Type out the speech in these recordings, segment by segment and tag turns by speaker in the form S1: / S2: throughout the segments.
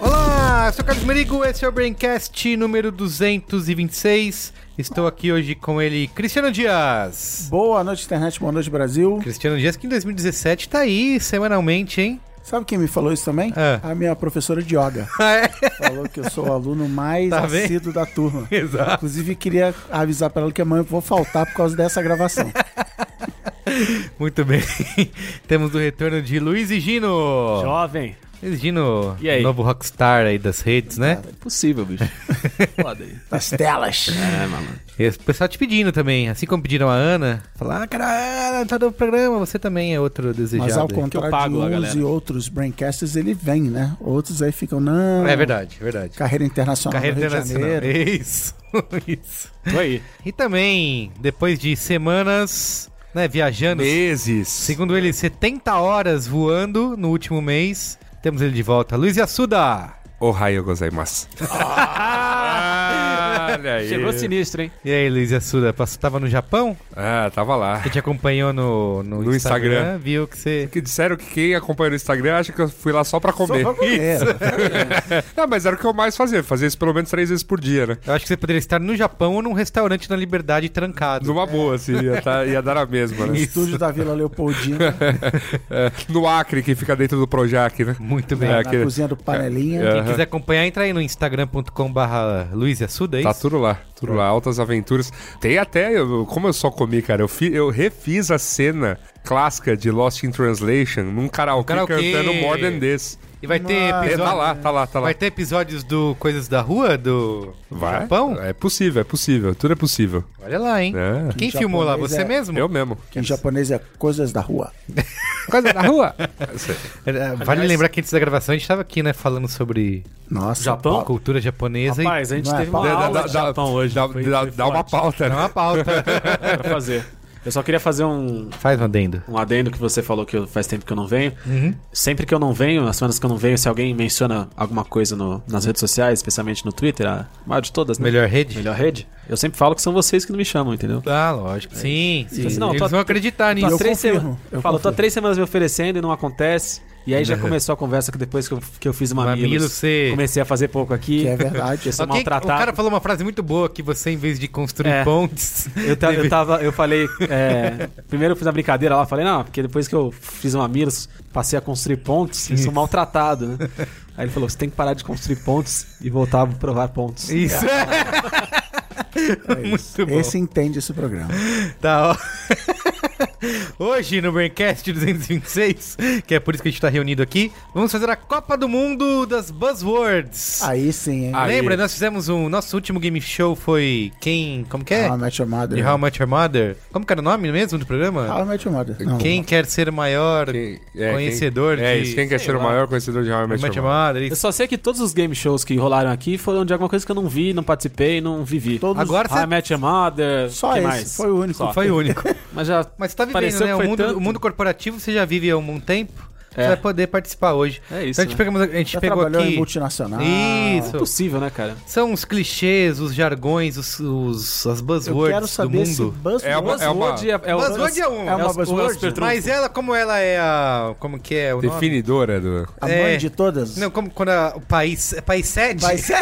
S1: Olá, eu sou o Carlos Merigo, esse é o Braincast número 226. Estou aqui hoje com ele, Cristiano Dias.
S2: Boa noite, internet. Boa noite, Brasil.
S1: Cristiano Dias, que em 2017 tá aí semanalmente, hein?
S2: Sabe quem me falou isso também?
S1: Ah.
S2: A minha professora de yoga.
S1: É,
S2: Falou que eu sou o aluno mais
S1: Tá vendo?
S2: assíduo da turma.
S1: Exato.
S2: Inclusive, queria avisar pra ela que amanhã eu vou faltar por causa dessa gravação.
S1: Muito bem. Temos o retorno de Luiz e Gino.
S3: Jovem.
S1: Luiz e Gino,
S3: E aí?
S1: novo rockstar aí das redes, né?
S4: Possível, bicho. Foda aí.
S2: As telas.
S4: É, mano.
S1: E o pessoal te pedindo também, assim como pediram a Ana. Falar, ah, cara, a Ana tá no programa, você também é outro desejado.
S2: Mas ao
S1: aí."
S2: contrário
S4: pago a
S2: de uns
S4: galera.
S2: e outros braincasts, ele vem, né? Outros aí ficam, não.
S1: É verdade, é verdade.
S2: Carreira internacional
S1: Carreira
S2: no Rio de
S1: internacional. É
S2: Janeiro.
S1: Isso, isso.
S3: Tô aí.
S1: E também, depois de semanas, né, viajando,
S4: Meses.
S1: segundo ele, 70 horas voando no último mês, temos ele de volta. Luiz Yassuda!
S5: Ohio gozaimasu. Ah, Olha aí.
S3: Chegou sinistro, hein?
S1: E aí, Luiz Yassuda, passou- tava no Japão?
S5: Ah, tava lá.
S1: Você te acompanhou no, no,
S5: No Instagram.
S1: viu que você...
S5: Que disseram que quem acompanha no Instagram acha que eu fui lá só pra comer.
S2: Só pra comer.
S5: Não, mas era o que eu mais fazia. Fazia isso pelo menos três vezes por dia, né?
S1: Eu acho que você poderia estar no Japão ou num restaurante na Liberdade trancado.
S5: Numa boa, assim. Ia, tá- ia dar a mesma,
S2: No
S5: né?
S2: estúdio da Vila Leopoldina,
S5: É, no Acre, que fica dentro do Projac, né?
S1: Muito bem.
S5: É,
S2: na
S5: que-
S2: cozinha do Panelinha.
S5: É.
S1: Quem quiser acompanhar, entra aí no instagram.com.br Luiz Yassuda, é
S5: Tá
S1: isso?
S5: tudo lá, tudo lá, altas aventuras. Tem até, eu- como eu só comi, cara, eu, fi- eu refiz a cena clássica de Lost in Translation num karaokê,
S1: Karaokê.
S5: cantando More Than This.
S1: E vai ter
S5: É,
S1: episódio...
S5: tá lá, tá lá, tá lá.
S1: Vai ter episódios do Coisas da Rua, do
S5: Vai?
S1: Japão?
S5: É possível, é possível, tudo é possível.
S1: Olha lá, hein?
S5: É.
S1: Quem
S2: Que
S1: filmou lá?
S2: japonês
S1: Você
S2: é-
S1: mesmo?
S5: Eu mesmo.
S2: Que em japonês é coisas da rua.
S5: Coisa da rua.
S1: É, é, Vale lembrar que antes da gravação a gente tava aqui, né, falando sobre
S2: Nossa.
S3: Japão?
S1: cultura japonesa
S3: Rapaz, a gente
S2: Não é
S3: teve uma
S2: pauta.
S3: aula
S5: Dá- dá-
S3: de
S5: dá-
S3: Japão hoje.
S5: Dá,
S3: Foi-
S5: dá-
S3: foi
S5: dá uma
S3: forte
S5: pauta,
S1: e...
S5: né?
S1: Não é uma pauta.
S3: pra fazer. Eu só queria fazer um,
S1: Faz um adendo.
S3: um adendo que você falou que eu- faz tempo que eu não venho. Sempre que eu não venho, nas semanas que eu não venho, se alguém menciona alguma coisa no- nas redes sociais, especialmente no Twitter, a maior de todas, né?
S1: Melhor rede?
S3: Melhor rede. Eu sempre falo que são vocês que não me chamam, entendeu?
S1: Ah, lógico. Sim, sim.
S3: Assim, não,
S1: Eles
S3: tô-
S1: vão acreditar
S3: Tô há
S1: nisso.
S2: Eu
S3: Tá três
S2: confirmo,
S3: semanas.
S2: eu
S3: Eu falo, tô há
S2: confirmo.
S3: três semanas me oferecendo e não acontece. E aí já começou a conversa que depois que eu, que eu fiz uma
S1: Mamilos, Uhum. você-
S3: comecei a fazer pouco aqui.
S2: Que é verdade.
S3: Eu sou
S1: Alguém- o
S3: maltratado.
S1: cara falou uma frase muito boa que você, em vez de construir
S3: É.
S1: pontes,
S3: Eu, ta- eu tava, eu falei, é, primeiro eu fiz uma brincadeira lá, falei, não, porque depois que eu fiz uma Miros, passei a construir pontes, eu sou maltratado, né? Aí ele falou, você tem que parar de construir pontes e voltar a provar pontos.
S1: Isso é. Muito bom.
S2: Esse entende esse programa.
S1: Tá, ó. Hoje no Braincast 226, que é por isso que a gente tá reunido aqui, vamos fazer a Copa do Mundo das Buzzwords.
S2: Aí sim, hein?
S5: Aí.
S1: Lembra, nós fizemos um. Nosso último game show foi. Quem. Como que é?
S2: How I Met Your Mother.
S1: De How I Met Your Mother. Como que era o nome mesmo do programa?
S2: How I Met Your Mother. Ah, Não.
S1: Quem quer ser o maior
S5: Quem- é, quem-
S1: conhecedor de.
S5: É isso, quem quer
S3: sei
S5: ser o
S3: lá.
S5: maior conhecedor de How I
S1: How I
S5: Met
S1: Met
S5: Your
S1: Your
S5: Mother?
S1: Mother.
S3: Eu
S1: isso.
S3: só sei que todos os game shows que rolaram aqui foram de alguma coisa que eu não vi, não participei, não vivi.
S2: Todos-
S1: Agora
S3: How I
S1: você.
S3: Met Your Mother,
S2: Só
S3: que
S2: esse,
S3: mais?
S2: foi o único.
S3: Só.
S1: Foi o único.
S3: Mas já
S1: Mas você tá vivendo,
S3: Pareceu
S1: né?
S3: que
S1: O
S3: foi
S1: mundo,
S3: tanto.
S1: o mundo corporativo você já vive há um tempo.
S3: É.
S1: Você vai poder participar hoje.
S3: É isso,
S1: Então a gente,
S3: né?
S1: pegamos, a gente
S2: Já
S1: pegou
S2: trabalhou
S1: aqui.
S2: em multinacional. é
S1: Isso.
S3: impossível, né, cara?
S1: São os clichês, os jargões, os, os- as
S2: Eu quero
S1: buzzwords do
S2: saber se
S1: mundo.
S2: Buzz
S5: É uma- é uma-
S3: Buzzword é, é o-
S1: Buzzword é uma
S2: é uma
S3: os-
S2: buzzword?
S3: os Petrunfo.
S1: Mas ela, como ela é a. Como que é o nome?
S5: Definidora do.
S2: a mãe
S1: é.
S2: de todas.
S1: Não, como quando a- o país. É país sede?
S2: Vai ser.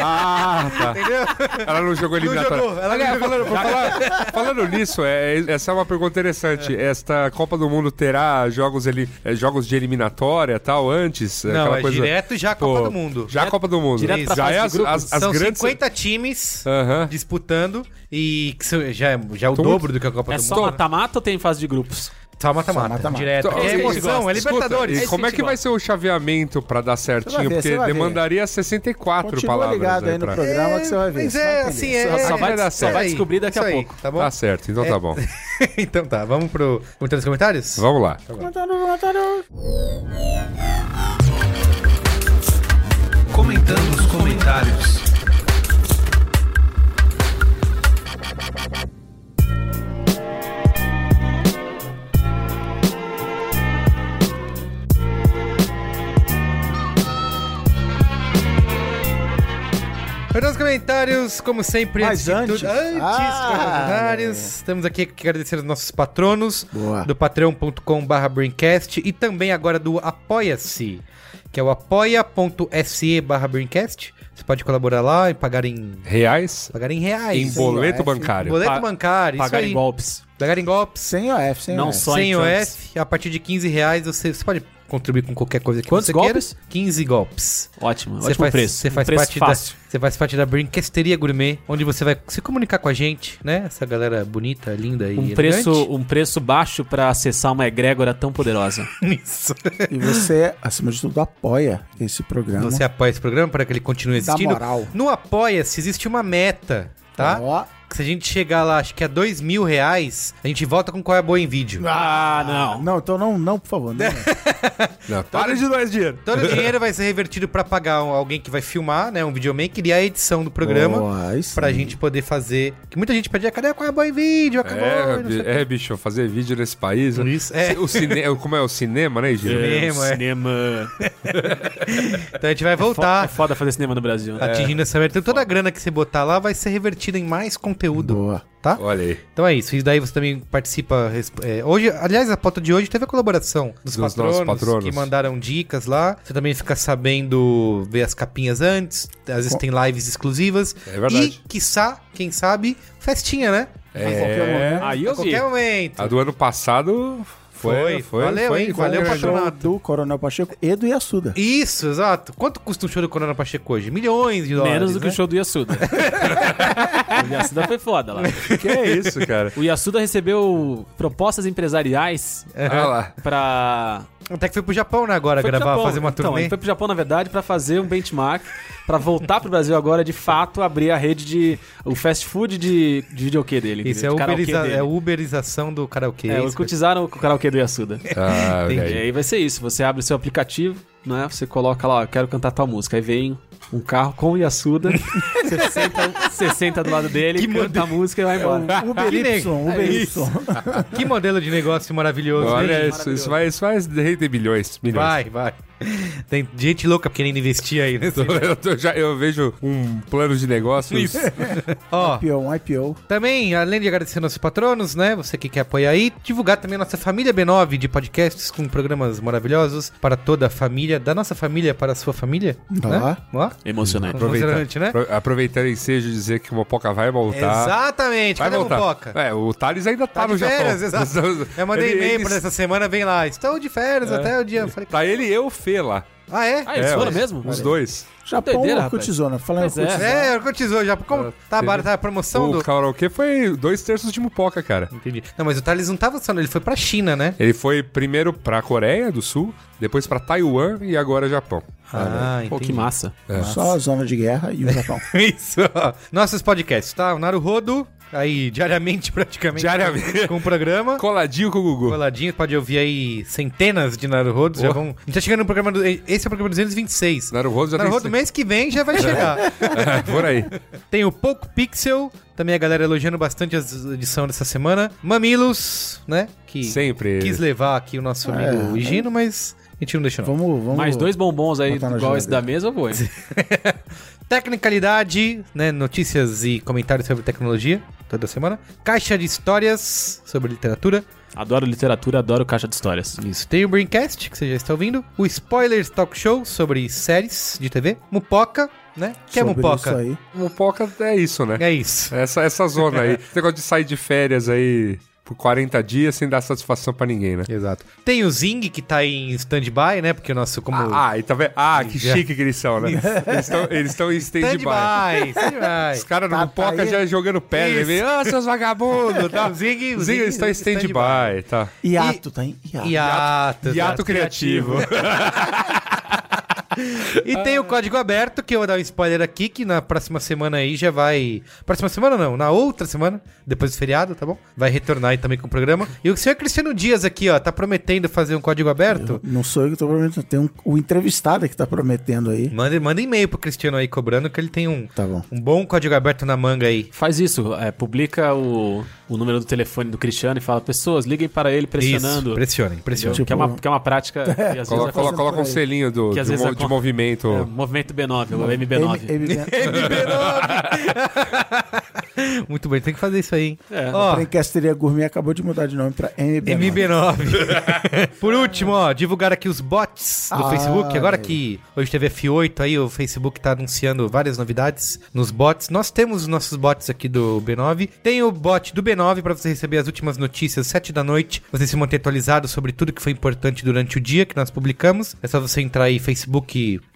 S5: Ah, tá.
S1: Entendeu?
S5: Ela não jogou
S1: Não
S5: eliminatória.
S1: jogou. Ela não jogou.
S5: Por falar- falando nisso, é, essa é uma pergunta interessante. Esta Copa do Mundo terá jogos, eli, é, jogos de eliminatória tal antes?
S1: Não,
S5: Aquela
S1: é
S5: coisa-
S1: direto já a Copa
S5: Pô,
S1: do Mundo.
S5: Já a Copa do Mundo.
S3: direto pra
S5: já
S3: fase
S5: é
S3: de
S5: as,
S3: grupos.
S5: as- as
S1: São
S5: grandes.
S1: 50 times
S5: Aham.
S1: disputando e que são- já, é- já é o
S5: Tô
S1: dobro do que a Copa
S3: É
S1: do
S3: só
S1: Mundo. né?
S3: mata-mata ou tem fase de grupos?
S1: Só mata-mata.
S2: Só mata-mata.
S1: Direto.
S5: Então,
S1: é
S5: ok,
S1: emoção, é
S5: Escuta,
S1: Libertadores.
S5: e
S3: Esse
S5: como é
S3: que
S5: que vai
S3: gosta.
S5: ser o chaveamento pra dar certinho?
S2: Você vai ver, você
S5: Porque
S2: vai ver.
S5: demandaria 64
S2: Continua
S5: palavras.
S2: ligado aí no
S5: pra-
S2: programa que você vai ver.
S1: Mas
S2: você vai
S1: é,
S2: entender.
S1: assim,
S2: Você
S1: é.
S2: vai
S5: Só
S2: saber.
S5: vai dar
S3: só
S5: certo.
S3: vai descobrir daqui
S1: Isso
S3: a
S1: aí,
S3: pouco.
S1: Tá bom?
S5: Tá certo, então tá bom.
S1: então tá, vamos pro. Vamos entrar nos comentários?
S5: Vamos lá.
S2: tá
S4: Comentando os comentários.
S1: Para os comentários, como sempre,
S2: Mas
S1: de
S2: antes-
S1: tudo- antes
S2: Ah,
S1: dos comentários, temos aqui que agradecer os nossos patronos
S2: Boa.
S1: do patreon.com.br Braincast e também agora do Apoia-se, que é o apoia.se barra Braincast. Você pode colaborar lá e pagar em,
S5: Reais
S1: pagar em É reais.
S5: em boleto bancário.
S1: Boleto
S3: Pa-
S1: bancário,
S3: Pagar
S1: isso aí.
S3: em golpes.
S1: Pagar em golpes.
S2: Sem OF, sem
S3: Não
S2: OF.
S3: só em
S1: Sem
S3: Trumps.
S1: OF, a partir de 15 reais você, você pode contribuir com qualquer coisa que
S3: Quantos
S1: você
S3: golpes?
S1: queira. 15 golpes.
S3: Ótimo,
S1: Você
S3: ótimo
S1: faz,
S3: preço. Um
S1: Você faz,
S3: preço
S1: parte da,
S3: fácil.
S1: você faz parte da Brinquesteria Gourmet, onde você vai se comunicar com a gente, né? Essa galera bonita, linda e
S3: Um
S1: elegante.
S3: preço, um preço baixo pra acessar uma egrégora tão poderosa.
S1: Isso.
S2: E você, acima de tudo, apoia esse programa.
S1: Você apoia esse programa para que ele continue
S2: Dá
S1: existindo.
S2: moral.
S1: No Apoia-se existe uma meta, tá?
S2: Ó.
S1: Se a gente chegar lá, acho que é dois mil reais, a gente volta com qual é boa em vídeo.
S3: Ah, não.
S2: Não, então não, não, por favor.
S1: É,
S2: Não.
S5: Não,
S1: Tá
S5: para de nós dinheiro.
S1: Todo o dinheiro vai ser revertido para pagar um- alguém que vai filmar, né? Um videomaker e a edição do programa.
S2: Boa, aí sim.
S1: Pra gente poder fazer. Que muita gente pedia, cadê qual é boa em vídeo? Acabou. e
S5: É,
S1: não sei o
S5: bi- é, bicho, fazer vídeo nesse país. né?
S1: Isso, é.
S5: O cine... Como é o cinema, né, Gil?
S1: Cinema, é.
S3: cinema.
S1: Então a gente vai
S3: Fo- É
S1: voltar
S3: foda fazer cinema no Brasil. né?
S5: É.
S1: atingindo essa meta. Então toda a grana que você botar lá vai ser revertida em mais conteúdo,
S2: Boa.
S1: tá?
S5: Olha aí.
S1: Então é isso. E daí você também participa. res- é, hoje, aliás, a pauta de hoje teve a colaboração dos,
S5: Dos nossos
S1: patronos,
S5: patronos.
S1: que mandaram dicas lá. Você também fica sabendo ver as capinhas antes. Às vezes tem lives exclusivas.
S5: É verdade.
S1: E, quiçá, quem sabe, festinha, né?
S5: É,
S3: Aí
S1: a
S3: eu vi.
S1: qualquer um momento.
S5: A do ano passado foi.
S1: Foi, valeu, hein?
S5: foi
S1: Valeu,
S5: um
S1: patrão.
S5: show.
S2: Show
S1: Patronato.
S2: do Coronel Pacheco e do Yassuda.
S1: Isso, exato. Quanto custa um show do Corona Pacheco hoje? Milhões de dólares.
S3: Menos do que
S1: né?
S3: o show do Yasuda. o Yasuda foi foda lá.
S5: Que é isso, cara?
S3: O Yasuda recebeu propostas empresariais
S1: É.
S5: Olha lá.
S3: pra
S1: Até que foi pro Japão, né? Agora
S3: Foi pro
S1: gravar,
S3: Japão.
S1: fazer uma
S3: então,
S1: turnê.
S3: Ele foi pro Japão, na verdade, pra fazer um benchmark, pra voltar pro Brasil agora, de fato, abrir a rede de. o fast food de, de videokê dele.
S1: Isso
S3: de
S1: é,
S3: karaokê
S1: uberiza-
S3: dele.
S1: é uberização do karaokê.
S3: É,
S1: isso,
S3: ocultizaram o karaokê do Yasuda.
S5: Ah, olha
S3: E
S5: aí.
S3: aí vai ser isso: você abre o seu aplicativo, né? Você coloca lá, ó, quero cantar tal música. Aí vem um carro com o Yasuda, você, senta, você senta do lado dele,
S1: Que
S3: canta a música e vai embora.
S1: Então,
S2: Uber
S1: Que é
S2: Y,
S1: nego.
S2: Uber Y.
S1: Que modelo de negócio maravilhoso. né?
S5: Olha, isso, isso vai, isso vai render bilhões, milhões.
S1: Vai, vai. Tem gente louca querendo investir aí, né?
S5: Então, Eu, tô já, eu vejo um plano de negócios.
S1: Ó,
S2: IPO, um IPO.
S1: também, além de agradecer nossos patronos, né? Você que quer apoiar aí, divulgar também a nossa família B9 de podcasts com programas maravilhosos para toda a família, da nossa família para a sua família.
S2: Tá.
S1: Né? Ó,
S5: É,
S3: Emocionante.
S1: Emocionante, né?
S5: apro- aproveitando o ensejo de dizer que o Mopoca vai voltar.
S1: Exatamente.
S5: Vai
S1: Cadê
S5: voltar.
S1: a Mopoca?
S5: É, o Thales ainda tá,
S1: Tá
S5: no
S1: de férias,
S5: Japão.
S1: exato. Eu mandei
S5: Ele-
S1: e-mail
S5: eles-
S1: pra essa semana, vem lá. Estou de férias até o dia. Eu falei,
S5: Tá ele e eu, Fê, lá.
S1: ah, é?
S3: Ah, eles
S5: É,
S3: foram
S5: os-
S3: mesmo?
S5: Os dois.
S2: Japão é
S3: doideira,
S2: ou Cotizona? Falando
S3: Pois é.
S2: Cotizona.
S1: É, ergotizou já. Como tá,
S5: teve-
S1: bar- tá a promoção
S5: o
S1: do.
S5: karaokê foi dois terços de Mopoca, cara.
S1: Entendi. Não, mas o Thales não tava só, ele foi pra China, né?
S5: Ele foi primeiro pra Coreia do Sul, depois pra Taiwan e agora Japão.
S1: Ah,
S3: é. Pô, que massa.
S2: Só a zona de guerra e o Japão.
S1: Isso. ó. Nossos podcasts, tá? O Naruhodo, aí diariamente praticamente.
S5: Diariamente.
S1: Com o programa.
S5: Coladinho com o Gugu.
S1: Coladinho, pode ouvir aí centenas de Naruhodos. Já vão... A gente tá chegando no programa. Do... Esse é o programa 226.
S5: Naruhodo já
S1: Naruhodo,
S5: tem...
S1: mês que vem já vai chegar.
S5: É, Por aí.
S1: Tem o Poco Pixel, também a galera elogiando bastante a edição dessa semana. Mamilos, né? Que
S5: Sempre.
S1: quis levar aqui o nosso amigo Gino, mas a gente não deixou não.
S2: É, Vamos, vamos.
S3: Mais dois bombons aí,
S2: Botar na
S3: igual esse da
S2: geladeira.
S3: mesa, eu vou. hein?
S1: Tecnicalidade, né? Notícias e comentários sobre tecnologia toda semana. Caixa de histórias sobre literatura.
S3: Adoro literatura, adoro caixa de histórias.
S1: Isso. Tem o Braincast, que você já está ouvindo. O Spoilers Talk Show sobre séries de TV. Mupoca, né? Que é
S2: sobre isso
S1: Mupoca?
S2: aí.
S5: Mopoca é isso, né?
S1: É isso.
S5: Essa, essa zona aí. Esse negócio de sair de férias aí por 40 dias sem dar satisfação pra ninguém, né?
S1: Exato. Tem o Zing, que tá em stand-by, né? Porque o nosso, como...
S5: Ah, ah, e tá vendo? Ah, que
S1: Já.
S5: chique que eles são, né? Eles estão eles tão em stand-by.
S1: stand-by. stand-by.
S5: Os caras no
S2: Tá, tá
S5: Mopoca
S2: aí.
S5: já jogando pedra.
S1: Isso.
S5: Vem, ah, seus vagabundos, tá?
S1: O Zig- o
S5: Os
S1: Zig-
S5: eles estão em
S1: stand-by.
S5: stand-by, tá?
S2: Hiato, tá em hiato.
S1: Hiato.
S5: Hiato criativo.
S1: E
S3: Ah.
S1: tem o código aberto, que eu vou dar um spoiler aqui, que na próxima semana aí já vai. Próxima semana não, na outra semana, depois do feriado, tá bom? Vai retornar aí também com o programa. E o senhor Cristiano Dias aqui, ó, tá prometendo fazer um código aberto?
S2: Não sou eu que tô prometendo, tem um, o entrevistado que tá prometendo aí.
S1: Manda, manda e-mail pro Cristiano aí cobrando que ele tem um,
S2: Tá bom.
S1: um bom código aberto na manga aí.
S3: Faz isso, é, publica o, o número do telefone do Cristiano e fala: pessoas, liguem para ele pressionando.
S1: Isso, pressionem,
S3: Entendeu?
S1: pressionem.
S3: que, é uma, que é uma prática que às vezes
S5: Coloca, coloca-
S3: acontece.
S5: coloca um
S2: por aí.
S5: selinho do,
S3: Que às
S5: de,
S3: vezes
S5: mo-
S3: acon-
S5: de movimento.
S3: É, movimento B9, o MB9.
S2: M- M-
S1: Muito bem, tem que fazer isso aí, hein?
S3: É.
S1: Ó,
S2: Trencasteria Gourmet acabou de mudar de nome pra MB.
S1: MB9. Por último, ó, divulgar aqui os bots do
S2: Ah,
S1: Facebook. Agora
S2: aí.
S1: que hoje teve F8 aí, o Facebook tá anunciando várias novidades nos bots. Nós temos os nossos bots aqui do B9. Tem o bot do B9 pra você receber as últimas notícias às 7 da noite. Você se manter atualizado sobre tudo que foi importante durante o dia que nós publicamos. É só você entrar aí facebook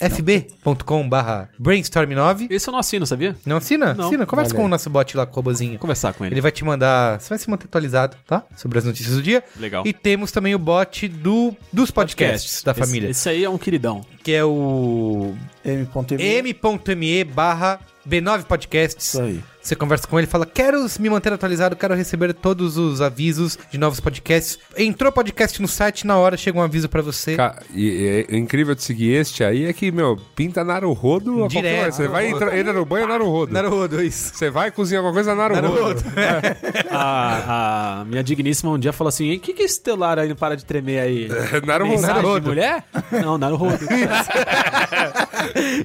S1: fb.com barra brainstorm9.
S3: Esse eu não assino, sabia?
S1: Não assina?
S3: Não.
S1: Assina, conversa
S2: Olha
S1: com o
S2: aí.
S1: nosso bot lá, com o robozinho.
S3: Vou conversar com ele.
S1: Ele vai te mandar. Você vai se manter atualizado, tá? Sobre as notícias do dia.
S3: Legal.
S1: E temos também o bot do, dos podcasts é da
S3: Esse-
S1: família,
S3: Esse, aí é um queridão.
S1: que é o
S2: M.M.
S1: m.me barra B9 Podcasts.
S2: Isso aí.
S1: Você conversa com ele e fala: Quero me manter atualizado, quero receber todos os avisos de novos podcasts. Entrou podcast no site, na hora chega um aviso pra você.
S5: Ca- E, e é incrível de seguir este aí é que, meu, pinta Naruhodo a
S1: Direto.
S5: qualquer hora. Você vai entrar, entra no banho, Naruhodo.
S1: Naruto, isso.
S5: Você vai cozinhar alguma coisa, Naruhodo.
S3: A, a minha digníssima um dia falou assim: o que, que é esse teu lar aí não para de tremer aí?
S5: Naruhodo.
S3: Mensagem de
S5: Naruhodo.
S3: mulher? Não, Naruhodo.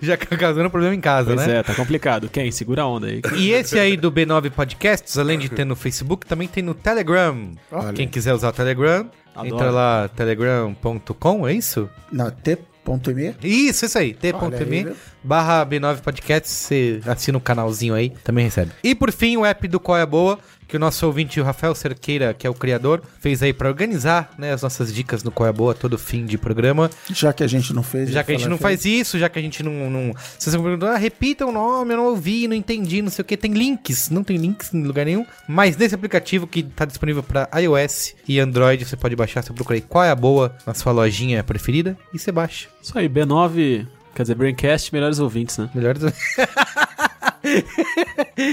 S1: Já causando problema em casa,
S3: pois
S1: né?
S3: é, tá complicado. Quem? Segura a onda aí.
S1: E esse aí do B9 Podcasts, além de ter no Facebook, também tem no Telegram. Quem quiser usar o Telegram,
S3: Adoro.
S1: entra lá, telegram.com, é isso?
S2: Não, T.M.
S1: Isso, isso aí,
S2: Olha aí,
S1: t.me
S2: viu?
S1: barra B9 Podcasts, você assina o canalzinho aí, também recebe. E por fim, o app do Qual é a Boa, que o nosso ouvinte, o Rafael Cerqueira, que é o criador, fez aí pra organizar né, as nossas dicas no Qual é a Boa todo fim de programa.
S2: Já que a gente não fez.
S1: Já que a gente
S2: falar
S1: não
S2: que-
S1: faz isso, já que a gente não. não... Se você me perguntar, ah, repita o nome, eu não ouvi, não entendi, não sei o que. Tem links, não tem links em lugar nenhum. Mas nesse aplicativo que tá disponível pra iOS e Android, você pode baixar, você procura aí qual é a boa na sua lojinha preferida e você baixa.
S3: Isso aí, B9, quer dizer, Braincast, melhores ouvintes, né?
S1: Melhor do...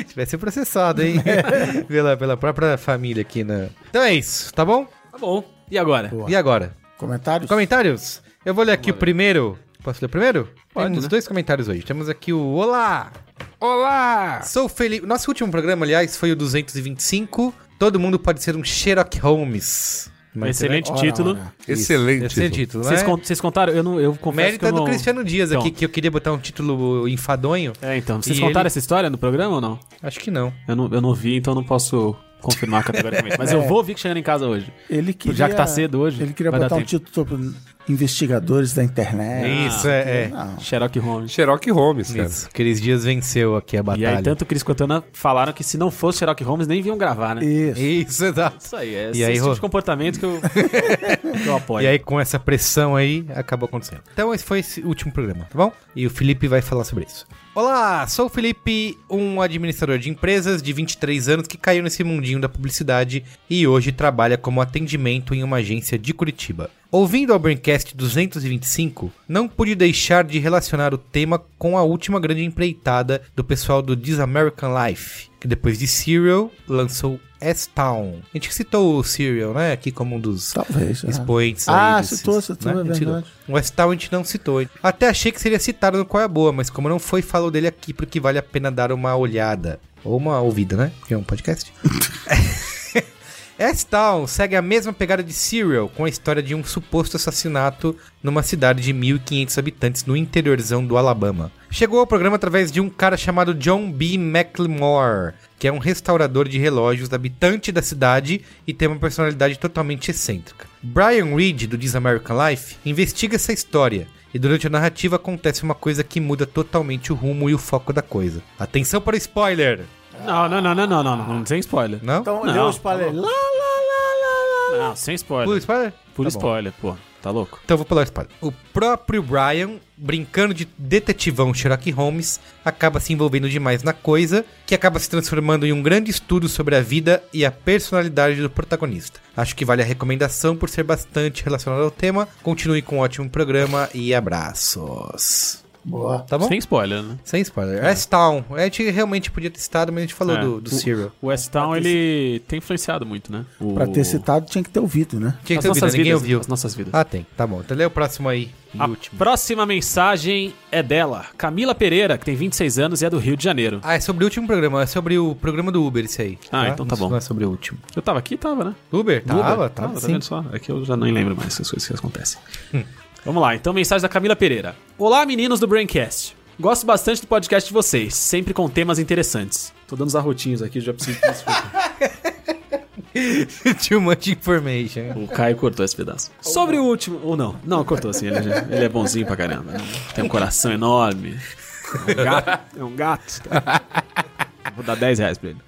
S1: Tivesse processado, hein? pela, pela própria família aqui na. Então é isso, tá bom?
S3: Tá bom. E agora?
S2: Boa.
S1: E agora?
S2: Comentários?
S1: Comentários? Eu vou ler aqui o primeiro. Posso ler o primeiro?
S3: Pode,
S1: Temos
S3: né?
S1: dois comentários hoje. Temos aqui o Olá!
S5: Olá!
S1: Sou Felipe. Nosso último programa, aliás, foi o 225. Todo mundo pode ser um Sherlock Holmes.
S3: Um excelente
S2: Ora,
S3: título.
S2: ora.
S5: Excelente.
S1: Esse é o título, né?
S3: Vocês, con- vocês contaram? Eu, não, eu confesso
S1: Mérito
S3: que eu
S1: é do
S3: não...
S1: Cristiano Dias aqui,
S3: Então.
S1: que eu queria botar um título enfadonho.
S3: É, então. Vocês
S1: E
S3: contaram
S1: ele-
S3: essa história no programa ou não?
S1: Acho que não.
S3: Eu não, eu não vi, então não posso confirmar categoricamente. Mas
S1: É.
S3: eu vou ouvir que chegando em casa hoje.
S2: Ele queria,
S3: Já que tá cedo hoje,
S2: Ele queria
S3: vai dar
S2: botar um
S3: tempo.
S2: título sobre investigadores da
S3: Ah,
S2: internet.
S1: isso, é. é.
S2: Não.
S3: Sherlock Holmes.
S5: Xerox Holmes, cara.
S1: Isso. Cris Dias venceu aqui a
S3: E
S1: batalha.
S3: aí, tanto o Cris quanto a Ana falaram que se não fosse Sherlock Holmes, nem vinham gravar, né?
S2: Isso.
S1: Isso, exato.
S3: Isso aí, é
S1: E aí,
S3: esse
S1: Rô?
S3: tipo de comportamento que eu, que eu apoio.
S1: E aí, com essa pressão aí, acabou acontecendo. Então, esse foi esse último programa, tá bom? E o Felipe vai falar sobre isso. Olá, sou o Felipe, um administrador de empresas de 23 anos que caiu nesse mundinho da publicidade e hoje trabalha como atendimento em uma agência de Curitiba. Ouvindo ao Braincast 225, não pude deixar de relacionar o tema com a última grande empreitada do pessoal do This American Life, que depois de Serial lançou S-Town. A gente citou o Serial, né, aqui como um dos
S2: Talvez. né?
S1: expoentes
S2: Ah,
S1: aí. desses, né?
S2: citou, citou, é
S1: A gente citou.
S2: verdade.
S1: O Westal a gente não citou. Até achei que seria citado no Qual é a Boa, mas como não foi, falou dele aqui porque vale a pena dar uma olhada. Ou uma ouvida, né? Porque é um podcast. S-Town segue a mesma pegada de Serial, com a história de um suposto assassinato numa cidade de 1.500 habitantes no interiorzão do Alabama. Chegou ao programa através de um cara chamado John B. McLemore, que é um restaurador de relógios, habitante da cidade e tem uma personalidade totalmente excêntrica. Brian Reed, do This American Life, investiga essa história e durante a narrativa acontece uma coisa que muda totalmente o rumo e o foco da coisa. Atenção para o spoiler!
S3: Não, não, não, não, não, não, não, sem spoiler.
S1: Não?
S2: Então,
S3: Não,
S2: deu os palhaços. Lá, lá, lá, lá, lá.
S3: Não, sem spoiler.
S1: Pula o
S3: Por,
S1: spoiler? Tá bom.
S3: spoiler, pô. Tá louco?
S1: Então eu vou pular o spoiler. O próprio Brian, brincando de detetivão Sherlock Holmes, acaba se envolvendo demais na coisa, que acaba se transformando em um grande estudo sobre a vida e a personalidade do protagonista. Acho que vale a recomendação por ser bastante relacionado ao tema. Continue com um ótimo programa e abraços.
S2: Boa.
S1: Tá bom?
S4: Sem spoiler, né?
S1: Sem spoiler. S-Town. A gente realmente podia ter citado, mas a gente falou
S4: É.
S1: do, do
S4: O-
S1: Serial.
S4: O Westtown, ele tem influenciado muito, né? O...
S2: Pra ter citado, tinha que ter ouvido, né?
S1: Tinha que
S3: As
S1: ter ouvido,
S3: nossas
S1: ninguém
S3: vidas.
S1: ouviu.
S3: As nossas vidas. Ah,
S1: Ah, tem. Tá bom. Então lê o próximo aí. E
S4: A
S1: último.
S3: Próxima mensagem é dela, Camila Pereira, que tem 26 anos e é do Rio de Janeiro.
S1: Ah, é sobre o último programa. É sobre o programa do Uber, isso aí.
S4: Ah, então tá
S1: Isso
S4: bom.
S1: Não é sobre o último.
S3: Eu tava aqui? Tava, né?
S1: Uber? Tava,
S3: Tá,
S1: tava.
S3: tá
S1: sim. Hum.
S3: vendo só? É que eu já nem lembro mais as coisas que acontecem. Vamos lá, então mensagem da Camila Pereira. Olá, meninos do Braincast. Gosto bastante do podcast de vocês, sempre com temas interessantes. Tô dando os arrotinhos aqui, já preciso que isso fique.
S1: Too much um information.
S3: O Caio cortou esse pedaço. Sobre o último. Ou não. Não, cortou assim. Ele, já- ele é bonzinho pra caramba. Tem um coração enorme. É um gato. É um gato. Vou dar 10 reais pra ele.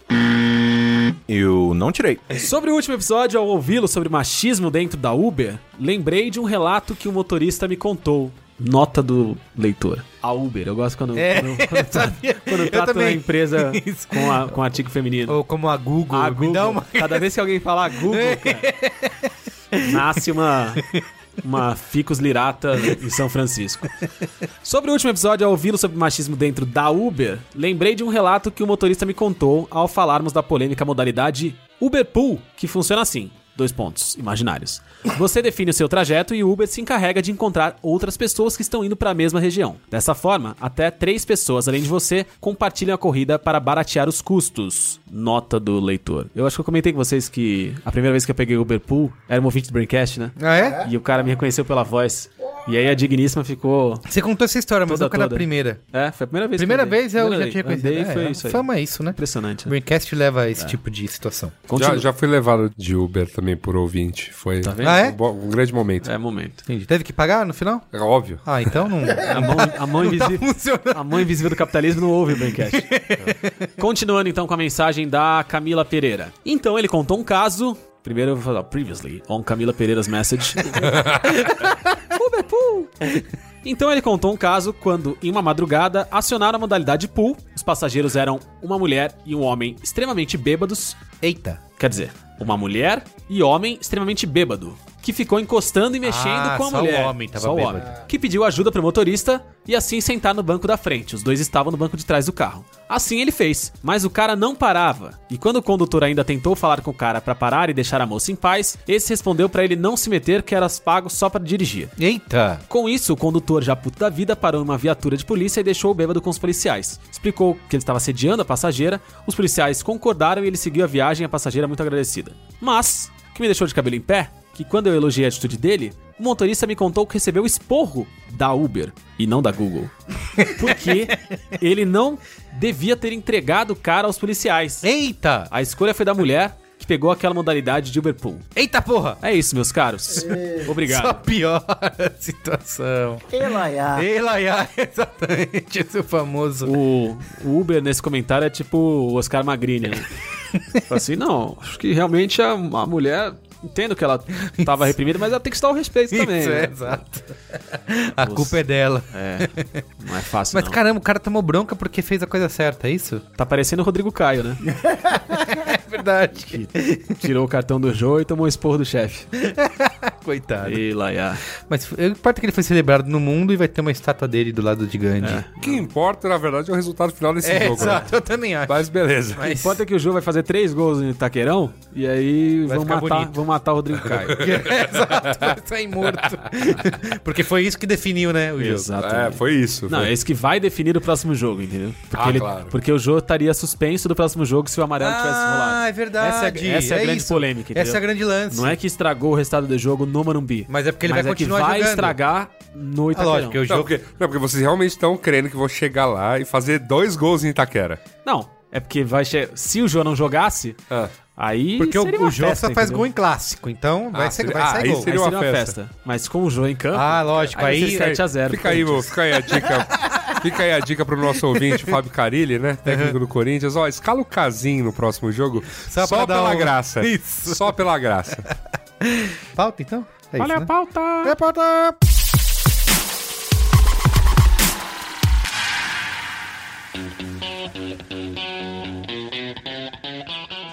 S6: Eu não tirei.
S3: Sobre o último episódio, ao ouvi-lo sobre machismo dentro da Uber, lembrei de um relato que o motorista me contou. Nota do leitor. A Uber, eu gosto quando,
S1: É,
S3: quando, quando,
S1: sabia.
S3: quando
S1: Eu
S3: trato a
S1: também.
S3: empresa
S1: Isso.
S3: com, a- com artigo feminino.
S1: Ou como a Google.
S3: a
S1: me
S3: Google.
S1: dá uma- É.
S3: Cada vez que alguém fala Google, cara, nasce uma, uma ficus lirata em São Francisco. Sobre o último episódio, ao ouvi-lo sobre machismo dentro da Uber, lembrei de um relato que o motorista me contou ao falarmos da polêmica modalidade Uber Pool, que funciona assim. Dois pontos imaginários. Você define o seu trajeto e o Uber se encarrega de encontrar outras pessoas que estão indo para a mesma região. Dessa forma, até três pessoas além de você compartilham a corrida para baratear os custos. Nota do leitor. Eu acho que eu comentei com vocês que a primeira vez que eu peguei Uber Pool era um ouvinte do Braincast, né?
S1: Ah, é?
S3: E o cara me reconheceu pela voz. E aí a digníssima ficou
S1: Você contou essa história, mas
S3: Toda,
S1: nunca na
S3: toda.
S1: primeira.
S3: é, foi a primeira vez.
S1: Primeira
S3: que andei.
S1: vez eu
S3: Primeira
S1: já tinha
S3: vez.
S1: conhecido.
S3: Andei,
S1: É,
S3: foi
S1: é,
S3: isso aí.
S1: Fama é isso, né?
S3: Impressionante.
S1: O
S3: Né?
S1: Braincast leva a esse tipo de situação.
S5: Já,
S3: Continua.
S5: já fui levado de Uber também por ouvinte. Foi
S3: Tá vendo?
S1: Ah,
S5: um,
S1: é?
S5: bom- um grande momento.
S3: É, momento.
S1: Entendi. Teve que pagar no final?
S5: É óbvio.
S1: Ah, então não.
S3: A mão, a mão
S1: não tá
S3: invisível.
S1: funcionando.
S3: A mão invisível do capitalismo não ouve o Braincast. Continuando então com a mensagem da Camila Pereira. Então ele contou um caso. Primeiro eu vou falar, previously, on Camila Pereira's message. Uber Pool. Então ele contou um caso quando, em uma madrugada, acionaram a modalidade pool. Os passageiros eram uma mulher e um homem extremamente bêbados
S1: Eita.
S3: Quer dizer, uma mulher e homem extremamente bêbado, que ficou encostando e mexendo
S1: Ah,
S3: com a
S1: só
S3: mulher.
S1: o homem tava bêbado.
S3: Que pediu ajuda pro motorista e assim sentar no banco da frente. Os dois estavam no banco de trás do carro. Assim ele fez, mas o cara não parava. E quando o condutor ainda tentou falar com o cara pra parar e deixar a moça em paz, esse respondeu pra ele não se meter que era pago só pra dirigir.
S1: Eita.
S3: Com isso, o condutor, já puto da vida, parou em uma viatura de polícia e deixou o bêbado com os policiais. Explicou que ele estava sediando a passageira, os policiais concordaram e ele seguiu a viagem, a passageira muito agradecida. Mas, o que me deixou de cabelo em pé, que quando eu elogiei a atitude dele, o motorista me contou que recebeu esporro da Uber e não da Google. Porque ele não devia ter entregado o cara aos policiais.
S1: Eita.
S3: A escolha foi da mulher, que pegou aquela modalidade de Uber Pool.
S1: Eita porra.
S3: É isso, meus caros. Obrigado.
S1: Só piora a situação.
S2: Elaiá.
S1: Ei, Laia, exatamente, esse é o famoso.
S3: O, o Uber nesse comentário é tipo o Oscar Magrini. Né? Fala assim, não, acho que realmente a, a mulher. Entendo que ela tava reprimida, mas ela tem que estar ao respeito também.
S1: Isso, é,
S3: né?
S1: exato. A culpa é dela.
S3: é, não é fácil.
S1: Mas
S3: não.
S1: caramba, o cara tomou bronca porque fez a coisa certa, é isso?
S3: tá parecendo o Rodrigo Caio, né?
S1: É verdade.
S3: Tirou o cartão do jogo e tomou o esporro do chefe.
S1: Coitado.
S3: E lá,
S1: Mas o que importa é que ele foi celebrado no mundo e vai ter uma estátua dele do lado de Gandhi.
S5: O que importa, na verdade, é o resultado final desse
S1: É,
S5: jogo. né?
S1: exato, eu também acho.
S5: Mas beleza.
S1: Mas-
S3: Importa é que o jogo vai fazer três gols no Itaquerão e aí
S1: Vai
S3: vão
S1: ficar
S3: matar,
S1: bonito.
S3: vão matar o Rodrigo Caio.
S1: É, exato, vai sair morto. Porque foi isso que definiu, né, o jogo.
S5: É, foi isso.
S3: Não,
S5: foi.
S3: é esse que vai definir o próximo jogo, entendeu? Porque,
S5: Ah,
S3: ele,
S5: claro.
S3: porque o Jô estaria suspenso do próximo jogo se o amarelo tivesse rolado.
S1: Ah, é verdade.
S3: Essa é, essa é a
S1: É
S3: grande
S1: isso.
S3: polêmica, entendeu?
S1: Essa é a grande lance.
S3: Não é que estragou o resultado do jogo no Morumbi.
S1: Mas é porque ele vai
S3: que
S1: continuar
S3: vai
S1: jogando.
S3: estragar no
S1: Ah,
S3: Itaquerão.
S1: lógico, porque o
S5: Não,
S1: jogo...
S5: porque, não, porque vocês realmente estão crendo que vou chegar lá e fazer dois gols em Itaquera.
S3: Não, é porque vai che... se o Jô não jogasse,
S5: Ah.
S3: aí
S1: Porque
S3: seria
S1: o,
S3: uma
S1: o jogo
S3: festa,
S1: só faz
S3: entendeu?
S1: gol em clássico, então vai ser,
S5: seria-
S1: vai
S5: ah,
S1: sair
S5: aí
S1: gol.
S3: Aí
S5: seria
S3: seria
S5: uma
S3: uma festa. Mas com o Jô em campo,
S1: Ah, lógico,
S3: Aí
S1: aí...
S3: você sai- 7 a 0
S5: Fica aí,
S3: Corinthians.
S5: vô, fica aí a dica. Fica aí a dica pro nosso ouvinte, Fábio Carilli, né? Técnico do Corinthians. Ó, escala o Casim no próximo jogo. Só,
S1: Só pra dar
S5: pela
S1: uma-
S5: graça.
S1: Isso.
S5: Só pela graça.
S1: Falta, então? É
S3: Olha
S1: isso,
S3: a
S1: né?
S3: pauta!
S1: É pauta!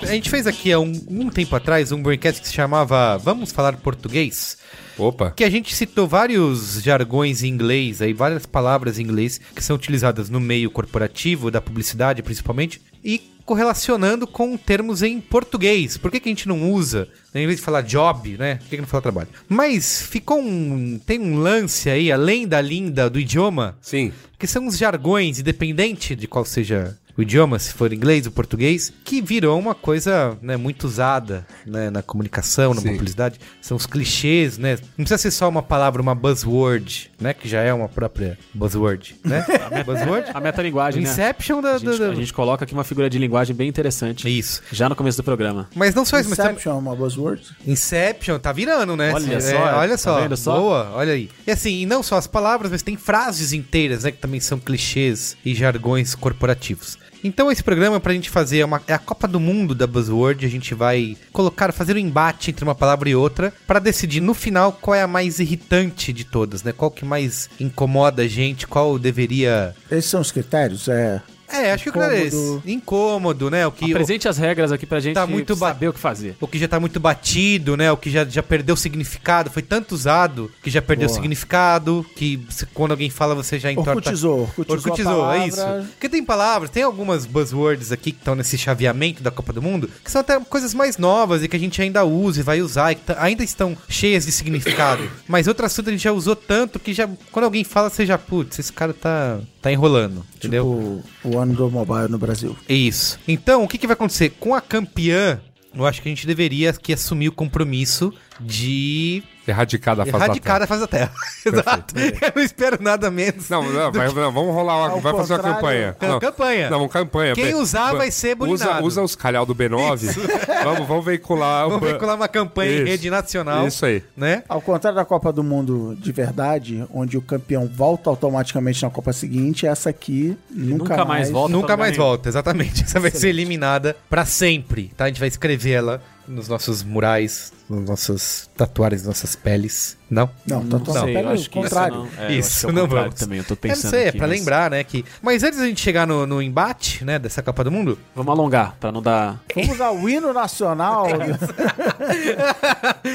S1: A gente fez aqui há um, um tempo atrás um broadcast que se chamava Vamos Falar Português.
S5: Opa.
S1: que a gente citou vários jargões em inglês, aí várias palavras em inglês que são utilizadas no meio corporativo, da publicidade principalmente, e correlacionando com termos em português. Por que, que a gente não usa? Né, Em vez de falar job, né? Por que, que não fala trabalho? Mas ficou um. tem um lance aí, além da linda do idioma,
S5: Sim.
S1: que são os jargões, independente de qual seja o idioma, se for inglês ou português, que virou uma coisa né, muito usada né, na comunicação, na
S5: Sim.
S1: publicidade. São os clichês, né? Não precisa ser só uma palavra, uma buzzword, né? Que já é uma própria buzzword, né? buzzword?
S4: A metalinguagem, né?
S1: Inception da...
S4: A gente,
S1: da-
S4: a gente coloca aqui uma figura de linguagem bem interessante.
S1: Isso.
S4: Já no começo do programa.
S1: Mas não só isso, mas também...
S2: Inception é uma buzzword?
S1: Inception, tá virando, né?
S4: Olha
S1: É,
S4: só,
S1: olha
S4: tá
S1: só.
S4: vendo só?
S1: Boa, olha aí. E assim, e não só as palavras, mas tem frases inteiras, né? Que também são clichês e jargões corporativos. Então esse programa pra gente fazer é, uma, é a Copa do Mundo da Buzzword. A gente vai colocar, fazer um embate entre uma palavra e outra pra decidir no final qual é a mais irritante de todas, né? Qual que mais incomoda a gente, qual deveria...
S2: Esses são os critérios? É.
S1: É, acho que o é esse.
S2: Incômodo.
S1: Incômodo, né? O que...
S4: Apresente as regras aqui pra gente
S1: Tá muito ba-
S4: saber o que fazer.
S1: O que já tá muito batido, né? O que já, já perdeu significado. Foi tanto usado que já perdeu
S2: Boa.
S1: significado. Que se- quando alguém fala, você já entorta.
S2: Orcutizou. Orcutizou,
S1: Então, tá. Orcutizou,
S2: a
S1: é isso.
S2: palavra.
S1: Porque tem palavras, tem algumas buzzwords aqui que estão nesse chaveamento da Copa do Mundo, que são até coisas mais novas e que a gente ainda usa e vai usar, e que t- ainda estão cheias de significado. Mas outro assunto a gente já usou tanto que já quando alguém fala, você já, putz, esse cara tá, tá enrolando, entendeu?
S2: Tipo, o ano do mobile no Brasil.
S1: Isso. Então, o que, que vai acontecer? Com a campeã, eu acho que a gente deveria aqui assumir o compromisso de
S5: Erradicar da fase
S1: erradicar
S5: da
S1: a fase da Terra. Exato. Eu não espero nada menos.
S5: Não, não, vai- não, vamos rolar uma,
S2: Ao
S5: vai fazer uma
S2: contrário,
S5: campanha.
S1: é uma campanha.
S5: Não, uma campanha.
S1: Quem
S5: Pe-
S1: usar
S5: ba-
S1: vai ser
S5: Usa,
S1: bulinado.
S5: usa os calhau do B9. vamos, vamos veicular. o
S1: Vamos
S5: ban-
S1: veicular uma campanha em
S5: é Isso.
S1: rede nacional.
S5: Isso aí.
S1: Né?
S2: Ao contrário da Copa do Mundo de verdade, onde o campeão volta automaticamente na Copa seguinte, essa aqui nunca,
S4: nunca mais volta.
S1: Nunca
S4: pra
S1: mais
S4: lugar
S1: volta, exatamente. Essa vai ser eliminada pra sempre, tá? A gente vai escrever ela nos nossos murais, nas nossas tatuagens, nas nossas peles. Não?
S2: Não, tá
S4: nenhum.
S2: tomando
S4: sei, eu
S2: pega
S4: acho
S2: o
S4: que isso
S2: contrário.
S4: não- é, eu acho
S1: Isso,
S4: que é o
S1: não
S4: contrário
S1: vamos.
S4: Também, eu tô
S1: Eu
S4: pensando
S1: não sei, é
S4: aqui,
S1: pra
S4: mas
S1: lembrar, né? Que... Mas antes da gente chegar no, no embate, né, dessa Copa do Mundo,
S4: Vamos alongar, pra não dar...
S2: Vamos ao hino nacional.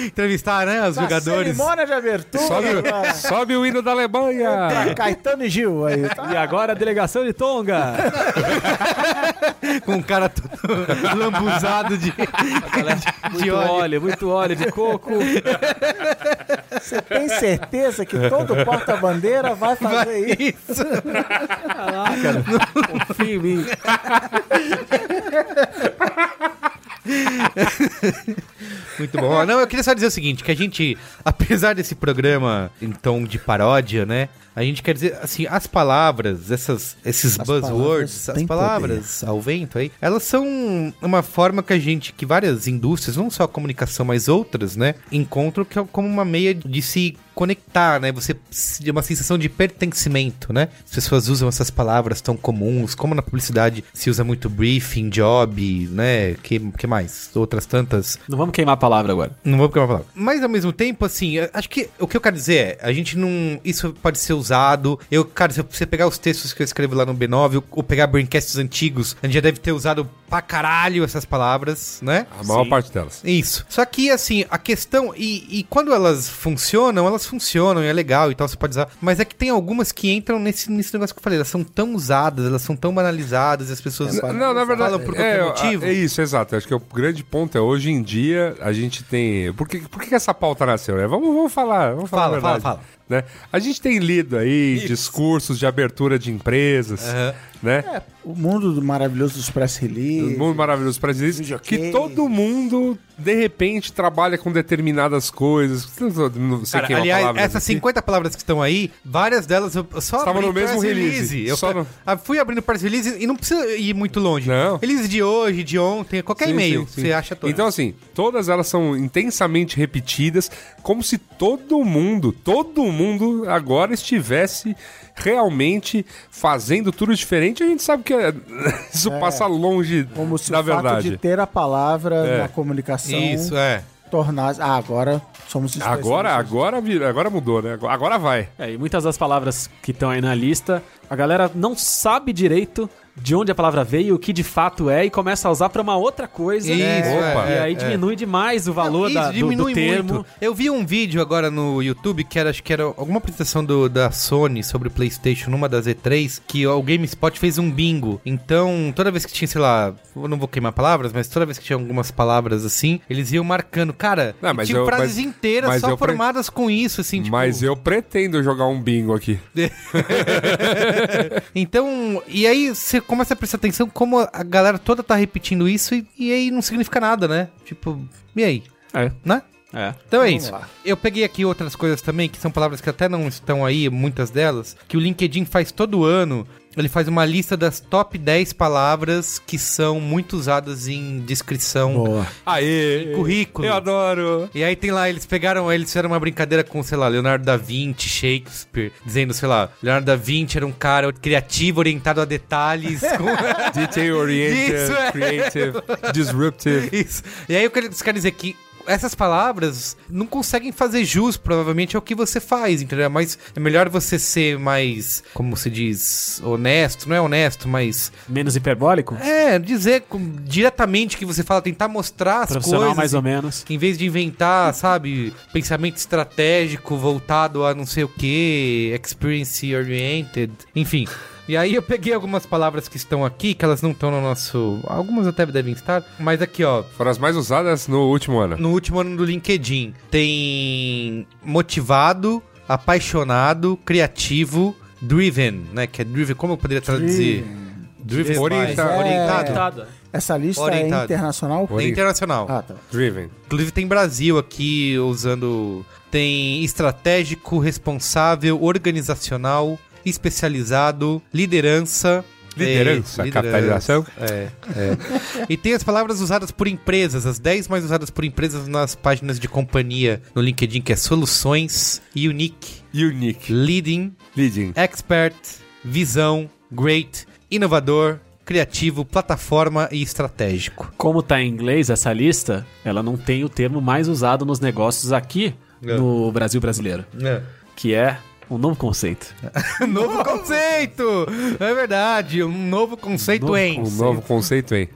S1: entrevistar, né, os
S2: da
S1: jogadores.
S2: Cerimônia de abertura.
S5: Sobe,
S2: cara.
S5: sobe o hino da Alemanha.
S2: Pra Caetano e Gil aí. Tá?
S3: E agora a delegação de Tonga.
S1: com um cara todo lambuzado de, de
S4: Muito
S1: óleo.
S4: óleo, muito óleo de coco.
S2: Você tem certeza que todo porta-bandeira vai fazer isso?
S1: Isso.
S4: Confia em mim.
S1: Muito bom. Não, eu queria só dizer o seguinte, que a gente, apesar desse programa em tom de paródia, né? A gente quer dizer, assim, as palavras, essas, esses
S2: As
S1: buzzwords,
S2: palavras
S1: as
S2: têm
S1: palavras ao vento aí, elas são uma forma que a gente, que várias indústrias, não só a comunicação, mas outras, né? Encontram que é como uma meia de se conectar, né? Você de uma sensação de pertencimento, né? As pessoas usam essas palavras tão comuns, como na publicidade se usa muito briefing, job, né? Que, que mais? Outras tantas
S4: Não vamos queimar a palavra agora.
S1: não vou porque eu vou falar. Mas ao mesmo tempo, assim, eu acho que o que eu quero dizer é, a gente não. Isso pode ser usado. Eu, cara, se você pegar os textos que eu escrevo lá no B9, ou- ou pegar braincasts antigos, a gente já deve ter usado pra caralho essas palavras, né?
S5: A maior parte delas.
S1: Isso. Só que, assim, a questão. E, e quando elas funcionam, elas funcionam e é legal e tal, você pode usar. Mas é que tem algumas que entram nesse, nesse negócio que eu falei. Elas são tão usadas, elas são tão banalizadas e as pessoas.
S5: Não, na verdade.
S1: Falam por
S5: é,
S1: qualquer motivo.
S5: é isso, exato. Acho que o grande ponto é hoje em dia a gente tem. Por que, por que essa pauta nasceu, né? Vamos, vamos falar. Vamos falar a
S1: Fala, fala,
S5: verdade,
S1: fala.
S5: Né? A gente tem lido aí discursos de abertura de empresas, né?
S1: É,
S2: O mundo do maravilhoso dos press releases.
S5: O mundo maravilhoso brasileiro.
S2: Videogame.
S5: Que todo mundo, de repente, trabalha com determinadas coisas. Não sei
S1: Cara,
S5: quem é uma
S1: aliás,
S5: palavra
S1: essas
S5: aqui.
S1: 50 palavras que estão aí, várias delas eu eu só
S5: Estavam
S1: abri
S5: no mesmo
S1: press
S5: release,
S1: Eu
S5: só
S1: fa-
S5: no-
S1: ah, fui abrindo press release e não precisa ir muito longe.
S5: Não.
S1: Release de hoje, de ontem, qualquer
S5: Sim,
S1: e-mail,
S5: sim, sim.
S1: você acha todo.
S5: Então, assim, todas elas são intensamente repetidas, como se todo mundo, todo mundo agora estivesse realmente fazendo tudo diferente. A gente sabe que é- isso passa longe
S2: Como se
S5: da
S2: o fato
S5: verdade.
S2: de ter a palavra
S5: É.
S2: na comunicação
S1: Isso, é.
S2: tornasse. Ah, agora Somos os dois
S5: Agora,
S2: somos-
S5: agora, vir- agora mudou, né? Agora- Agora vai.
S3: É, e muitas das palavras que estão aí na lista, a galera não sabe direito de onde a palavra veio, o que de fato é, e começa a usar pra uma outra coisa. né?
S1: Isso,
S5: é,
S3: Opa. e
S1: é,
S3: aí
S1: é.
S3: diminui demais o valor
S1: Não,
S3: da-
S1: isso,
S3: do, do termo.
S1: muito. Eu vi um vídeo agora no YouTube que era, acho que era alguma apresentação do- da Sony sobre o PlayStation numa das E3 que o GameSpot fez um bingo. Então, toda vez que tinha, sei lá, eu não vou queimar palavras, mas toda vez que tinha algumas palavras assim, eles iam marcando. Cara,
S5: Não,
S1: e
S5: mas
S1: tinha
S5: eu-
S1: frases
S5: mas-
S1: inteiras
S5: mas
S1: só
S5: eu pre-
S1: formadas com isso, assim, tipo.
S5: Mas eu pretendo jogar um bingo aqui.
S1: Então, e aí você começa a prestar atenção como a galera toda tá repetindo isso e, e aí não significa nada, né? Tipo, e aí?
S3: É.
S1: Né?
S3: É.
S1: Então é isso. Eu peguei aqui outras coisas também, que são palavras que até não estão aí, muitas delas, que o LinkedIn faz todo ano. Ele faz uma lista das top 10 palavras que são muito usadas em descrição,
S5: Aê!
S1: em currículo.
S5: Eu adoro!
S1: E aí tem lá, eles pegaram, eles fizeram uma brincadeira com, sei lá, Leonardo da Vinci, Shakespeare, dizendo, sei lá, Leonardo da Vinci era um cara criativo, orientado a detalhes, com-
S5: Detail
S1: Isso, é.
S5: oriented, creative, disruptive.
S1: Isso. E aí eu quero, quero dizer que essas palavras não conseguem fazer jus, provavelmente, ao que você faz, entendeu? Mas é melhor você ser mais, como se diz, honesto, não é honesto, mas.
S3: Menos hiperbólico?
S1: É, dizer com- diretamente o que você fala, tentar mostrar as
S3: Profissional
S1: coisas.
S3: mais ou menos.
S1: Em vez de inventar, sabe, pensamento estratégico voltado a não sei o que, experience oriented, enfim. E aí eu peguei algumas palavras que estão aqui, que elas não estão no nosso. Algumas até devem estar, mas aqui, ó.
S5: Foram as mais usadas no último ano.
S1: No último ano do LinkedIn, tem motivado, apaixonado, criativo, driven, né? Que é driven, como eu poderia traduzir? Driven, by-
S5: Orientado.
S1: orientado.
S2: Essa lista
S1: Orientado.
S2: é internacional?
S1: Tem internacional.
S2: Ah, tá.
S5: Driven.
S1: Inclusive tem Brasil aqui usando. Tem estratégico, responsável, organizacional, especializado, liderança.
S5: Liderança, capitalização.
S1: É, é. e tem as palavras usadas por empresas, as 10 mais usadas por empresas nas páginas de companhia no LinkedIn, que é soluções, unique,
S5: Unique.
S1: leading,
S5: Leading.
S1: expert, visão, great, inovador, criativo, plataforma e estratégico.
S3: Como tá em inglês essa lista, ela não tem o termo mais usado nos negócios aqui
S1: É.
S3: no Brasil brasileiro, que é um novo conceito.
S1: Novo conceito! É verdade, um novo conceito
S3: Novo
S1: em.
S5: Um novo conceito, hein?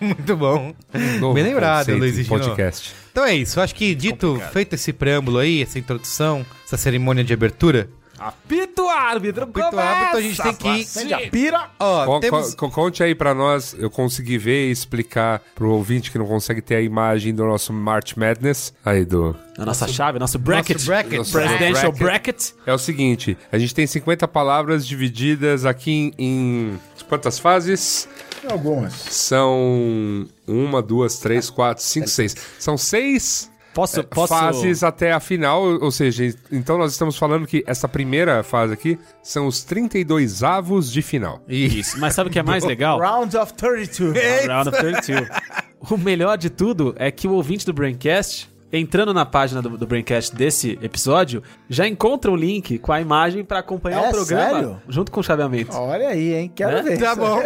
S1: Muito bom.
S5: Um novo
S1: Bem lembrado,
S5: conceito
S1: Luiz
S5: em
S1: Gino.
S5: Podcast.
S1: Então é isso, acho que dito, feito esse preâmbulo aí, essa introdução, essa cerimônia de abertura,
S3: Apito árbitro,
S1: Pito árbitro, a gente tem que ir. Pira! Ó,
S5: Con-
S1: temos.
S5: con- conte aí pra nós, eu consegui ver e explicar pro ouvinte que não consegue ter a imagem do nosso March Madness. Aí, do.
S3: A nossa chave, nosso bracket.
S1: Nosso bracket.
S5: Nosso
S3: Presidential
S5: bracket.
S3: bracket.
S5: É o seguinte, a gente tem 50 palavras divididas aqui em, em quantas fases?
S2: Algumas.
S5: São uma, duas, três, quatro, cinco, seis. São seis
S3: Posso, posso...
S5: É, fases até a final, ou seja, então nós estamos falando que essa primeira fase aqui são os 32 avos de final.
S3: Isso, mas sabe o que é mais legal?
S2: Round of 32.
S3: Round of 32. O melhor de tudo é que o ouvinte do Braincast, entrando na página do, do Braincast desse episódio, já encontra o link com a imagem pra acompanhar
S2: É,
S3: o programa
S2: sério?
S3: junto com o chaveamento.
S2: Olha aí, hein? Quero
S3: Né?
S2: ver.
S1: Tá
S2: isso.
S1: bom.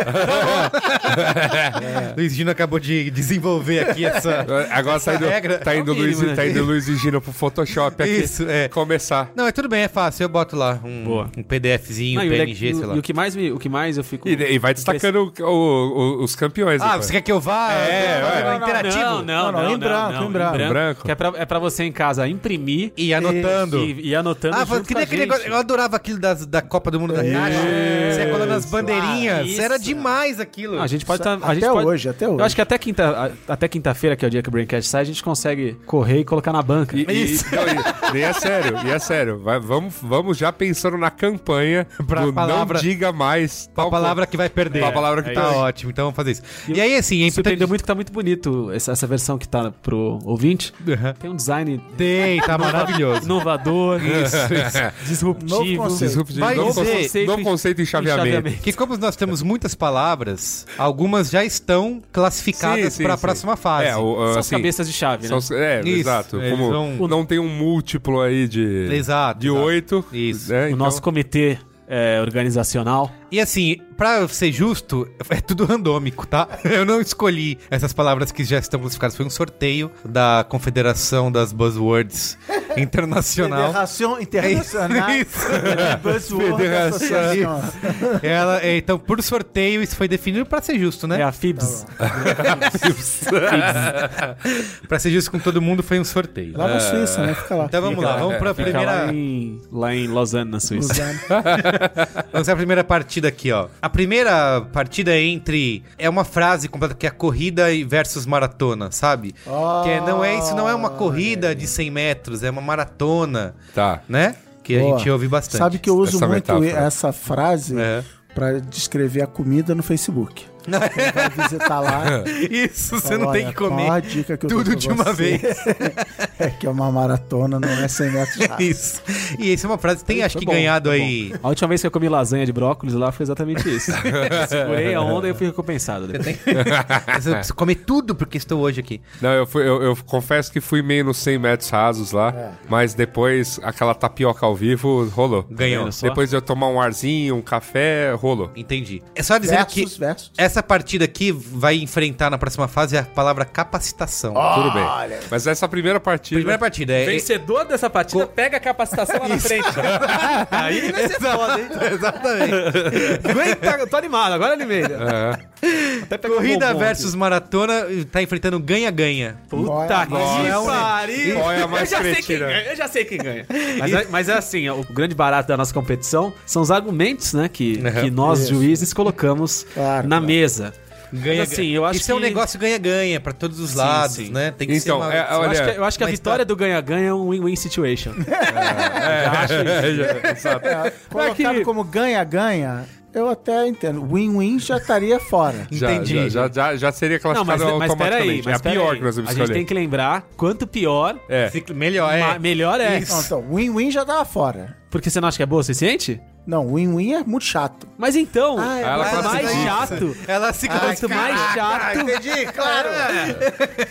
S1: Luiz Gino É. acabou de desenvolver aqui essa.
S5: Agora tá indo,
S1: regra
S5: tá
S3: é o
S5: indo,
S3: mínimo,
S5: Luiz,
S3: né?
S5: tá indo Luiz e Gino pro Photoshop aqui.
S1: Isso, é.
S5: Começar.
S1: Não, é tudo bem, é fácil. Eu boto lá um,
S3: Boa.
S1: um PDFzinho,
S3: Não,
S1: um
S3: e o le-
S1: PNG, sei lá.
S3: e o que mais me- o que mais eu fico
S5: E, e vai destacando o- o- o- os campeões. então.
S1: Ah,
S5: depois.
S1: você quer que eu vá?
S5: É,
S1: Eu vou fazer
S5: é.
S1: um interativo.
S3: Não, não,
S2: Não, não,
S3: não,
S2: em branco,
S3: não,
S2: em branco.
S5: Em branco.
S3: Que é pra, é pra você em casa imprimir e,
S1: E anotando.
S3: e, anotando
S1: Ah,
S3: junto
S1: que nem
S3: com a
S1: aquele
S3: gente.
S1: negócio. Eu adorava aquilo das, da Copa do Mundo da Caixa. Você ia colando as bandeirinhas.
S3: isso.
S1: era demais aquilo.
S3: Ah, a gente pode tá, a gente
S2: Até
S3: pode-
S2: hoje, até
S3: Eu acho
S2: hoje.
S3: que até quinta, a- até quinta-feira, que é o dia que o Braincast sai, a gente consegue correr e colocar na banca.
S5: E, e- não, e- e é sério, e é sério. Vai- vamos, vamos já pensando na campanha
S1: Pra
S5: do
S1: palavra-
S5: não diga mais tal
S1: a palavra que vai perder.
S5: É, a palavra que
S1: é
S5: tá-
S1: isso. ótimo, então vamos fazer isso. E, aí, assim, é importante.
S3: Surpreendeu muito que tá muito bonito essa, essa versão que tá pro ouvinte.
S1: Uhum.
S3: Tem um design
S1: Tem, tá maravilhoso.
S3: inovador,
S2: Novo
S3: disruptivo.
S2: conceito.
S5: Disruptivo,
S1: Vai
S5: novo
S1: dizer-
S5: conceito, novo conceito em chaveamento.
S1: Que como nós temos muitas palavras, algumas já estão classificadas
S5: Sim,
S1: para a
S5: sim,
S1: próxima fase.
S5: É, o,
S3: São as
S5: assim,
S3: cabeças de chave, né?
S5: são os- é,
S1: Isso,
S5: exato.
S1: eles
S5: Como
S1: vão-
S5: não tem um múltiplo aí de
S1: Exato,
S5: de
S1: exato.
S5: oito.
S1: Isso.
S5: né,
S3: O
S5: então-
S3: nosso comitê é, organizacional.
S1: E assim, pra ser justo, é tudo randômico, tá? Eu não escolhi essas palavras que já estão classificadas. Foi um sorteio da Confederação das Buzzwords
S5: é
S1: Internacional.
S2: Federação Internacional.
S1: Isso.
S2: Buzzword
S1: Federação.
S2: Association.
S1: Ela, é, então, por sorteio, isso foi definido pra ser justo,
S3: É
S1: né?
S3: a FIBS.
S2: Tá
S1: Pra ser justo com todo mundo, foi um sorteio.
S2: Lá na Suíça, né? Fica lá.
S1: Então vamos lá, vamos pra
S3: Fica
S1: primeira.
S3: lá, em, lá em Lausanne, na Suíça.
S2: Usando.
S1: Vamos à primeira partida aqui, ó. A primeira partida é entre. É uma frase completa que é corrida e versus maratona, sabe? que é, não é isso, não é uma corrida de 100 metros, é uma maratona,
S5: Tá.
S1: né? Que
S2: Boa.
S1: a gente ouve bastante.
S2: Sabe que eu uso
S5: Essa
S2: muito
S5: metáfora.
S2: essa frase
S1: É.
S2: pra descrever a comida no Facebook. Você vai visitar lá.
S1: É. Isso, você
S2: fala,
S1: não tem
S2: "Olha,
S1: que
S2: qual a
S1: comer
S2: dica que eu
S1: tudo
S2: dou pra
S1: de uma
S2: você?"
S1: vez.
S2: é que é uma maratona, não é 100 metros de raça.
S1: Isso. E essa é uma frase que tem, acho
S3: Foi
S1: que,
S3: Tá bom,
S1: ganhado
S3: foi
S1: aí.
S3: bom. A última vez que eu comi lasanha de brócolis lá foi exatamente isso. Segurei a onda e eu fui recompensado. depois.
S1: Eu preciso comer tudo porque estou hoje aqui.
S5: Não, eu, fui, eu, eu confesso que fui meio nos 100 metros rasos lá, mas depois aquela tapioca ao vivo rolou.
S1: Ganhou.
S3: só?
S5: Depois de eu tomar um arzinho, um café, rolou.
S1: Entendi. É só dizendo que. É.
S2: Versus, versus.
S1: Essa partida aqui vai enfrentar na próxima fase a palavra capacitação.
S5: Tudo bem. Mas essa primeira partida.
S1: Primeira partida é.
S4: Vencedor dessa partida pega a capacitação lá na frente. Aí vai ser foda, hein?
S1: Exatamente.
S4: Aguenta, tô animado, agora animei. né? Até pegar um
S1: Corrida
S4: bombom
S1: versus maratona tá enfrentando ganha-ganha.
S4: Puta que
S1: Olha,
S4: pariu!
S5: olha a
S4: eu
S5: mais
S4: já sei quem
S5: cretina.
S4: ganha, eu já sei quem ganha.
S3: Mas, é- mas é assim, ó, o grande barato da nossa competição são os argumentos né, que, que nós, juízes, colocamos
S2: Claro,
S3: na
S2: claro.
S3: mesa.
S1: Ganha,
S3: Mas, assim, eu acho
S1: Isso é um
S3: que-
S1: negócio ganha-ganha pra todos os lados,
S3: sim.
S1: né? Tem que
S5: Então,
S1: ser uma...
S5: é,
S3: eu
S5: olha.
S3: acho que, eu acho que a
S1: mas
S3: vitória do ganha-ganha é um win-win situation.
S5: É, exato.
S2: Colocado
S3: É que-
S2: como ganha-ganha, eu até entendo. Win-win já estaria fora.
S5: Já,
S1: Entendi.
S5: é, Já, já, já, já seria
S3: Não, mas,
S5: classificado
S3: mas peraí,
S5: automaticamente.
S3: mas
S5: é a pior
S3: peraí.
S5: que nós vamos
S3: A gente
S5: escolher.
S3: tem que lembrar, quanto pior,
S5: É.
S1: Ciclo- Melhor,
S3: ma-
S1: é.
S3: melhor é.
S2: Não, então, win-win já tava fora.
S3: Porque você não acha que é boa o suficiente?
S2: Não, win-win é muito chato.
S3: Mas então,
S5: é Ela
S3: quanto
S5: quase
S3: mais
S5: disse.
S3: chato,
S1: Ela se
S3: quanto mais chato,
S2: Entendi,
S1: É.
S2: claro.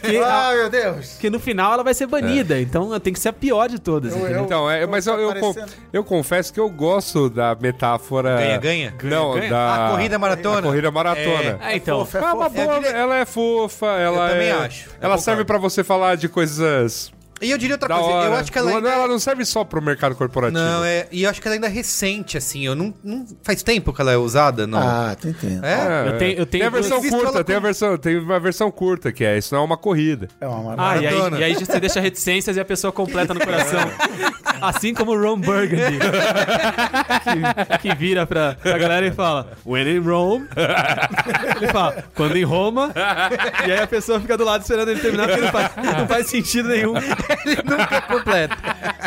S3: que,
S2: Ah, meu Deus.
S3: que no final ela vai ser banida. Então tem que ser a pior de todas. entendeu?
S5: Então, é, mas
S3: tá
S5: eu, eu, con-
S2: parecendo.
S5: eu confesso que eu gosto da metáfora.
S1: Ganha-ganha?
S5: Não,
S3: Ganha-ganha?
S5: da.
S1: A corrida maratona.
S5: A corrida maratona.
S3: Ah, então.
S2: Fofo, é
S5: Ah, uma
S2: fofo.
S5: boa,
S1: É, diria-
S5: ela é fofa, ela
S1: também
S5: é-
S1: acho. Eu
S5: Ela serve
S1: concordo.
S5: pra você falar de coisas
S1: E eu diria outra
S5: da
S1: coisa.
S5: hora.
S1: Eu acho que ela
S5: não,
S1: ainda... é-
S5: ela não serve só pro mercado corporativo.
S1: Não, é... E eu acho que ela ainda é recente, assim. Eu não... não... Faz tempo que ela é usada, não?
S2: Ah, tô entendendo.
S1: é?
S3: Eu tenho- eu tenho
S5: tem a versão
S1: duas-
S5: curta,
S1: Visto
S5: tem a
S1: ela
S5: versão, tem uma versão curta que é isso não é uma corrida.
S2: É uma maravilha.
S3: Ah, e aí,
S1: Maratona. É.
S3: e aí você deixa reticências e a pessoa completa no coração. assim como o Ron Burgundy. que, que vira pra, pra galera e fala: When in Rome. ele fala: Quando em Roma. E aí a pessoa fica do lado esperando ele terminar, porque não faz, não faz sentido nenhum.
S1: Nunca completa.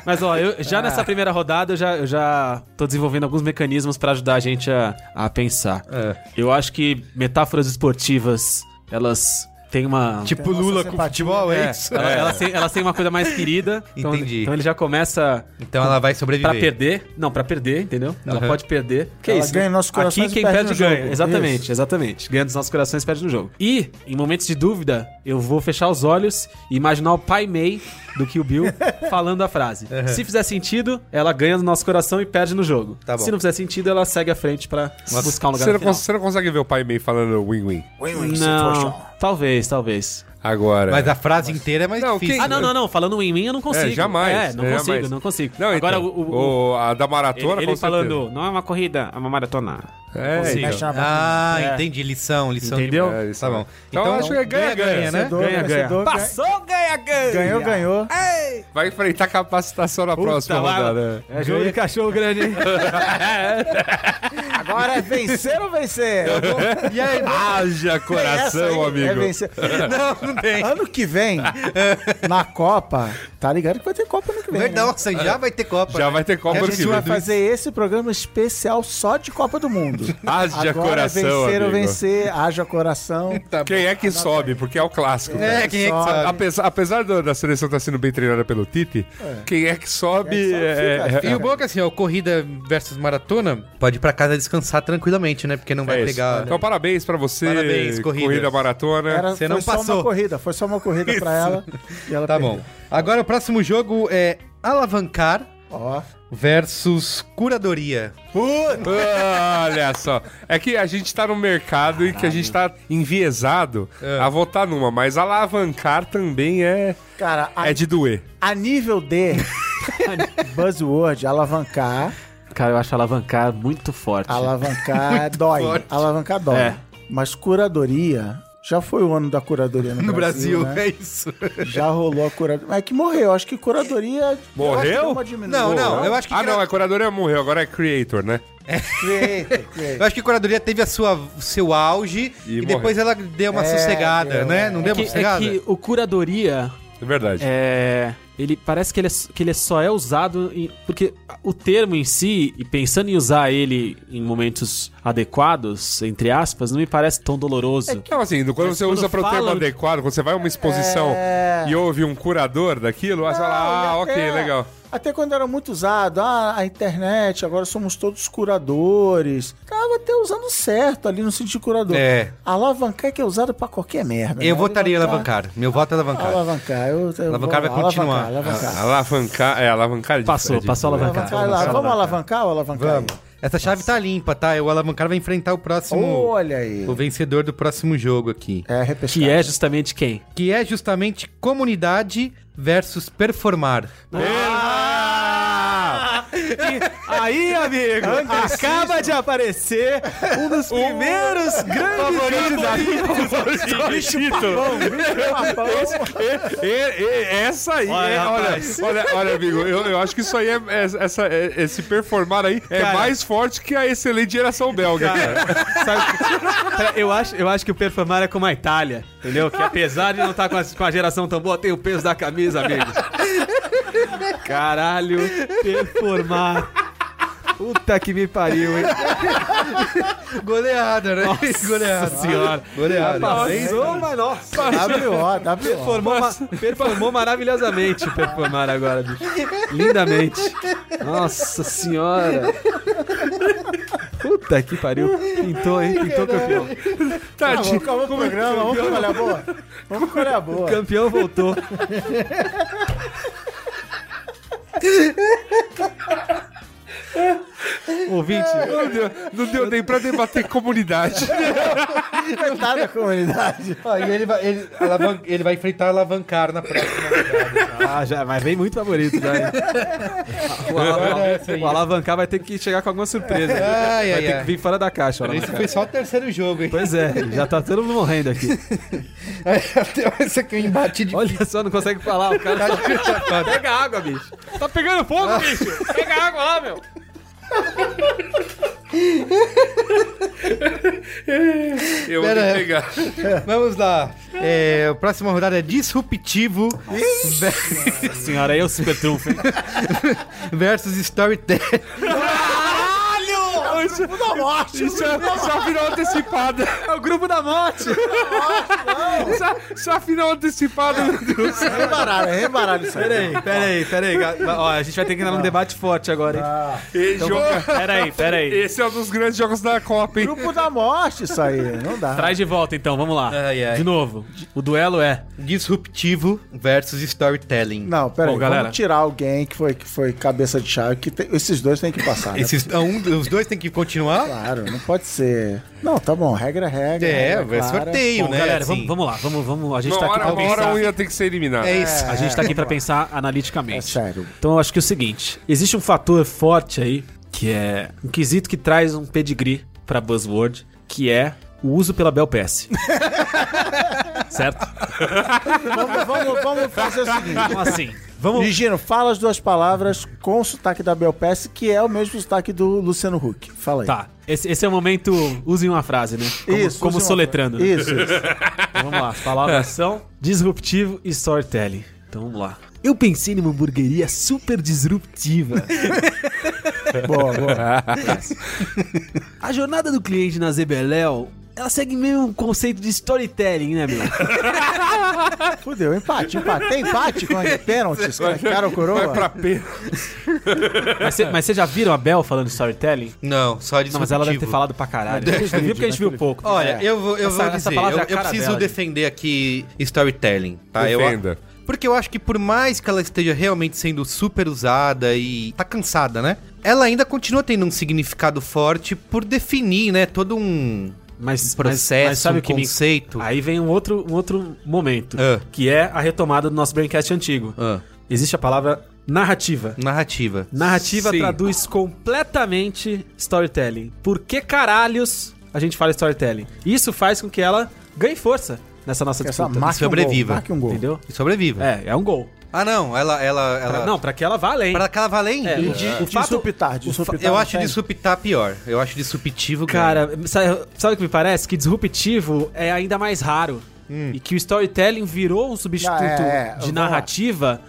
S3: Mas ó, eu, já nessa
S1: Ah.
S3: primeira rodada eu já, eu já tô desenvolvendo alguns mecanismos pra ajudar a gente a, a pensar.
S1: É.
S3: Eu acho que metáforas esportivas, elas têm uma.
S1: Tipo
S5: então,
S1: Lula com futebol, é isso?
S3: Ela- Elas, têm, elas têm uma coisa mais querida. Então,
S1: Entendi.
S3: então ele já começa
S1: Então ela vai sobreviver.
S3: pra perder. Não, pra perder, entendeu? Ela
S1: Aham.
S3: pode perder. Que é
S2: Ela
S3: isso.
S2: ganha
S3: né?
S2: nossos corações
S3: Aqui
S2: e
S3: quem
S2: perde
S3: perde
S2: no jogo.
S3: ganha. Exatamente, exatamente. Ganha dos nossos corações e perde no jogo. E, em momentos de dúvida, eu vou fechar os olhos e imaginar o pai May do Kill Bill falando a frase. Se fizer sentido, ela ganha no nosso coração e perde no jogo.
S1: Tá bom.
S3: Se não fizer sentido, ela segue à frente pra buscar um lugar
S5: Você não,
S3: no final.
S5: cons- você não consegue ver o pai meio falando win-win
S2: Win-win
S3: Não, talvez, talvez.
S5: agora.
S1: Mas a frase inteira é mais
S5: Não,
S1: difícil.
S5: quem-
S3: Ah, não, não, não. Falando em mim, eu não consigo.
S5: É, jamais.
S3: É, não
S5: é,
S3: consigo,
S5: jamais.
S3: não consigo.
S5: Não,
S3: Agora,
S5: então,
S3: o- o, o-
S5: a da
S3: ele,
S5: maratona,
S3: ele
S5: com certeza.
S3: falando, não é uma corrida, é uma maratona.
S5: É,
S3: Consigo.
S5: então.
S1: Ah, entendi. Lição, lição.
S3: Entendeu?
S1: De...
S5: É,
S1: tá
S5: lição.
S1: bom.
S5: Então, eu acho que é ganha, ganha,
S1: né?
S3: Ganha, ganha.
S2: Passou, ganha, ganha. Ganhou, ganhou.
S5: Vai enfrentar capacitação na próxima
S3: vai lá.
S5: rodada. né?
S3: É jogo de cachorro grande, hein?
S2: Agora é vencer ou vencer?
S1: E aí,
S2: Essa
S5: Haja
S2: aí
S5: coração,
S2: É
S5: amigo.
S2: vencer.
S1: não, não
S5: Ah,
S1: tem.
S2: Ano que vem, na Copa, tá ligado que vai ter Copa ano que vem. né?
S1: Verdade, Nossa, já vai um ter Copa.
S5: Já
S1: né?
S5: vai ter Copa
S1: Quer
S5: do
S1: dizer,
S5: que
S2: vai
S5: vem.
S2: fazer esse programa especial só de Copa do Mundo. Agora
S5: Haja
S2: é
S5: coração,
S2: vencer ou
S5: amigo.
S2: vencer, Tá haja coração.
S5: Quem é que sobe? Porque é o clássico.
S1: É, quem é que
S2: Só-
S1: sabe?
S5: Apesar, apesar do- da seleção estar sendo bem treinada pelo Tite, quem é que sobe
S2: Quem é que sobe,
S5: é-
S2: fica,
S5: é-
S2: fica.
S1: E o bom é que assim, ó, corrida versus maratona, pode ir pra casa descansar tranquilamente, né? Porque não vai
S5: é isso.
S1: pegar.
S5: Então, parabéns pra você,
S1: Parabéns,
S5: corrida.
S1: corridas.
S5: maratona.
S2: Era-
S1: Você
S2: foi
S1: não
S2: só
S1: passou.
S2: uma corrida, foi só uma corrida pra ela. E ela
S1: tá
S2: perdeu.
S1: bom. Agora o próximo jogo é alavancar
S2: Ó,
S1: versus curadoria.
S5: Olha só. É que a gente tá no mercado e que a gente tá enviesado
S2: É.
S5: a votar numa, mas alavancar também é,
S2: Cara, a,
S5: é de doer.
S2: a nível de buzzword, alavancar,
S3: Cara, eu acho alavancar muito forte.
S2: alavancar dói. Alavancar dói.
S3: É.
S2: Mas curadoria, já foi o ano da curadoria no,
S1: No Brasil, é
S2: né?
S1: isso.
S2: Já rolou a curadoria. Mas é que morreu, acho que curadoria. eu acho que
S5: Morreu?
S2: deu uma diminuída.
S1: Não, não, eu acho que
S5: Ah,
S1: cura-
S5: não, a curadora morreu, agora é creator, né?
S2: Creator, creator.
S1: eu acho que curadoria teve a sua o seu auge
S5: E
S1: e, depois ela deu uma
S2: É,
S1: sossegada,
S2: deu,
S1: né?
S2: é.
S1: Não
S3: É
S1: deu
S3: que,
S1: uma
S3: é
S1: sossegada?
S3: que o curadoria,
S5: É verdade.
S3: é, ele parece que ele, é- que ele só é usado em- porque o termo em si, e pensando em usar ele em momentos adequados, entre aspas, não me parece tão doloroso.
S2: É
S5: Não, assim, quando
S3: Mas
S5: você
S3: quando
S5: usa para o termo
S3: falam-
S5: adequado, quando você vai a uma exposição
S2: É.
S5: e ouve um curador daquilo, aí você fala,
S2: Não, e
S5: ah, ok,
S2: até-
S5: legal.
S2: Até quando era muito usado, ah, a internet, agora somos todos curadores. Tava até usando certo ali no sentido de curador.
S1: É.
S2: Alavancar que é usado pra qualquer merda.
S1: Eu
S2: né?
S1: votaria em alavancar. Meu voto é alavancar.
S2: Alavancar, eu, eu
S1: Alavancar vai
S2: vou-
S1: continuar. Ah,
S2: Alavancar, alavancar.
S5: Alavancar, é, alavancar é de-
S3: Passou,
S5: é de-
S3: passou a alavancar.
S2: Alavancar, né? lá, vamos alavancar ou alavancar?
S1: Vamos. Essa chave tá limpa, tá? O alavancar vai enfrentar o próximo.
S2: Olha aí.
S1: O vencedor do próximo jogo aqui.
S2: É,
S3: Que
S2: repescado.
S3: é justamente quem?
S1: Que é justamente comunidade versus performar.
S3: Aí, amigo, acaba de aparecer um dos primeiros grandes favoritos da
S5: é?
S2: assim,
S5: E- e- essa aí, é- olha, olha, olha, amigo, eu, eu acho que isso aí é, é- essa, é- esse performar aí é mais forte que a excelente geração belga. cara.
S7: Cara, Eu acho, eu acho que o performar é como a Itália, entendeu? Que apesar de não estar com, a- com a geração tão boa, tem o peso da camisa, amigo. Caralho, performar. Puta que me pariu, hein?
S1: Goleada, né?
S7: Nossa
S1: Goleada.
S7: senhora.
S1: Goleada.
S7: Passou, mas nossa.
S2: WO, WO.
S7: Performou, ma- performou maravilhosamente o performar agora, bicho. Lindamente. Nossa senhora. Puta que pariu. Pintou, hein? Pintou campeão.
S5: Tadinho.
S2: Acabou o programa, vamos pra olhar boa. Vamos pra olhar boa.
S7: Campeão voltou. Ouvinte,
S5: Meu Deus, não deu nem pra debater comunidade.
S2: Coitada da comunidade.
S1: Ah, e ele vai, ele, alavan- ele vai enfrentar alavancar na próxima.
S7: ah, já, mas vem muito favorito já. hein? O, alavan- o alavancar vai ter que chegar com alguma surpresa.
S1: é assim. Ai,
S7: vai
S1: ai,
S7: ter
S1: ai.
S7: que vir fora da caixa. o
S1: Esse
S7: alavancar.
S1: foi só o terceiro jogo, hein?
S7: Pois é, já tá todo mundo morrendo aqui.
S1: Esse aqui é um embate de. um.
S7: Olha só, não consegue falar. O cara só... pega água, bicho. Tá pegando fogo, bicho. Pega água lá, meu.
S5: Eu vou
S1: Pera.
S5: me pegar.
S1: Vamos lá. É, a próxima rodada é disruptivo ver-
S3: senhora aí é o super trunfo, hein?
S1: versus storytelling.
S5: Isso é isso é a final antecipada.
S7: É o grupo da morte.
S5: Isso é a final antecipada.
S2: Rebaralho, é rebaralho isso aí.
S7: Peraí, peraí, peraí. ga- Ó, a gente vai ter que entrar num debate forte agora, hein?
S5: E
S3: Então
S5: joga-
S3: Peraí, peraí.
S5: Esse é um dos grandes jogos da Copa, hein?
S2: Grupo da morte isso aí, não dá.
S3: Traz de volta então, vamos lá.
S1: Ai, ai.
S3: De novo, o duelo é.
S1: Disruptivo versus storytelling.
S2: Não, pera
S3: Bom,
S2: aí,
S3: galera.
S2: vamos tirar alguém que foi, que foi cabeça de chave, que tem- esses dois têm que passar, né?
S1: Esses, ah, um- os dois têm que continuar?
S2: Claro, não pode ser. Não, tá bom, regra é regra.
S1: É,
S2: regra
S1: vai
S2: clara.
S1: sorteio,
S3: Bom,
S1: né?
S3: galera,
S1: Assim,
S3: vamos, vamos lá, vamos, vamos. A gente
S5: Uma
S3: tá aqui
S5: hora,
S3: pra
S5: uma hora
S3: pensar.
S5: um ia ter que ser eliminado.
S1: É isso.
S3: A gente tá aqui pra pensar analiticamente.
S2: É sério.
S3: Então eu acho que é o seguinte, existe um fator forte aí, que é um quesito que traz um pedigree pra buzzword, que é o uso pela Bel Pass. certo?
S2: Vamos, vamos, vamos fazer o seguinte.
S3: Então assim, vamos...
S2: Gigino, fala as duas palavras com o sotaque da Bel Pass, que é o mesmo sotaque do Luciano Huck. Fala aí.
S3: Tá, esse, esse é o momento, usem uma frase, né? Como,
S2: Isso,
S3: como
S2: use uma-
S3: soletrando. né?
S2: Isso, isso.
S3: Então vamos lá, as palavras são disruptivo e storytelling. Então vamos lá. Eu pensei numa hamburgueria super disruptiva.
S2: boa, boa.
S7: A jornada do cliente na Zebeléu, ela segue meio um conceito de storytelling, né, meu?
S2: Fudeu, empate, empate. Tem empate com a pênaltis, cara, cara ou coroa?
S5: Vai pra P.
S3: mas vocês já viram a Bel falando de storytelling?
S1: Não, só disruptivo.
S3: Não, mas ela deve ter falado pra caralho. Vocês não viram porque a gente É viu pouco.
S1: Olha,
S2: É.
S1: eu vou, eu
S3: Essa-
S1: vou
S3: essa
S1: dizer, eu,
S3: palavra é a
S1: eu
S3: cara
S1: preciso
S3: dela, Ah,
S1: defender aqui storytelling, tá?
S5: Defenda.
S1: Eu, Porque eu acho que por mais que ela esteja realmente sendo super usada e tá cansada, né? Ela ainda continua tendo um significado forte por definir, né, todo um
S3: Mas,
S1: processo,
S3: mas, mas sabe
S1: um
S3: o que me-
S1: conceito.
S3: Aí vem um outro, um outro momento,
S1: Ah.
S3: que é a retomada do nosso Braincast antigo.
S1: Ah,
S3: Existe a palavra narrativa.
S1: narrativa.
S3: Narrativa
S5: Sim.
S3: traduz completamente storytelling. Por que caralhos a gente fala storytelling? Isso faz com que ela ganhe força nessa nossa
S2: Essa
S3: disputa.
S2: marca
S1: sobreviva.
S2: um gol. Marque um gol.
S3: Entendeu?
S1: E sobreviva.
S3: É, é um gol.
S1: Ah, não, ela. ela,
S3: Pra-
S1: ela
S3: não, pra que ela vá além.
S1: Pra que ela vá além?
S3: É,
S1: Eu-
S3: de-
S2: De
S3: o fato,
S2: suptar, de suptar,
S1: eu
S2: não
S1: acho
S2: tem?
S1: disruptar pior. Eu acho disruptivo.
S3: Cara, sabe, sabe o que me parece? Que disruptivo é ainda mais raro. E que o storytelling virou um substituto
S2: Hum. Ah, é, é.
S3: de
S2: Vamos
S3: narrativa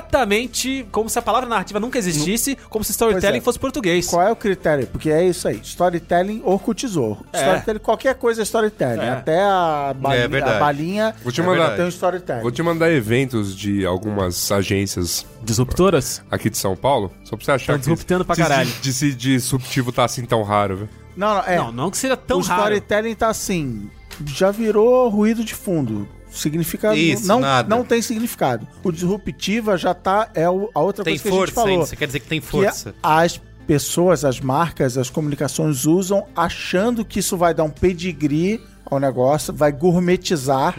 S3: completamente. Como se a palavra narrativa nunca existisse, como se storytelling
S2: Pois é.
S3: fosse português.
S2: Qual é o critério? Porque é isso aí. Storytelling orcutizou. Storytelling, qualquer coisa é storytelling. Até a balinha,
S1: É verdade.
S2: a balinha
S5: Vou te mandar.
S2: tem um storytelling.
S5: Vou te mandar eventos de algumas agências
S3: Disruptoras?
S5: aqui de São Paulo, só pra você achar
S3: Tão disruptando pra
S5: se- se-
S3: caralho.
S5: De se disruptivo tá assim tão raro, velho.
S2: Não, não, é.
S3: Não, não que seja tão
S2: o
S3: raro.
S2: storytelling tá assim, já virou ruído de fundo. Significado
S1: Isso,
S2: não,
S1: nada.
S2: não tem significado. O disruptiva já tá é o- a outra
S1: tem
S2: coisa que a gente
S1: força
S2: falou.
S1: ainda. Você quer dizer que tem
S2: que é
S1: força.
S2: as pessoas, as marcas, as comunicações usam achando que isso vai dar um pedigree ao negócio, vai gourmetizar.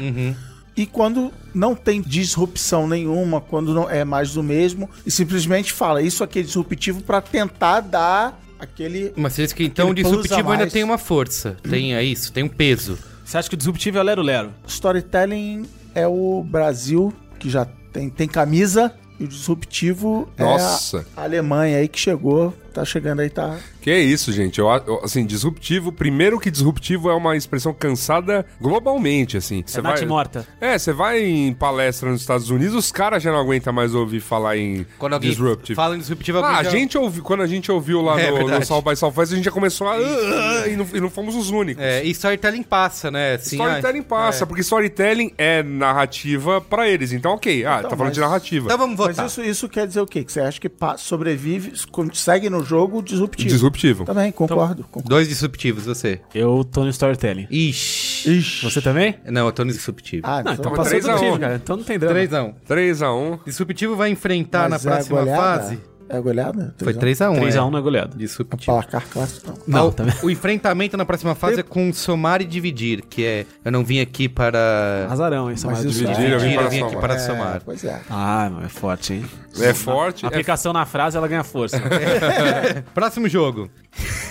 S2: E quando não tem disrupção nenhuma, quando não é mais do mesmo, e simplesmente fala isso aqui é disruptivo para tentar dar aquele
S1: Mas você diz que então o
S2: Aquele plus a
S1: disruptivo ainda
S2: mais.
S1: tem uma força. Tem é isso, tem um peso.
S3: Você acha que o disruptivo é o Lero Lero?
S2: storytelling é o Brasil que já tem, tem camisa e o disruptivo
S5: Nossa.
S2: é a Alemanha aí que chegou, tá chegando aí tá
S5: Que é isso, gente. Eu, a- eu- assim, disruptivo. Primeiro que disruptivo é uma expressão cansada globalmente, assim. Você
S3: É Nath morta.
S5: É, você vai em palestra nos Estados Unidos, os caras já não aguentam mais ouvir falar em
S1: Quando alguém
S5: disruptivo.
S1: fala em disruptivo,
S5: Ah,
S1: alguém
S5: a
S1: já-
S5: gente ouvi, quando a gente ouviu lá
S1: É
S5: no, no
S1: verdade.
S5: South by Southwest, a gente já começou a... "Ah", e, não, e não fomos os únicos.
S1: É, e storytelling passa, né? Assim,
S5: storytelling
S1: ah,
S5: passa,
S1: é.
S5: porque storytelling é narrativa pra eles. Então, ok. Ah,
S2: Então,
S5: tá falando de
S2: mas-
S5: narrativa.
S1: Então vamos votar.
S2: Mas isso, isso quer dizer o quê? Que você acha que pa- sobrevive, consegue no jogo disruptivo.
S5: Disruptivo.
S2: Também, concordo. concordo.
S1: Dois disruptivos, você.
S3: Eu tô no storytelling.
S1: Ixi.
S3: Você também?
S1: Não, eu tô no disruptivo.
S2: Ah, então,
S3: Não, então
S5: Então,
S3: passou o
S5: três a um.
S3: disruptivo, cara. Então não tem drama.
S1: 3x1.
S5: 3x1.
S1: Disruptivo vai enfrentar
S2: mas
S1: Tá na
S2: é
S1: próxima
S2: goleada?
S1: fase.
S2: É goleada?
S1: Foi
S2: a um?
S1: 3x1.
S3: 3x1
S1: é.
S3: não é goleado.
S1: Disruptivo.
S2: Placar clássico, não.
S3: Não,
S1: o,
S3: também.
S1: o enfrentamento na próxima fase é com somar e dividir, que é eu não vim aqui para
S3: Azarão, hein? Samara?
S2: Mas isso
S3: Dividir.
S2: é-
S1: dividir, eu vim,
S5: para
S1: aqui
S5: somar.
S1: para
S2: É,
S1: somar.
S2: pois é.
S3: Ah, não, é forte, hein?
S5: É forte.
S3: A
S5: É
S3: aplicação na frase, ela ganha força.
S2: Ah, é?
S1: Próximo jogo.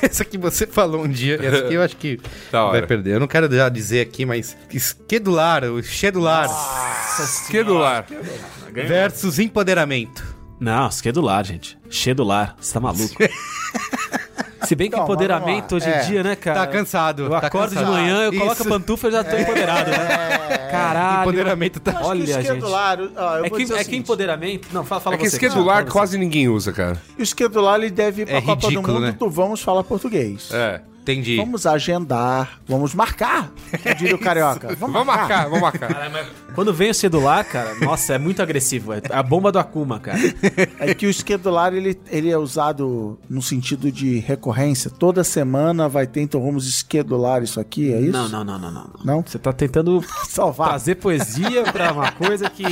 S1: Essa que você falou um dia, essa aqui eu acho que
S5: Da hora.
S1: vai perder. Eu não quero já dizer aqui, mas esquedular, o chedular
S5: Ah, esquedular.
S1: versus empoderamento.
S3: Não, esquedular, gente. Chedular. Você tá maluco. Se bem que
S2: Não, mas
S3: empoderamento
S2: vamos
S3: hoje
S2: lá.
S3: em
S2: É, Ah,
S3: dia, né, cara?
S1: tá cansado.
S3: Eu
S1: tá
S3: acordo de
S1: cansado.
S3: manhã, eu coloco
S1: Isso.
S3: a pantufa e já
S2: É.
S3: tô empoderado, né? Caralho.
S1: Empoderamento tá...
S3: Acho que Olha, esquedular, É que, é que empoderamento. Não, fala, fala
S5: É que
S3: você.
S5: esquedular
S3: Fala você.
S5: quase ninguém usa, cara.
S2: O esquedular ele deve ir pra
S1: É
S2: Copa
S1: ridículo,
S2: do Mundo
S1: né?
S2: do Vamos Falar Português.
S5: É.
S1: Entendi.
S2: Vamos agendar, vamos marcar, como diria o carioca. Vamos,
S5: Vamos marcar, vamos marcar.
S3: Quando vem o esquedular, cara, nossa, é muito agressivo. É a bomba do Akuma, cara.
S2: É que o esquedular ele, ele é usado no sentido de recorrência. Toda semana vai ter, então vamos esquedular isso aqui, é isso?
S3: Não, Tá. não, não, não, não.
S2: Não?
S3: Você tá tentando
S2: Salvar.
S3: trazer poesia pra uma coisa que.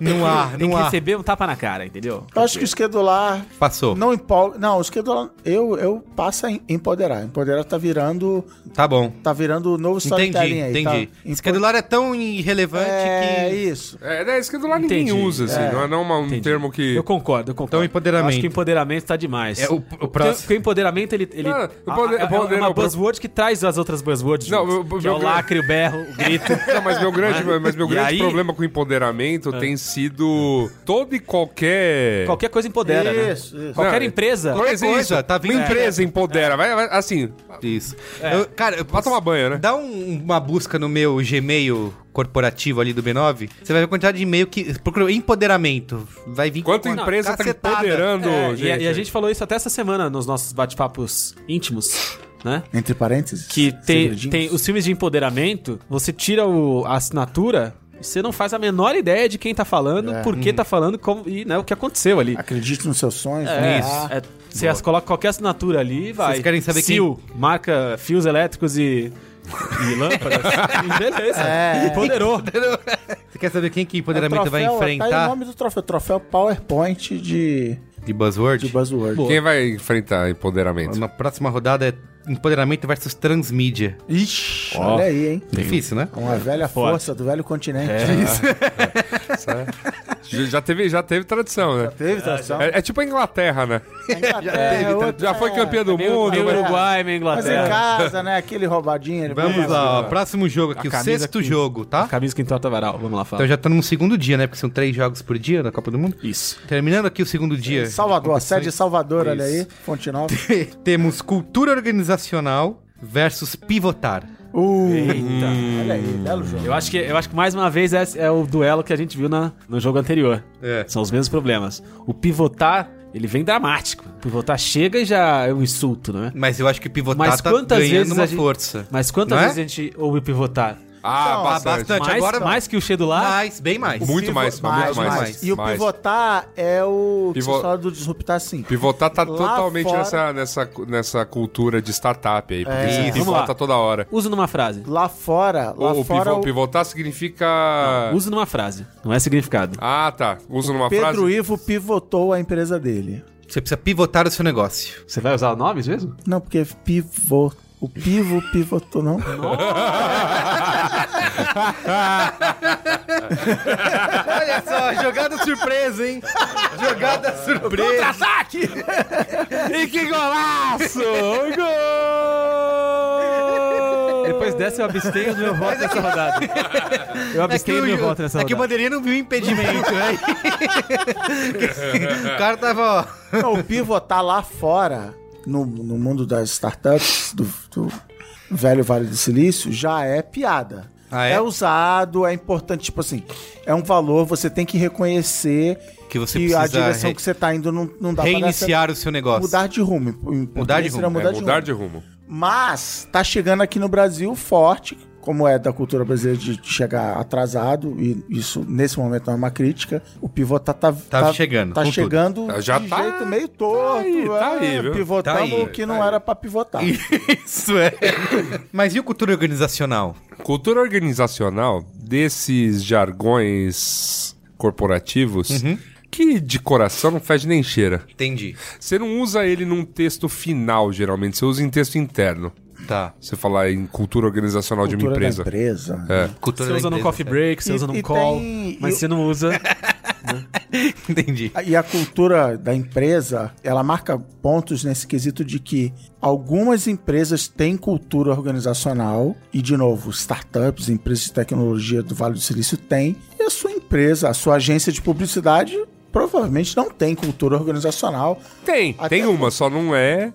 S1: Não há,
S3: tem
S1: não
S3: que
S1: há.
S3: receber um tapa na cara, entendeu?
S2: Eu acho que o esquedular
S1: Passou.
S2: não empolga. Não, o esquedular. Eu, eu passo a em- empoderar. Empoderar tá virando.
S1: Tá bom.
S2: Tá virando o novo
S1: Entendi,
S2: storytelling aí. tá?
S1: entendi.
S2: Empo-
S1: Esquedular é tão irrelevante
S2: É
S1: que...
S2: isso.
S5: É, né, esquedular ninguém
S3: Entendi.
S5: usa, assim. Não é não uma- um
S3: Entendi.
S5: termo que.
S3: Eu concordo, eu concordo.
S1: Então, empoderamento.
S3: Eu Acho que empoderamento tá demais.
S1: É, o- o
S3: Porque-
S1: próximo-
S3: Porque o empoderamento, ele... ele
S5: Não,
S3: a-
S5: empoder-
S3: a- é
S5: empoderar-
S3: uma buzzword que traz as outras buzzwords
S5: Não,
S3: juntas,
S5: meu-
S3: que é o
S5: meu-
S3: lacre, o berro, o grito.
S5: Não, mas meu grande, mas meu
S3: E
S5: grande
S3: aí-
S5: problema com o empoderamento tem sido todo e qualquer.
S3: Qualquer coisa empodera, né?
S2: Isso, isso.
S3: Qualquer
S5: Não,
S3: empresa...
S5: Não existe.
S1: coisa, tá vindo-
S5: Uma empresa empodera. Vai, vai, assim,
S1: Isso. Eu- cara, eu
S5: vai tomar banho, né?
S1: Dá um- uma busca no meu Gmail corporativo ali do B9, você vai ver a quantidade de e-mail que. Procura empoderamento. Vai vir.
S5: Quanto
S1: com uma
S5: empresa tá
S1: cacetada.
S5: empoderando,
S3: É,
S5: gente.
S3: e, a, e a gente falou isso até essa semana nos nossos bate-papos íntimos, né?
S2: Entre parênteses.
S3: Que tem,
S2: segredinhos.
S3: tem os filmes de empoderamento, você tira o- a assinatura... e Você não faz a menor ideia de quem tá falando,
S2: É.
S3: por que tá falando como, e né, o que aconteceu ali.
S2: Acredite nos seus sonhos. né? Ah,
S3: É,
S2: vamos lá.
S3: é, você as- coloca qualquer assinatura ali e vai.
S1: Ah. Vocês querem saber
S3: Sil, marca fios elétricos e, e lâmpadas. E beleza.
S2: É.
S3: Empoderou.
S1: Você quer saber quem que empoderamento
S2: É o
S1: vai
S2: troféu, Tá aí o
S1: enfrentar?
S2: nome do troféu. Troféu PowerPoint de,
S1: De buzzword?
S2: de Buzzword.
S5: Quem vai enfrentar empoderamento?
S1: Na próxima rodada é empoderamento versus transmídia.
S2: Ixi, olha aí, hein?
S1: Difícil, né?
S2: É Uma velha força do velho continente.
S5: É.
S2: Isso.
S5: Já já teve, já teve tradição, né?
S2: Teve tração.
S5: É, é tipo a Inglaterra, né? Já foi campeã do
S3: Meio,
S5: mundo,
S3: meio
S5: mas-
S3: Uruguai, meio
S2: É
S1: é
S2: Mas em
S3: Inglaterra.
S2: casa, né? Aquele roubadinho.
S5: É
S2: ele-
S1: Vamos lá, ó, próximo jogo aqui,
S3: A
S1: o
S3: camisa
S1: sexto
S3: que-
S1: jogo, tá?
S3: Camisa que entorta varal. Vamos lá, fala.
S1: Então já tá no segundo dia, né? Porque são três jogos por dia na Copa do Mundo.
S3: Isso.
S1: Terminando aqui o segundo dia.
S2: Salvador, a sede de Salvador, olha aí. Fonte Nova.
S1: Temos cultura organizacional versus pivotar.
S2: Uh,
S3: Eita.
S2: olha aí, belo jogo.
S3: Eu acho, que, eu acho que mais uma vez esse é o duelo que a gente viu na, no jogo anterior.
S1: É.
S3: São os mesmos problemas. O pivotar, ele vem dramático. O pivotar chega e já é um insulto, né?
S1: Mas eu acho que pivotar
S3: Mas
S1: tá
S3: quantas
S1: ganhando
S3: vezes
S1: uma
S3: a gente-
S1: força.
S3: Mas quantas
S1: Não é?
S3: vezes a gente ouve pivotar?
S5: Ah,
S2: Então,
S5: bastante.
S1: bastante.
S3: Mais,
S1: agora-
S3: mais que o Chedular?
S1: Mais, bem mais.
S5: Muito mais, muito mais.
S2: E o
S5: mais.
S2: pivotar é o que
S5: Pivo-
S2: você fala do disruptar, sim.
S5: Pivotar tá
S2: Lá
S5: totalmente
S2: fora-
S5: nessa, nessa, nessa cultura de startup aí. Porque você
S3: Isso. Vamos
S5: pivota
S3: lá.
S5: toda hora.
S3: Usa numa frase.
S2: Lá fora, lá
S5: Ou
S2: fora
S5: pivo-
S2: o
S5: pivotar significa.
S3: Usa numa frase. Não é significado.
S5: Ah, tá. Usa numa
S2: Pedro
S5: frase.
S2: Ivo pivotou a empresa dele.
S1: Você precisa pivotar o seu negócio.
S3: Você vai usar nomes mesmo?
S2: Não, porque pivô. O pivo pivotou, não.
S1: Olha só, jogada surpresa, hein? Jogada surpresa.
S3: e que golaço! Um Gol! é Depois dessa eu abstenho do meu voto nessa rodada. Eu abstenho do meu voto nessa
S1: é que o
S3: rodada.
S1: bandeirinha não viu o impedimento, né? o cara tava, ó.
S2: Não, o pivotar lá fora, no, no mundo das startups, do, do velho Vale do Silício, já é piada.
S1: Ah, é?
S2: usado, é importante, tipo assim, é um valor, você tem que reconhecer
S1: Que você
S2: a
S1: precisa
S2: direção
S1: re-
S2: que você tá indo não, não dá pra
S1: Reiniciar o seu
S2: dar certo.
S1: negócio.
S2: mudar de rumo. Em
S1: Mudar de
S2: português seria
S1: rumo,
S5: É, mudar de rumo.
S2: Mas tá chegando aqui no Brasil forte, como é da cultura brasileira de chegar atrasado, e isso nesse momento não é uma crítica. O pivotar tá, tá,
S1: chegando,
S2: Tá
S1: com
S2: chegando
S5: tudo. Já
S2: de
S5: tá-
S2: jeito meio torto.
S5: aí, tá
S2: é,
S5: aí, viu?
S2: Pivotamos
S1: Tá aí,
S2: o que não era pra pivotar.
S1: Isso é. Mas e o cultura organizacional?
S5: Cultura organizacional desses jargões corporativos
S2: Uhum.
S5: que de coração não fede nem cheira.
S1: Entendi.
S5: Você não usa ele num texto final, geralmente. Você usa em texto interno.
S1: Tá.
S5: Você falar em cultura organizacional de uma
S2: Cultura da
S5: empresa. É.
S2: empresa.
S1: Cultura
S3: Você usa no
S1: no
S3: um coffee break, você
S2: E-
S3: usa no
S2: e
S3: call,
S2: tem-
S3: mas
S2: e-
S3: você não usa.
S1: Entendi.
S2: E a cultura da empresa, ela marca pontos nesse quesito de que algumas empresas têm cultura organizacional, e de novo, startups, empresas de tecnologia do Vale do Silício têm, e a sua empresa, a sua agência de publicidade provavelmente não tem cultura organizacional,
S5: Tem,
S2: Até
S5: tem uma, só não é.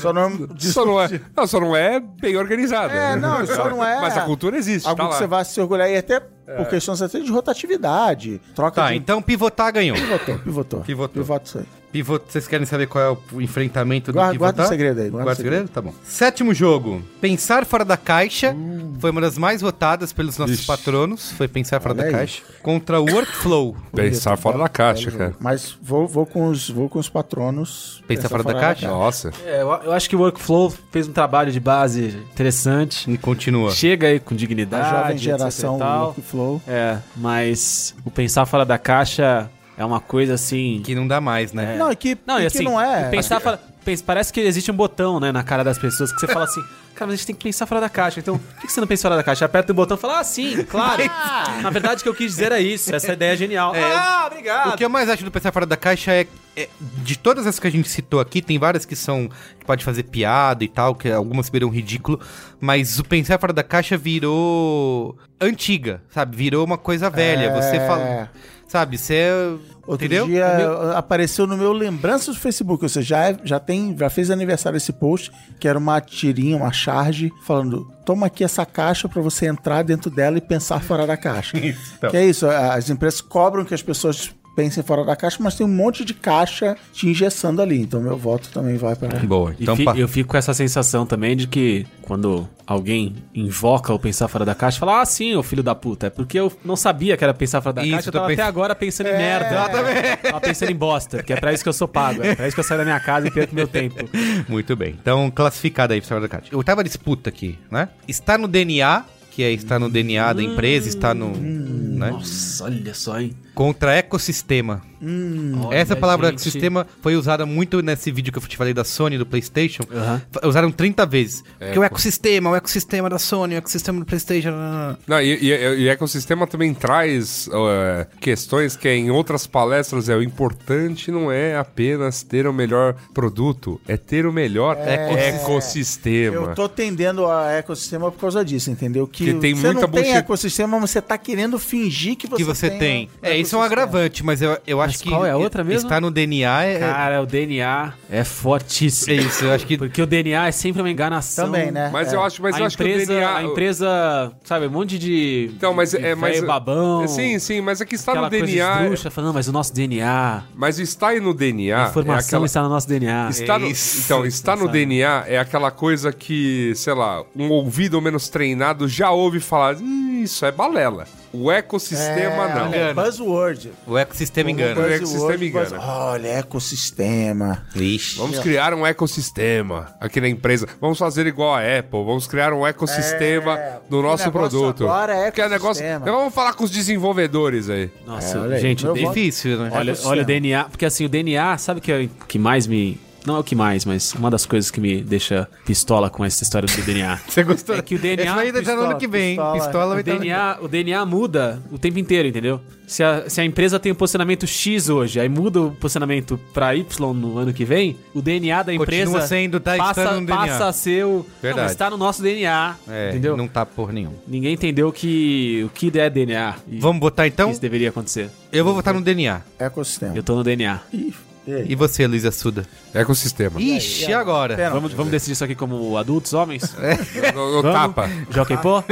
S2: só não
S5: só não é. Não, só não é bem organizada.
S2: É, não, só não é
S5: Mas a cultura existe.
S2: algo
S5: tá
S2: que
S5: lá.
S2: você vai se orgulhar e até por questões até de rotatividade, troca
S1: É. Tá,
S2: de
S1: então pivotar ganhou.
S2: pivotou, pivotou.
S1: Pivotou.
S2: Pivotou isso aí.
S1: Pivot, vocês querem saber qual é o enfrentamento do
S2: Guarda-
S1: pivotar?
S2: guarda o segredo aí, guarda o
S1: Guarda o segredo? Tá bom. Sétimo jogo. Pensar fora da caixa.
S2: Uh.
S1: Foi uma das mais votadas pelos nossos patronos. Foi Pensar fora
S2: Olha
S1: da
S2: aí.
S1: caixa. Contra o Workflow.
S5: Pensar fora
S2: tá
S5: da caixa, cara.
S2: Mas vou, vou, com os, vou com os patronos.
S1: Pensar fora da caixa?
S5: Nossa.
S3: É, eu, eu acho que o Workflow fez um trabalho de base interessante.
S1: E continua.
S3: Chega aí com
S2: Da
S3: dignidade.
S2: jovem
S3: etc e
S2: geração
S3: tal.
S2: Workflow.
S3: É, mas o pensar fora da caixa é uma coisa assim.
S1: Que não dá mais, né?
S2: É. Não, e que,
S3: Não,
S2: e
S3: e
S2: que
S3: assim,
S2: não é.
S3: e pensar fora- pens- parece que existe um botão, né, na cara das pessoas que você fala assim, cara, mas a gente tem que pensar fora da caixa. Então, por que que você não pensa fora da caixa? Aperta o botão e fala, ah, sim, claro. Na verdade, o que eu quis dizer era isso. Essa ideia é genial. ah, obrigado.
S1: O que eu mais acho do pensar fora da caixa é, é- de todas as que a gente citou aqui, tem várias que são que pode fazer piada e tal, que algumas viram ridículo, mas o pensar fora da caixa virou antiga, sabe? Virou uma coisa velha. Você fala, sabe? Você
S2: É.
S1: é,
S2: Outro
S1: entendeu? É
S2: dia apareceu no meu lembranças do Facebook. Ou seja, já, é- já, tem, já fez aniversário esse post, que era uma tirinha, uma charge, falando: toma aqui essa caixa pra você entrar dentro dela e pensar fora da caixa. Que é isso, as empresas cobram que as pessoas pensem fora da caixa, mas tem um monte de caixa te engessando ali. Então meu voto também vai pra.
S1: Boa.
S3: E
S1: Então,
S3: fi-
S1: pá.
S3: eu fico com essa sensação também de que quando alguém invoca o pensar fora da caixa, fala, ah, sim, ô filho da puta, é porque eu não sabia que era pensar fora da
S1: Isso,
S3: caixa, eu
S1: tô
S3: tava
S1: pens- É,
S3: até agora pensando em merda. Exatamente. Tava pensando em bosta, que é pra isso que eu sou pago, é pra isso que eu saio da minha casa e perco meu tempo.
S1: Muito bem. Então, classificada aí, pessoal da Caixa. Oitava disputa aqui, né? Está no DNA, que é está no DNA da empresa, está no, né?
S3: Nossa, olha só, hein?
S1: Contra ecossistema. Essa
S3: Hum. Olha,
S1: palavra
S3: gente.
S1: ecossistema foi usada muito nesse vídeo que eu te falei da Sony, do PlayStation.
S3: Aham. é
S1: F- Usaram 30 vezes. Porque o ecossistema, o ecossistema da Sony, o ecossistema do PlayStation.
S5: Não, e, e- é e ecossistema também traz eh, questões que em outras palestras é o importante não é apenas ter o melhor produto, é ter o melhor ecossistema.
S2: É. Eu tô tendendo a ecossistema por causa disso, entendeu? Que,
S5: Porque tem
S2: você não
S5: muita
S2: tem
S5: bullshit.
S2: ecossistema, mas você tá querendo fingir que você,
S1: Que você tem. É, isso é um agravante, mas eu, eu acho que.
S3: qual é a outra mesmo?
S1: Está no DNA. É,
S3: Cara, o DNA é
S1: é
S3: fortíssimo.
S1: isso, eu acho que.
S3: Porque o DNA é sempre uma enganação.
S2: Também, né?
S5: Mas
S2: É.
S5: eu acho, mas
S3: a
S5: eu acho
S3: empresa,
S5: que o DNA,
S3: a empresa, sabe, um monte de
S5: Então, mas
S3: de
S5: é mas assim,
S3: velho babão.
S5: Sim, sim, mas aqui está
S3: aquela
S5: no
S3: coisa
S5: DNA.
S3: esdrúxula, falando, mas o nosso DNA,
S5: Mas está aí no DNA.
S3: a informação
S5: é aquela-
S3: está É no nosso DNA.
S5: Está no- então, está no
S3: Sabe?
S5: DNA é aquela coisa que, sei lá, um ouvido menos treinado já ouve falar, "Hum, isso é balela. O ecossistema
S2: é,
S5: não.
S2: é buzzword. Um
S1: O ecossistema engana.
S5: O
S2: Buzzword,
S5: ecossistema engana.
S2: buzz- Olha, é ecossistema.
S1: Ixi.
S5: Vamos criar um ecossistema aqui na empresa. Vamos fazer igual a Apple. Vamos criar um ecossistema
S2: É,
S5: do
S2: o
S5: nosso
S2: negócio
S5: produto.
S2: agora é
S5: Porque negócio.
S2: ecossistema.
S5: Nós vamos falar com os desenvolvedores aí.
S3: Nossa,
S2: É, olha aí.
S3: gente,
S2: Meu voto-
S1: Difícil, né?
S3: Olha,
S2: Ecossistema.
S3: olha o DNA, porque assim, o DNA, sabe o que, é, o que mais me. Não é o que mais, mas uma das coisas que me deixa pistola com essa história do DNA.
S1: Você gostou?
S3: É que o DNA
S1: Esse vai entrar no tá ano que vem. hein?
S2: pistola.
S1: Pistola vai
S3: O
S1: entrar no-
S3: DNA, o DNA muda o tempo inteiro, entendeu? Se a, se a empresa tem um posicionamento X hoje, aí muda o posicionamento pra Y no ano que vem, o DNA da
S1: Continua
S3: empresa
S1: sendo, tá, está
S3: passa,
S1: no DNA.
S3: passa a ser o...
S1: Verdade.
S3: Não, mas tá no nosso DNA,
S1: É,
S3: entendeu?
S1: não tá por nenhum.
S3: Ninguém entendeu que, o que é DNA e
S1: Vamos botar então?
S3: que isso deveria acontecer.
S1: Eu vou votar no DNA.
S2: é Ecossistema.
S3: Eu tô no DNA.
S1: E você, Luísa Suda?
S5: Ecossistema.
S1: Ixi, agora.
S2: Pera,
S3: Vamos, vamos decidir isso aqui como adultos, homens?
S1: É,
S5: No, no
S3: Vamos?
S5: tapa.
S3: Jockey Pô?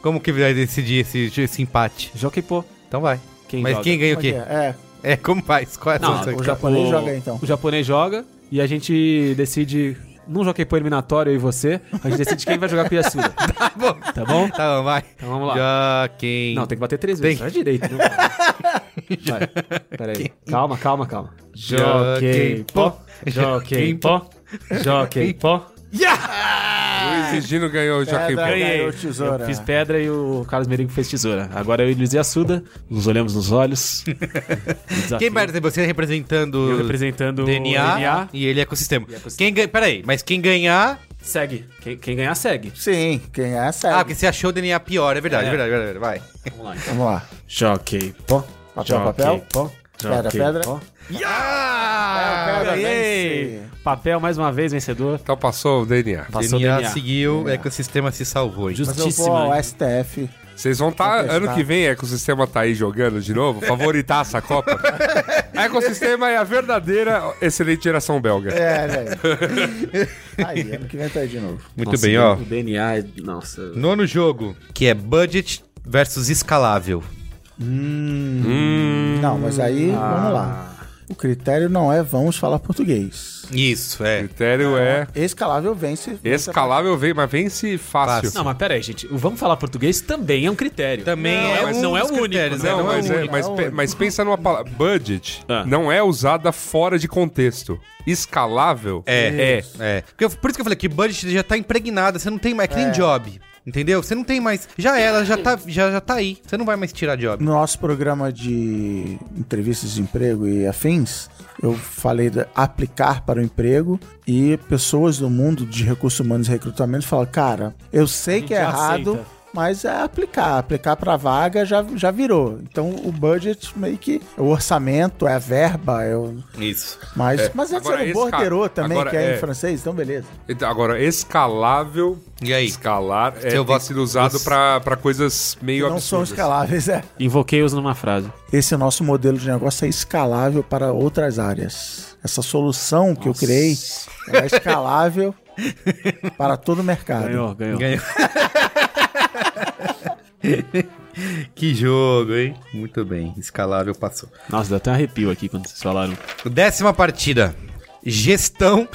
S1: Como que vai decidir esse, esse empate?
S3: Jockey Pô.
S1: Então vai.
S3: Quem
S1: Mas
S3: joga?
S1: quem ganha o
S2: como é
S1: quê?
S2: que é? É,
S1: É, como faz? Qual é a
S3: Não,
S1: solução?
S2: o japonês joga aí, então.
S3: O japonês joga e a gente decide. Num Jockey Pô eliminatório, eu e você, a gente decide quem vai jogar com a Yasuda.
S1: Tá bom.
S3: Tá bom?
S1: Tá bom, vai.
S3: Então vamos lá.
S1: Já quem...
S3: Não, tem que bater três
S1: Tem.
S3: vezes. Vai direito, né? Vai. Pera aí. Calma, calma, calma.
S1: Jockey Pô. Jockey Pô.
S3: Jockey Pô. Ah.
S5: Luiz e Gino ganhou o
S2: é,
S5: Jockey
S2: da-
S5: Pô.
S2: ganhou tesoura.
S3: Fiz pedra e o Carlos Merigo fez tesoura. Agora eu e Luiz Assuda nos olhamos nos olhos. Um Desafio.
S1: Quem vai ser você representando...
S3: Eu representando
S1: DNA,
S3: o DNA.
S1: e ele é ecossistema. Quem ganha... Peraí, mas quem ganhar...
S3: Segue. Quem, quem ganhar, segue.
S2: Sim, quem é
S1: Ah,
S2: sério.
S1: porque você achou o DNA pior, é verdade,
S3: É.
S1: é verdade, é verdade, vai.
S3: Vamos lá.
S2: Vamos lá.
S3: Jockey
S2: Pô, papel,
S3: Jockey,
S2: papel. Pô, pedra,
S3: Jockey,
S2: pedra.
S3: pó.
S2: Ah, pedra,
S3: Ganhei!
S2: vence.
S3: Papel mais uma vez vencedor.
S5: Então passou o DNA.
S3: Passou o
S1: DNA,
S3: DNA.
S1: seguiu, o ecossistema se salvou. hein?
S2: Mas eu vou é
S3: Justíssima.
S2: ao STF.
S5: Vocês vão estar.
S2: Vou testar.
S5: ano que vem, ecossistema tá aí jogando de novo. Favoritar essa Copa. A ecossistema é a verdadeira excelente geração belga.
S2: É, velho. Aí, ano que vem tá aí de novo.
S1: Muito
S3: Nossa,
S5: né?
S1: bem, ó.
S3: O DNA, é- nossa.
S1: Nono jogo, que é budget versus escalável.
S2: Não, mas aí, vamos lá. O critério não é vamos falar português.
S1: Isso,
S5: O
S1: é.
S5: critério é.
S2: Escalável vence.
S5: Escalável vem, mas vence fácil.
S3: Não, mas pera aí, gente. O vamos falar português também é um critério.
S1: Também
S3: não,
S1: é
S3: mas
S1: um
S3: não é o
S1: dos
S3: único,
S1: critérios,
S3: né?
S1: né?
S5: Não,
S1: Não é
S5: mas,
S1: o
S5: é-
S1: único,
S5: mas
S2: é o
S5: pe-
S2: único.
S5: mas pensa numa palavra. Budget
S3: Ah.
S5: não é usada fora de contexto. Escalável
S1: É,
S5: é.
S1: é. Porque eu- por isso que eu falei que budget já tá impregnada, você não tem mais, é que nem job. Entendeu? Você não tem mais. Já era, já tá, já, já tá aí. Você não vai mais tirar job.
S2: No nosso programa de entrevistas de emprego e afins, eu falei de aplicar para o emprego e pessoas do mundo de recursos humanos e recrutamento falam, cara, eu sei que é
S3: já
S2: errado,
S3: aceita."
S2: mas é aplicar. Aplicar para vaga já, já virou. Então o budget meio que é o orçamento, é a verba, é o...
S1: Isso.
S2: Mas é, mas é
S5: Agora,
S2: ser o
S5: esse cara-
S2: borderô também,
S5: agora,
S2: que é,
S5: é.
S2: em francês, então beleza.
S5: Então, agora, escalável.
S1: E aí?
S5: Escalar é,
S1: Seu
S5: tem
S1: voto-
S5: sido usado pra pra coisas meio assim.
S2: não são
S5: absurdas.
S2: escaláveis, é.
S3: Invoquei-os numa frase.
S2: Esse nosso modelo de negócio é escalável para outras áreas. Essa solução que eu criei ela é escalável para todo o mercado.
S3: Ganhou, ganhou.
S1: Ganhou. que jogo, hein? Muito bem. Escalável passou.
S3: Nossa, deu até um arrepio aqui quando vocês falaram.
S1: Décima partida. Gestão.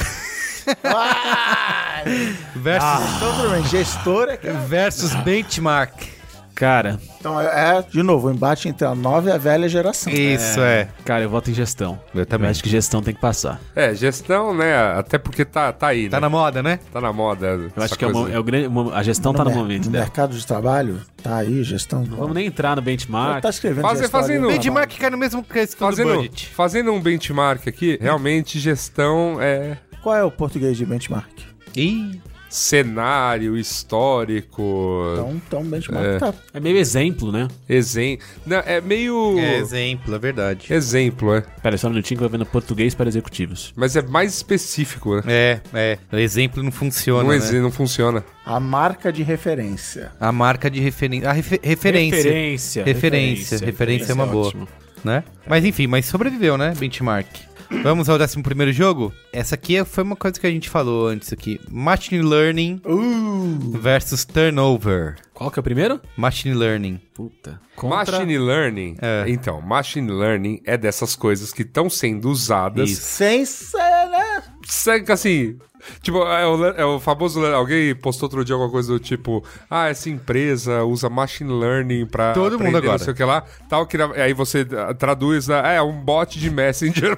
S1: versus,
S2: Então, tudo bem, gestora que
S1: versus Ah. benchmark.
S3: Cara,
S2: Então é, é, de novo, o embate entre a nova e a velha geração.
S1: Isso, é.
S3: cara, eu voto em gestão.
S1: Eu também.
S3: acho que gestão tem que passar.
S5: É, gestão, né? Até porque tá, tá aí,
S1: Tá
S5: né?
S1: na moda, né?
S5: Tá na moda.
S3: Eu acho que é, o mo- é o grande. mo- A gestão tá no
S2: mer-
S3: momento
S2: No
S3: dela.
S2: mercado de trabalho, tá aí, gestão.
S3: Não vamos nem entrar no benchmark.
S2: Tá escrevendo
S5: Fazer-
S2: gestão né?
S5: fazendo-
S2: ali,
S1: Benchmark cai no mesmo questão do
S5: Fazendo,
S1: budget.
S5: fazendo um benchmark aqui, realmente gestão é
S2: Qual é o português de benchmark?
S1: Ih,
S5: cenário, histórico,
S2: Então, então benchmark tá.
S3: É meio exemplo, né?
S5: exemplo. É meio.
S1: é exemplo, é verdade.
S5: Exemplo, é.
S3: Pera, só um minutinho que eu vou vendo português para executivos.
S5: Mas é mais específico, né?
S1: É, é. O exemplo não funciona,
S5: não,
S1: né?
S5: exi- não funciona.
S2: A marca de referência.
S1: A marca de referen... a refe- referência.
S3: Referência.
S1: Referência. Referência é uma boa.
S3: ótimo.
S1: né? Mas enfim, mas sobreviveu, né? Benchmark. Vamos ao 11 primeiro jogo? Essa aqui foi uma coisa que a gente falou antes aqui. Machine Learning
S2: Uh!
S1: versus Turnover.
S3: Qual que é o primeiro?
S1: Machine Learning.
S3: Puta. Contra...
S5: Machine learning.
S1: É.
S5: Então, machine learning é dessas coisas que estão sendo usadas.
S1: Isso.
S2: Sem ser, né?
S5: Sabe que assim. Tipo, é o, le- é o famoso. le- Alguém postou outro dia alguma coisa do tipo: Ah, essa empresa usa machine learning pra.
S1: Todo mundo
S5: aprender
S1: agora.
S5: Não sei o que lá. Tal, que, na- aí você ah, traduz: ah, É um bot de Messenger.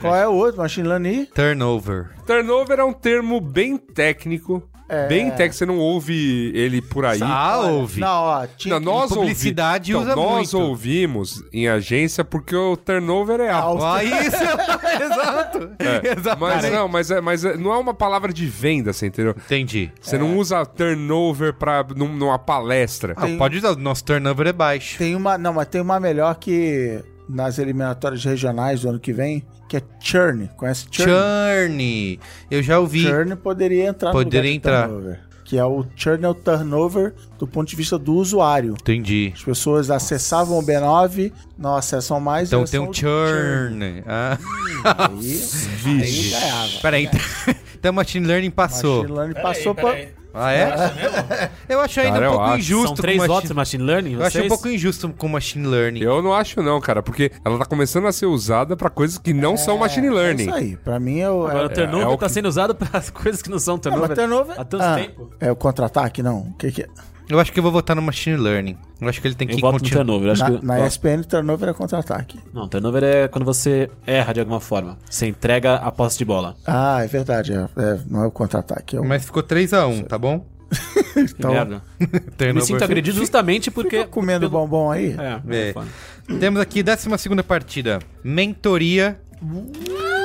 S2: Qual é o outro? Machine Learning?
S1: Turnover.
S5: Turnover é um termo bem técnico. Bem técnico, você não ouve ele por aí.
S1: Ah, ouve.
S2: Não, ó.
S5: Não,
S2: Tinha
S5: nós ouvi-
S1: publicidade
S5: Então,
S1: usa
S5: nós
S1: muito.
S5: ouvimos em agência porque o turnover é alto.
S1: Ó, isso! Exato! Exato!
S5: É, Mas
S1: Cara,
S5: não, mas, é, mas é- não é uma palavra de venda, você entendeu?
S1: Entendi.
S5: Você
S2: É.
S5: não usa turnover pra, num- numa palestra.
S2: Ah,
S1: Não, Ah, pode usar, nosso turnover é baixo.
S2: Tem uma. Não, mas tem uma melhor que nas eliminatórias regionais do ano que vem, que é churn. Conhece churn?
S1: Churn! Eu já ouvi.
S2: Churn poderia entrar
S1: Poderia
S2: de
S1: entrar.
S2: turnover. Que é o churn é o turnover do ponto de vista do usuário.
S1: Entendi.
S2: As pessoas acessavam o B9, não acessam mais.
S1: Então
S2: elas
S1: tem
S2: são
S1: um
S2: é o
S1: churn. Ah.
S2: Aí, aí
S5: Vixe.
S2: ganhava.
S1: Peraí, então, então machine learning passou.
S2: Machine Learning passou pra.
S4: Peraí.
S1: Ah, é? Eu acho ainda
S5: Cara,
S1: um
S5: eu
S1: pouco
S5: acho.
S1: injusto.
S3: São três
S1: com machi-
S3: votos em Machine Learning?
S1: Eu acho um
S3: vocês?
S1: pouco injusto com machine learning.
S5: Eu não acho não, cara, porque ela tá começando a ser usada pra coisas que não são machine
S2: É
S5: learning.
S2: isso aí. Pra mim é o.
S3: Agora,
S2: É,
S3: o turnover
S5: é o
S3: tá
S5: que-
S3: sendo usado para coisas que não são
S2: é, mas
S3: turnover.
S2: turnover-
S3: Há tanto
S2: Ah,
S3: tempo.
S2: É o contra-ataque, não? O que que é?
S1: Eu acho que eu vou votar no machine learning. Eu acho que ele tem
S3: Eu
S1: que
S3: voto no
S1: continuar.
S3: turnover. Acho
S2: Na,
S3: que...
S2: na ESPN, turnover é contra-ataque.
S3: Não, turnover é quando você erra de alguma forma. Você entrega a posse de bola.
S2: Ah, é verdade. É, é, não é o contra-ataque. É o...
S1: Mas ficou 3x1, tá bom?
S3: Que merda. Eu me
S1: Turnover.
S3: sinto agredido justamente porque...
S2: Fica tá comendo bombom aí?
S3: É,
S1: É.
S3: é. foda.
S1: Temos aqui 12 partida: Mentoria.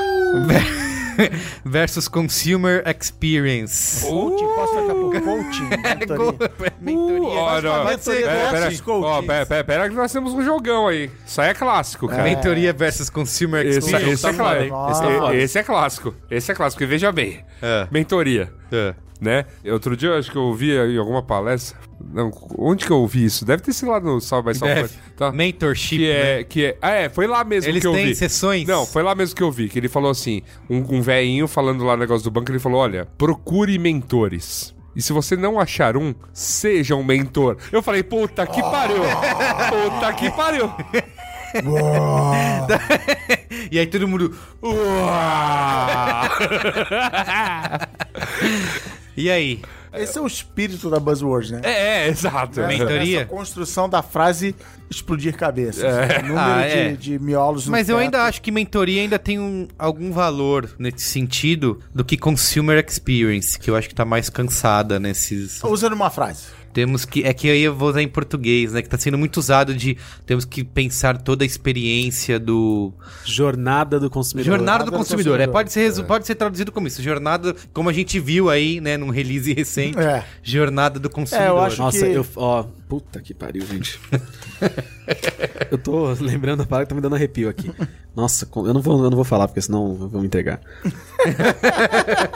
S1: ver- versus Consumer Experience.
S2: Coaching, posso ficar por coaching? mentoria?
S5: Uh, olha,
S2: vai ser
S5: pera, pera,
S2: versus coaching.
S5: ó, pera, pera, pera que nós temos um jogão aí. Isso aí é clássico, cara.
S1: Mentoria versus Consumer
S5: Esse,
S1: Experience. Tá
S5: esse é clá-
S2: Nossa.
S5: esse- esse é clássico. Esse é clássico. E veja bem.
S1: É.
S5: Mentoria.
S1: É.
S5: Né? Outro dia eu acho que eu ouvi em alguma palestra. Não, onde que eu ouvi isso? Deve ter sido lá no Salve by
S1: Deve.
S5: Salve. Tá?
S1: Mentorship.
S5: Que
S1: né?
S5: é, que é. Ah, é, foi lá mesmo
S1: Eles
S5: que eu vi.
S1: têm sessões?
S5: Não, foi lá mesmo que eu vi. Que ele falou assim: um, um velhinho falando lá no negócio do banco, ele falou: olha, procure mentores. E se você não achar um, seja um mentor. Eu falei, puta que pariu! Puta que pariu!
S1: E aí todo mundo. E aí?
S2: Esse é o espírito da Buzzword, né?
S5: É, é, exato.
S2: Essa-
S1: mentoria?
S2: essa construção da frase explodir cabeças. O número
S1: Ah,
S2: de,
S1: é.
S2: de miolos no
S1: Mas eu
S2: teto.
S1: ainda acho que mentoria ainda tem um- algum valor nesse sentido do que consumer experience, que eu acho que tá mais cansada nesses.
S2: Usando uma frase.
S1: Temos que. É que aí eu vou usar em português, né? Que tá sendo muito usado de. Temos que pensar toda a experiência do.
S3: Jornada do consumidor.
S1: Jornada do
S2: do
S1: consumidor. É,
S2: consumidor.
S1: pode, ser, resu- pode ser traduzido como isso. Jornada, como a gente viu aí, né, num release recente.
S2: É.
S1: Jornada do consumidor.
S2: acho
S3: Nossa,
S2: que-
S3: eu. Ó, puta que pariu, gente. eu tô lembrando a palavra que tá me dando arrepio aqui. Nossa, com- eu não vou, eu não vou falar, porque senão eu vou me entregar.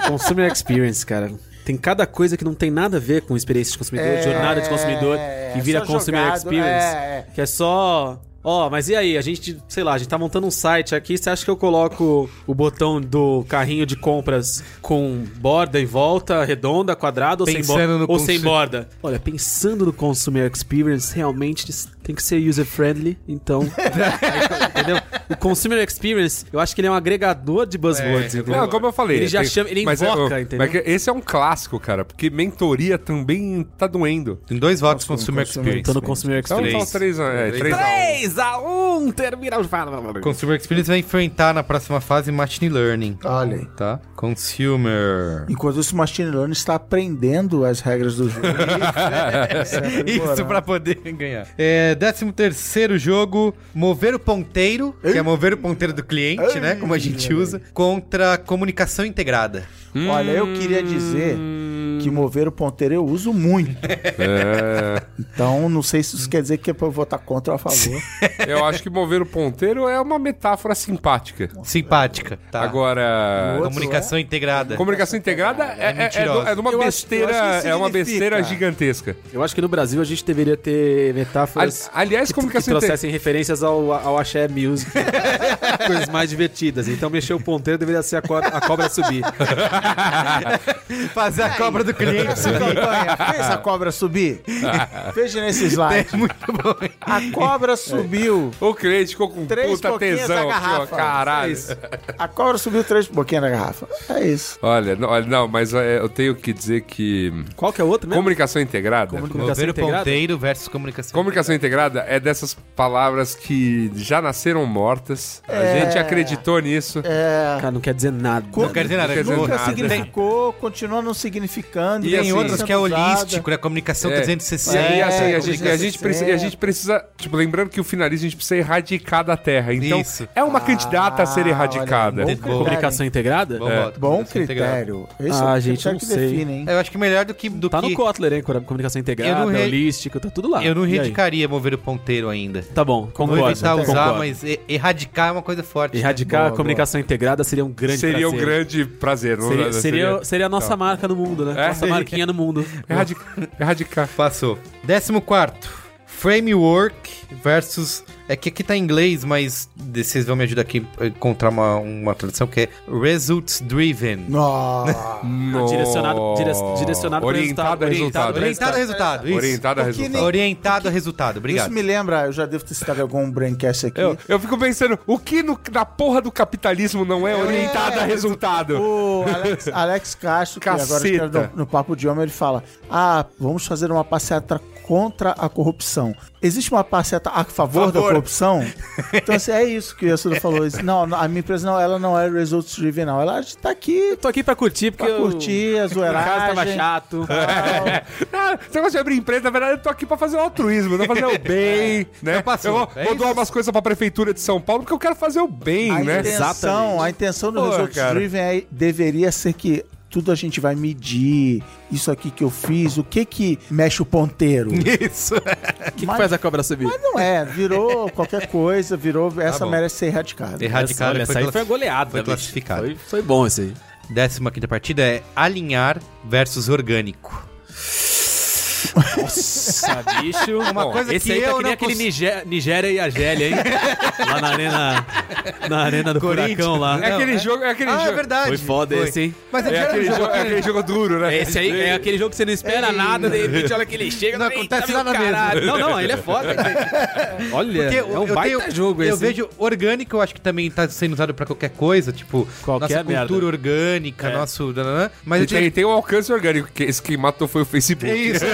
S3: Consumer Experience, cara. Tem cada coisa que não tem nada a ver com experiência de consumidor,
S2: É,
S3: jornada de consumidor,
S2: é,
S3: e vira
S2: só
S3: Consumer
S2: jogado,
S3: Experience.
S2: é,
S3: Que é só. Ó, mas e aí? A gente, sei lá, a gente tá montando um site aqui. Você acha que eu coloco o botão do carrinho de compras com borda em volta, redonda, quadrada ou, sem, bo-
S1: Pensando no
S3: ou sem
S1: consu-
S3: borda? Olha, pensando no consumer experience, realmente tem que ser user-friendly, então. entendeu? o Consumer Experience, eu acho que ele é um agregador de buzzwords. entendeu?
S5: Não, como eu falei.
S3: Ele já
S5: tem-
S3: chama- ele
S5: é-
S3: invoca,
S5: oh,
S3: entendeu?
S5: Mas que esse é um clássico, cara, porque mentoria também tá doendo.
S1: Tem dois votos
S2: Nossa,
S1: Consumer
S2: Consumer
S1: Experience.
S3: Tô no Consumer
S5: Então
S3: Experience.
S5: são três, é, três a um.
S3: 3x1, termina o
S1: Consumer Experience vai enfrentar na próxima fase Machine Learning.
S2: Olha aí.
S1: Tá? Consumer.
S2: Enquanto isso, o Machine Learning está aprendendo as regras do jogo.
S5: É,
S1: Isso pra poder ganhar. É, décimo terceiro jogo, mover o ponteiro, que é mover o ponteiro do cliente, né? Como a gente usa, contra comunicação integrada.
S2: Olha, eu queria dizer que mover o ponteiro eu uso muito.
S1: É.
S2: Então, não sei se isso quer dizer que é pra eu votar contra ou a favor.
S5: Eu acho que mover o ponteiro é uma metáfora simpática.
S1: Simpática. Tá.
S5: Agora.
S2: Outro,
S1: comunicação integrada.
S5: Comunicação integrada é, é, é,
S1: mentirosa.
S5: do- é de uma
S3: Eu acho- eu
S5: besteira,
S3: acho que
S5: é uma
S3: significa.
S5: besteira gigantesca.
S3: Eu acho que no Brasil a gente deveria ter metáforas
S5: Ali- aliás,
S3: que, que
S5: comunicação
S3: trouxessem referências ao, ao axé music, coisas mais divertidas. Então mexer o ponteiro deveria ser a, co- a cobra subir.
S1: Fazer a cobra do cliente.
S2: Essa campanha fez a cobra subir? Veja nesse slide.
S5: é
S1: Muito bom.
S2: A cobra subiu.
S5: O cliente ficou com
S2: Três
S5: puta
S2: coquinhas da
S5: tesão aqui, ó.
S2: garrafa.
S5: Caralho.
S2: A cobra subiu três pouquinho na garrafa. É isso.
S5: Olha, não, olha, não, mas é, eu tenho que dizer que.
S3: Qual que é o outro mesmo?
S5: Comunicação integrada.
S1: Mover o
S3: integrada?
S1: ponteiro versus comunicação.
S5: Comunicação integrada é dessas palavras que já nasceram mortas. A gente acreditou nisso.
S3: Cara, não quer dizer nada.
S1: Não quer dizer nada.
S5: quer dizer
S1: Porra,
S2: Nunca
S5: nada.
S1: Tem,
S2: significou, continua não significando.
S5: E
S2: não
S1: tem
S5: assim,
S1: outras
S2: sendo
S1: que é
S2: usada.
S1: holístico, é comunicação
S5: É.
S1: 360.
S5: E aí, assim,
S1: É,
S5: a, gente, a,
S2: 360.
S5: gente precisa, e a gente precisa- Tipo, lembrando que o finalista a gente precisa erradicar da Terra. Então,
S1: Isso.
S5: é uma candidata a ser erradicada.
S2: Ah,
S1: Bom
S2: olha,
S3: Um
S1: é
S2: bom critério.
S3: Comunicação integrada?
S1: Bom voto,
S2: Bom
S1: comunicação integrada.
S2: critério. Esse
S3: Ah,
S2: é o
S3: gente,
S2: critério
S3: não
S2: que
S3: sei.
S2: define, hein?
S1: Eu acho que melhor do que. Do
S3: Tá
S1: que
S3: no Kotler, hein? Comunicação integrada,
S1: Eu não re-
S3: holístico, tá tudo lá.
S1: Eu não
S3: E aí?
S1: radicaria mover o ponteiro ainda.
S3: Tá bom,
S1: Vou
S3: concordo.
S1: evitar usar,
S3: concordo.
S1: mas e- erradicar é uma coisa forte. né?
S3: Erradicar a comunicação integrada seria um grande
S5: seria um
S3: prazer.
S5: grande prazer. não-
S3: Seria, seria, seria a nossa marca no mundo, né?
S5: É?
S3: Nossa marquinha no mundo.
S5: Erradi- erradicar.
S1: Passou. Décimo quarto. Framework versus. É que aqui tá em inglês, mas vocês vão me ajudar aqui a encontrar uma, uma tradução que é Results Driven.
S2: Nossa.
S5: No-
S3: Direcionado- dire- direcionado pro
S5: orientado
S3: resultado, orientado a
S5: a resultado.
S1: Orientado a resultado. Isso.
S5: Orientado a
S2: Porque nem-
S5: resultado.
S1: Orientado a resultado. Obrigado.
S2: Isso me lembra, eu já devo ter citado em algum braincast aqui.
S5: Eu, eu fico pensando, o que no- na porra do capitalismo não é orientado a resultado?
S2: O Alex, Alex Castro, que agora
S5: Caceta.
S2: está no, no Papo de Homem, ele fala: Ah, vamos fazer uma passeata contra a corrupção. Existe uma passeata a favor, da corrupção? Então, assim, é isso que o Yasuda falou. Isso, Não, a minha empresa não, ela não é results driven, não. Ela está
S5: É
S2: aqui
S3: Tô aqui pra curtir, porque
S2: pra
S3: eu...
S2: curtir, a
S3: O caso tava
S2: zoeiragem.
S3: chato.
S1: É.
S5: Ah, você gosta de abrir empresa, na verdade eu tô aqui pra fazer o altruísmo, não fazer o bem, né?
S1: É. Eu passo.
S5: vou,
S1: É
S5: vou
S1: isso.
S5: doar umas coisas pra prefeitura de São Paulo porque eu quero fazer o bem,
S2: A
S5: né?
S2: intenção, a intenção do
S5: Pô,
S2: Results
S5: cara.
S2: Driven é- deveria ser que tudo a gente vai medir, isso aqui que eu fiz, o que que mexe o ponteiro.
S1: Isso.
S3: O que, que
S2: Mas-
S3: faz a cobra subir?
S2: Mas não é, virou qualquer coisa, virou. Essa
S1: Tá bom. É,
S2: merece ser erradicada.
S1: Erradicar
S3: Olha, essa aí
S1: classi-
S3: foi a goleada.
S1: foi
S3: bicho.
S1: classificado.
S3: Foi, foi bom esse aí.
S1: Décima quinta partida é alinhar versus orgânico.
S3: Nossa, bicho.
S1: Uma
S3: Bom,
S1: coisa
S3: esse
S1: que
S3: aí
S1: eu
S3: tá que
S1: não
S3: nem aquele
S1: cons-
S3: Nigé- Nigéria e Argélia, hein? lá na arena, na arena do
S1: Corinthians.
S3: Furacão lá.
S5: É
S1: Não,
S5: aquele
S1: é-
S5: jogo, é aquele
S1: Ah, é
S5: jogo.
S1: verdade.
S3: Foi foda
S1: Foi.
S3: esse, hein?
S1: Mas
S5: É
S1: já era um
S5: aquele
S1: jogo-
S5: jogo, é aquele jogo duro, né?
S3: Esse aí é aquele jogo que você não espera nada, de repente olha que ele chega
S1: Não
S3: eita,
S1: acontece
S3: meu
S1: nada mesmo.
S3: caralho. Não, não, ele é foda. olha,
S1: Porque
S3: é
S1: eu-
S3: um
S1: eu
S3: baita
S1: tenho-
S3: jogo esse.
S1: Eu vejo orgânico, eu acho que também tá sendo usado pra qualquer coisa, tipo,
S3: Qualquer
S1: nossa cultura
S3: merda.
S1: orgânica, nosso. dananã, mas
S5: E
S1: eu tenho-
S5: tem, tem um alcance orgânico, que esse que matou foi o Facebook.
S1: É isso.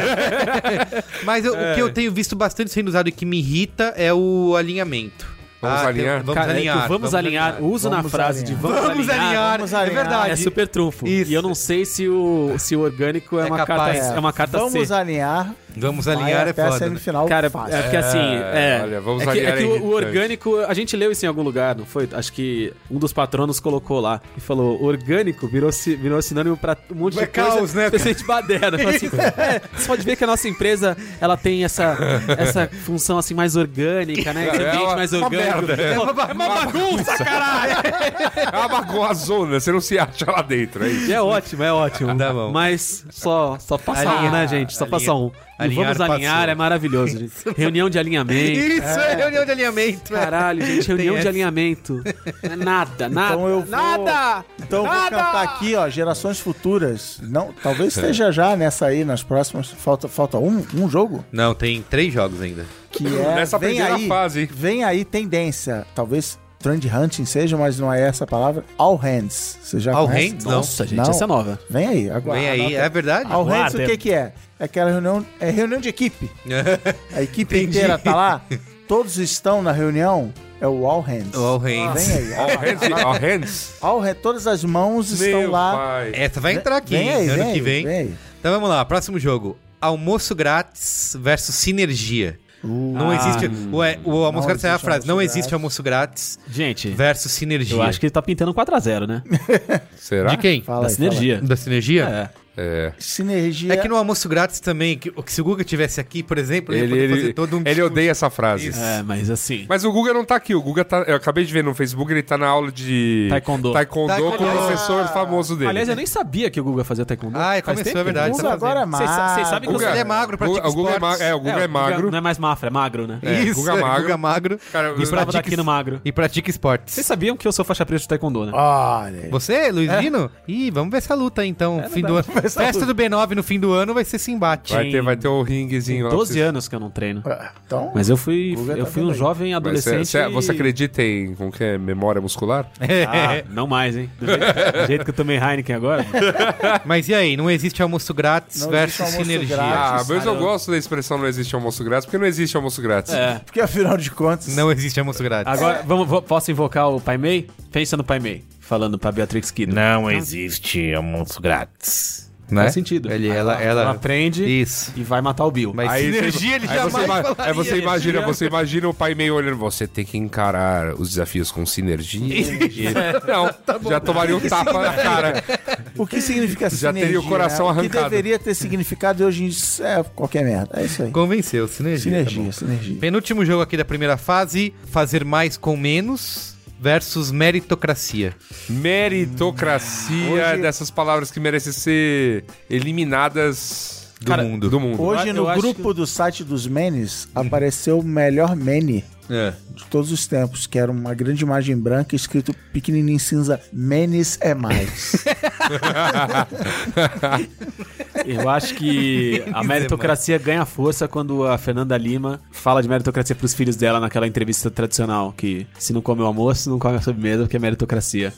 S1: Mas eu- o que eu tenho visto bastante sendo usado e que me irrita é o alinhamento. Ah,
S5: Vamos
S1: tem-
S5: alinhar?
S1: Vamos
S3: Cara, é que o
S1: alinhar.
S3: vamos, alinhar, o uso na
S2: Vamos
S3: frase de
S2: alinhar.
S3: vamos,
S1: Vamos alinhar.
S2: vamos
S1: É
S2: alinhar.
S1: verdade.
S3: É super trunfo.
S1: Isso.
S3: E eu não sei se o, se o orgânico é,
S1: É
S3: uma
S2: Tá,
S1: capaz.
S3: carta, é uma carta C.
S2: Vamos alinhar.
S1: Vamos
S2: vai
S1: alinhar é
S2: até a
S1: foda. né?
S2: semifinal.
S3: Cara,
S2: fácil.
S3: é porque assim. É,
S5: olha, vamos
S3: é que,
S5: aliar
S3: é que
S5: aí,
S3: o, o
S5: gente.
S3: orgânico, a gente leu isso em algum lugar, não foi? Acho que um dos patronos colocou lá e falou: orgânico virou, si- virou sinônimo pra um monte de
S1: É caos,
S3: coisa.
S1: né,
S3: Especialmente badera. Fala assim, é, você pode ver que a nossa empresa ela tem essa, essa função assim mais orgânica, né? Esse
S5: É
S3: ambiente
S5: uma-
S3: mais
S5: uma
S3: orgânico.
S5: merda.
S3: É uma,
S5: bagunça, caralho! É uma bagunçona, você não se acha lá dentro, é isso.
S3: E é ótimo, é ótimo.
S1: Tá bom.
S3: Mas só, só passa um,
S1: Alinhar,
S3: né, gente? Só
S1: alinhar.
S3: passa um. E
S1: Alinhar
S3: vamos alinhar,
S1: passou.
S3: é maravilhoso, gente. Reunião de alinhamento.
S1: Isso, é reunião de alinhamento. é.
S3: Caralho, gente, reunião de
S1: essa.
S3: alinhamento. Não é Nada, nada.
S2: Então eu vou-
S3: Nada!
S2: Então eu vou cantar aqui, ó, gerações futuras. Não, talvez
S1: É.
S2: esteja já nessa aí, nas próximas. Falta, falta um, um jogo.
S1: Não, tem três jogos ainda.
S2: Que é.
S5: Nessa
S2: vem
S5: primeira
S2: aí,
S5: fase, hein?
S2: Vem aí tendência. Talvez trend hunting seja, mas não é essa a palavra. All hands. Você já
S1: All
S2: conhece?
S1: hands, não.
S3: Nossa, gente,
S2: Não.
S3: essa é nova.
S2: Vem aí, agora.
S1: Vem aí,
S2: anota.
S1: é verdade?
S2: All hands,
S3: Aguarda.
S2: o que que é? É aquela reunião, é reunião de equipe. A equipe inteira tá lá, todos estão na reunião, é o all hands.
S1: All hands.
S2: Vem aí.
S5: All hands, all hands.
S2: All hand- todas as mãos estão
S5: Meu
S2: lá.
S5: pai.
S1: Essa vai entrar aqui,
S2: Vem
S1: hein,
S2: aí,
S1: ano
S2: vem,
S1: que
S2: aí,
S1: vem.
S2: vem aí.
S1: Então vamos lá, próximo jogo. Almoço grátis versus sinergia.
S2: Uh,
S1: Não existe. Ué, o almoço grátis é a
S2: existe
S1: frase. Não
S2: almoço
S1: existe
S2: grátis.
S1: almoço grátis
S3: Gente,
S1: versus sinergia.
S3: eu acho que ele tá pintando 4x0, né? Tá
S5: Será?
S1: é quem?
S2: fala
S3: Da
S2: aí, fala aí.
S3: sinergia.
S1: Da sinergia?
S3: É.
S5: É.
S2: Sinergia.
S1: É que no almoço grátis também, que, que se o Guga tivesse aqui, por exemplo, ele,
S5: Ele,
S1: poderia
S5: ele,
S1: fazer todo um
S5: ele
S1: discurso.
S5: odeia essa frase.
S3: É, mas assim.
S5: Mas o Guga não tá aqui. O Guga tá. Eu acabei de ver no Facebook, ele tá na aula de.
S3: Taekwondo.
S5: Taekwondo, com o
S1: Taekwondo.
S5: professor famoso dele.
S3: Aliás, eu nem sabia que o Guga fazia taekwondo.
S1: Ah,
S3: Faz
S1: começou,
S3: tempo
S1: é
S3: que ele
S1: verdade.
S2: Guga
S1: tá
S2: agora é
S1: fazendo.
S3: Vocês sa-
S2: magro.
S3: vocês sabem que eu
S1: Guga,
S3: sou-
S1: ele é magro,
S5: Guga-
S1: pratica
S5: o Guga é
S1: esportes.
S5: magro. É, o Guga é,
S3: o
S5: magro.
S3: Não é mais mafra, é magro, né?
S5: É,
S1: Isso,
S5: Guga
S1: é,
S5: magro.
S1: Guga magro.
S5: Cara, eu-
S3: E pra
S1: pratica
S3: daqui no magro.
S1: E pratica esportes.
S3: Vocês sabiam que eu sou faixa preta de taekwondo,
S5: Ah,
S3: né?
S2: Olha.
S1: Você, Luiz Lino? Ih, vamos ver essa luta aí, então. fim do ano. Festa do B9 no fim do ano vai ser esse embate.
S5: Vai
S3: Tem-
S5: ter, vai ter o ringuezinho lá. pra
S3: 12
S5: vocês.
S3: anos que eu não treino.
S2: Então,
S3: Mas eu fui,
S2: Guga tá
S3: eu fui um
S2: vendo aí.
S3: jovem
S5: Vai ser-
S3: adolescente.
S5: É. cê- é, Você
S3: e-
S5: acredita em como que é, memória muscular?
S3: Ah, não mais, hein? Do jeito, do jeito que eu tomei Heineken agora.
S1: Mas e aí? Não existe almoço grátis
S2: Não
S1: versus
S2: existe almoço
S1: sinergia.
S2: grátis.
S5: Ah,
S2: Acho
S5: mas eu gosto da expressão não existe almoço grátis, porque não existe almoço grátis.
S3: É.
S2: porque afinal de contas.
S1: Não existe almoço grátis.
S3: Agora, vamos, vou- posso invocar o Pai Mei? Pensa no Pai Mei, falando pra Beatrix Kiddo.
S8: Não existe almoço grátis.
S1: Né?
S3: Faz sentido.
S1: Ele, ela, ela,
S3: Ela aprende
S1: Isso.
S3: e vai matar o Bill.
S1: Mas sinergia ele
S5: Aí
S1: jamais
S5: você, ima-
S1: falaria.
S5: aí você imagina, você imagina o pai meio olhando, você tem que encarar os desafios com sinergia. não, já tomaria um tapa na cara.
S2: O que significa
S5: Já
S2: sinergia?
S5: teria o coração
S2: né? O que
S5: arrancado.
S2: deveria ter significado e hoje em dia é qualquer merda. É isso aí.
S1: Convenceu, sinergia.
S2: Sinergia,
S1: tá bom.
S2: sinergia.
S1: Penúltimo jogo aqui da primeira fase: fazer mais com menos versus meritocracia.
S5: Meritocracia
S2: Hoje-
S5: dessas palavras que merecem ser eliminadas do
S3: Cara,
S5: mundo. Do mundo.
S2: Hoje
S3: Eu
S2: no
S3: acho
S2: grupo do site dos menes apareceu o melhor mene
S3: É.
S2: de todos os tempos, que era uma grande imagem branca escrito pequenininho em cinza, menes é mais.
S3: Eu acho que a meritocracia ganha força quando a Fernanda Lima fala de meritocracia pros filhos dela naquela entrevista tradicional, que se não come o almoço, não come a sobremesa, porque é meritocracia.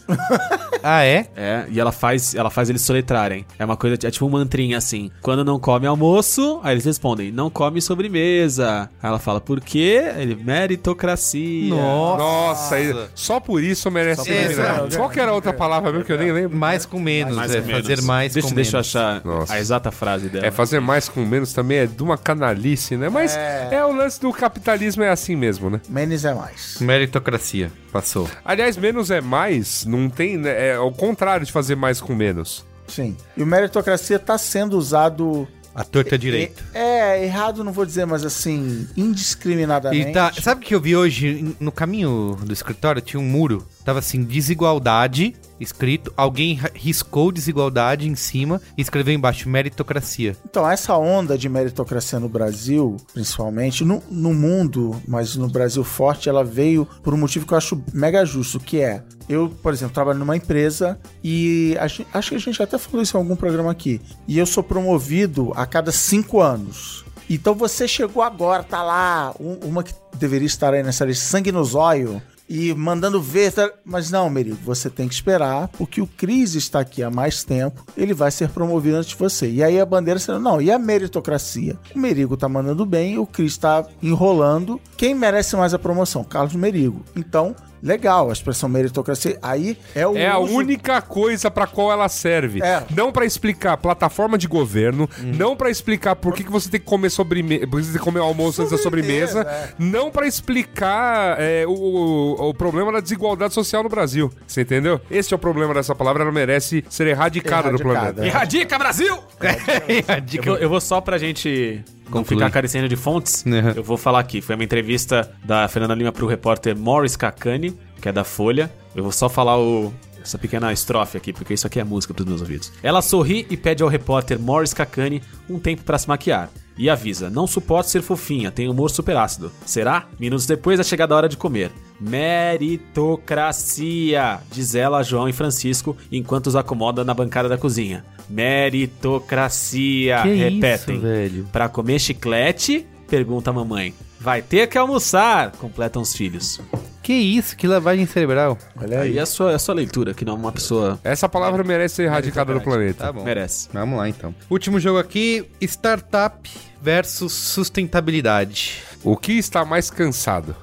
S1: Ah, é?
S3: É, e ela faz, ela faz eles soletrarem. É uma coisa, é tipo um mantrinha assim. Quando não come almoço, aí eles respondem, não come sobremesa. Aí ela fala, por quê? Ele, meritocracia.
S5: Nossa, aí- só por isso merece ser
S1: por isso,
S5: eliminado. Qual que era a outra palavra mesmo que eu nem lembro?
S1: Mais com menos,
S3: Mais
S1: é
S3: ou menos.
S1: fazer mais
S3: deixa,
S1: com
S3: deixa eu
S1: menos.
S3: achar
S5: Nossa.
S3: a exata frase dela.
S5: É, fazer mais com menos também é de uma canalice, né? Mas é, o lance do capitalismo, é assim mesmo, né?
S2: menes é mais.
S1: Meritocracia. Passou.
S5: Aliás, menos é mais, não tem. né? É ao contrário de fazer mais com menos.
S2: Sim. E o meritocracia está sendo usado.
S1: A torta direita.
S2: É, errado não vou dizer, mas assim, indiscriminadamente.
S1: E tá, sabe o que eu vi hoje Em- no caminho do escritório? Tinha um muro. Tava assim, desigualdade escrito. Alguém ra- riscou desigualdade em cima e escreveu embaixo meritocracia.
S2: Então, essa onda de meritocracia no Brasil, principalmente, no, no mundo, mas no Brasil forte, ela veio por um motivo que eu acho mega justo, que é, eu, por exemplo, trabalho numa empresa e a gen- acho que a gente até falou isso em algum programa aqui, e eu sou promovido a cada cinco anos. Então você chegou agora, tá lá, um- uma que deveria estar aí nessa lista, sangue no zóio, e mandando ver. tá? Mas não, Merigo, você tem que esperar, porque o Cris está aqui há mais tempo, ele vai ser promovido antes de você. E aí a bandeira sendo, não, e a meritocracia? O Merigo tá mandando bem, o Cris tá enrolando. Quem merece mais a promoção? Carlos Merigo. Então, legal, a expressão meritocracia. Aí é o.
S5: É a
S2: uso-
S5: única coisa pra qual ela serve.
S2: É. Uhum.
S5: Não pra explicar plataforma de governo, não pra explicar por que, que você tem que comer sobremesa, por que você tem que comer o almoço antes da sobremesa,
S2: é.
S5: não pra explicar é, o, o- o problema da desigualdade social no Brasil. Você entendeu? Esse é o problema dessa palavra, ela merece ser erradicada, do
S2: Erradicada.
S5: planeta.
S3: Erradica, Brasil! Eu vou, eu vou só pra gente não
S1: Concluir.
S3: ficar Tá carecendo de fontes,
S1: Uhum.
S3: eu vou falar aqui. Foi uma entrevista da Fernanda Lima pro repórter Morris Cacani, que é da Folha. Eu vou só falar o- essa pequena estrofe aqui, porque isso aqui é música pros meus ouvidos. Ela sorri e pede ao repórter Morris Cacani um tempo pra se maquiar. E avisa, não suporto ser fofinha, tem humor super ácido. Será? Minutos depois da chegada da hora de comer. Meritocracia, diz ela a João e Francisco, enquanto os acomoda na bancada da cozinha.
S5: Ah,
S3: Meritocracia,
S1: Que
S3: repetem.
S1: isso, velho?
S3: Pra comer chiclete? Pergunta a mamãe. Vai ter que almoçar, completam os filhos.
S1: Que isso, que lavagem cerebral.
S2: Olha aí.
S7: Aí é só, é só leitura, que não uma pessoa
S5: Essa
S2: É.
S5: palavra merece ser erradicada do planeta.
S1: Tá bom.
S7: merece.
S1: Vamos lá então. Último jogo aqui: Startup versus sustentabilidade.
S5: O que está mais cansado?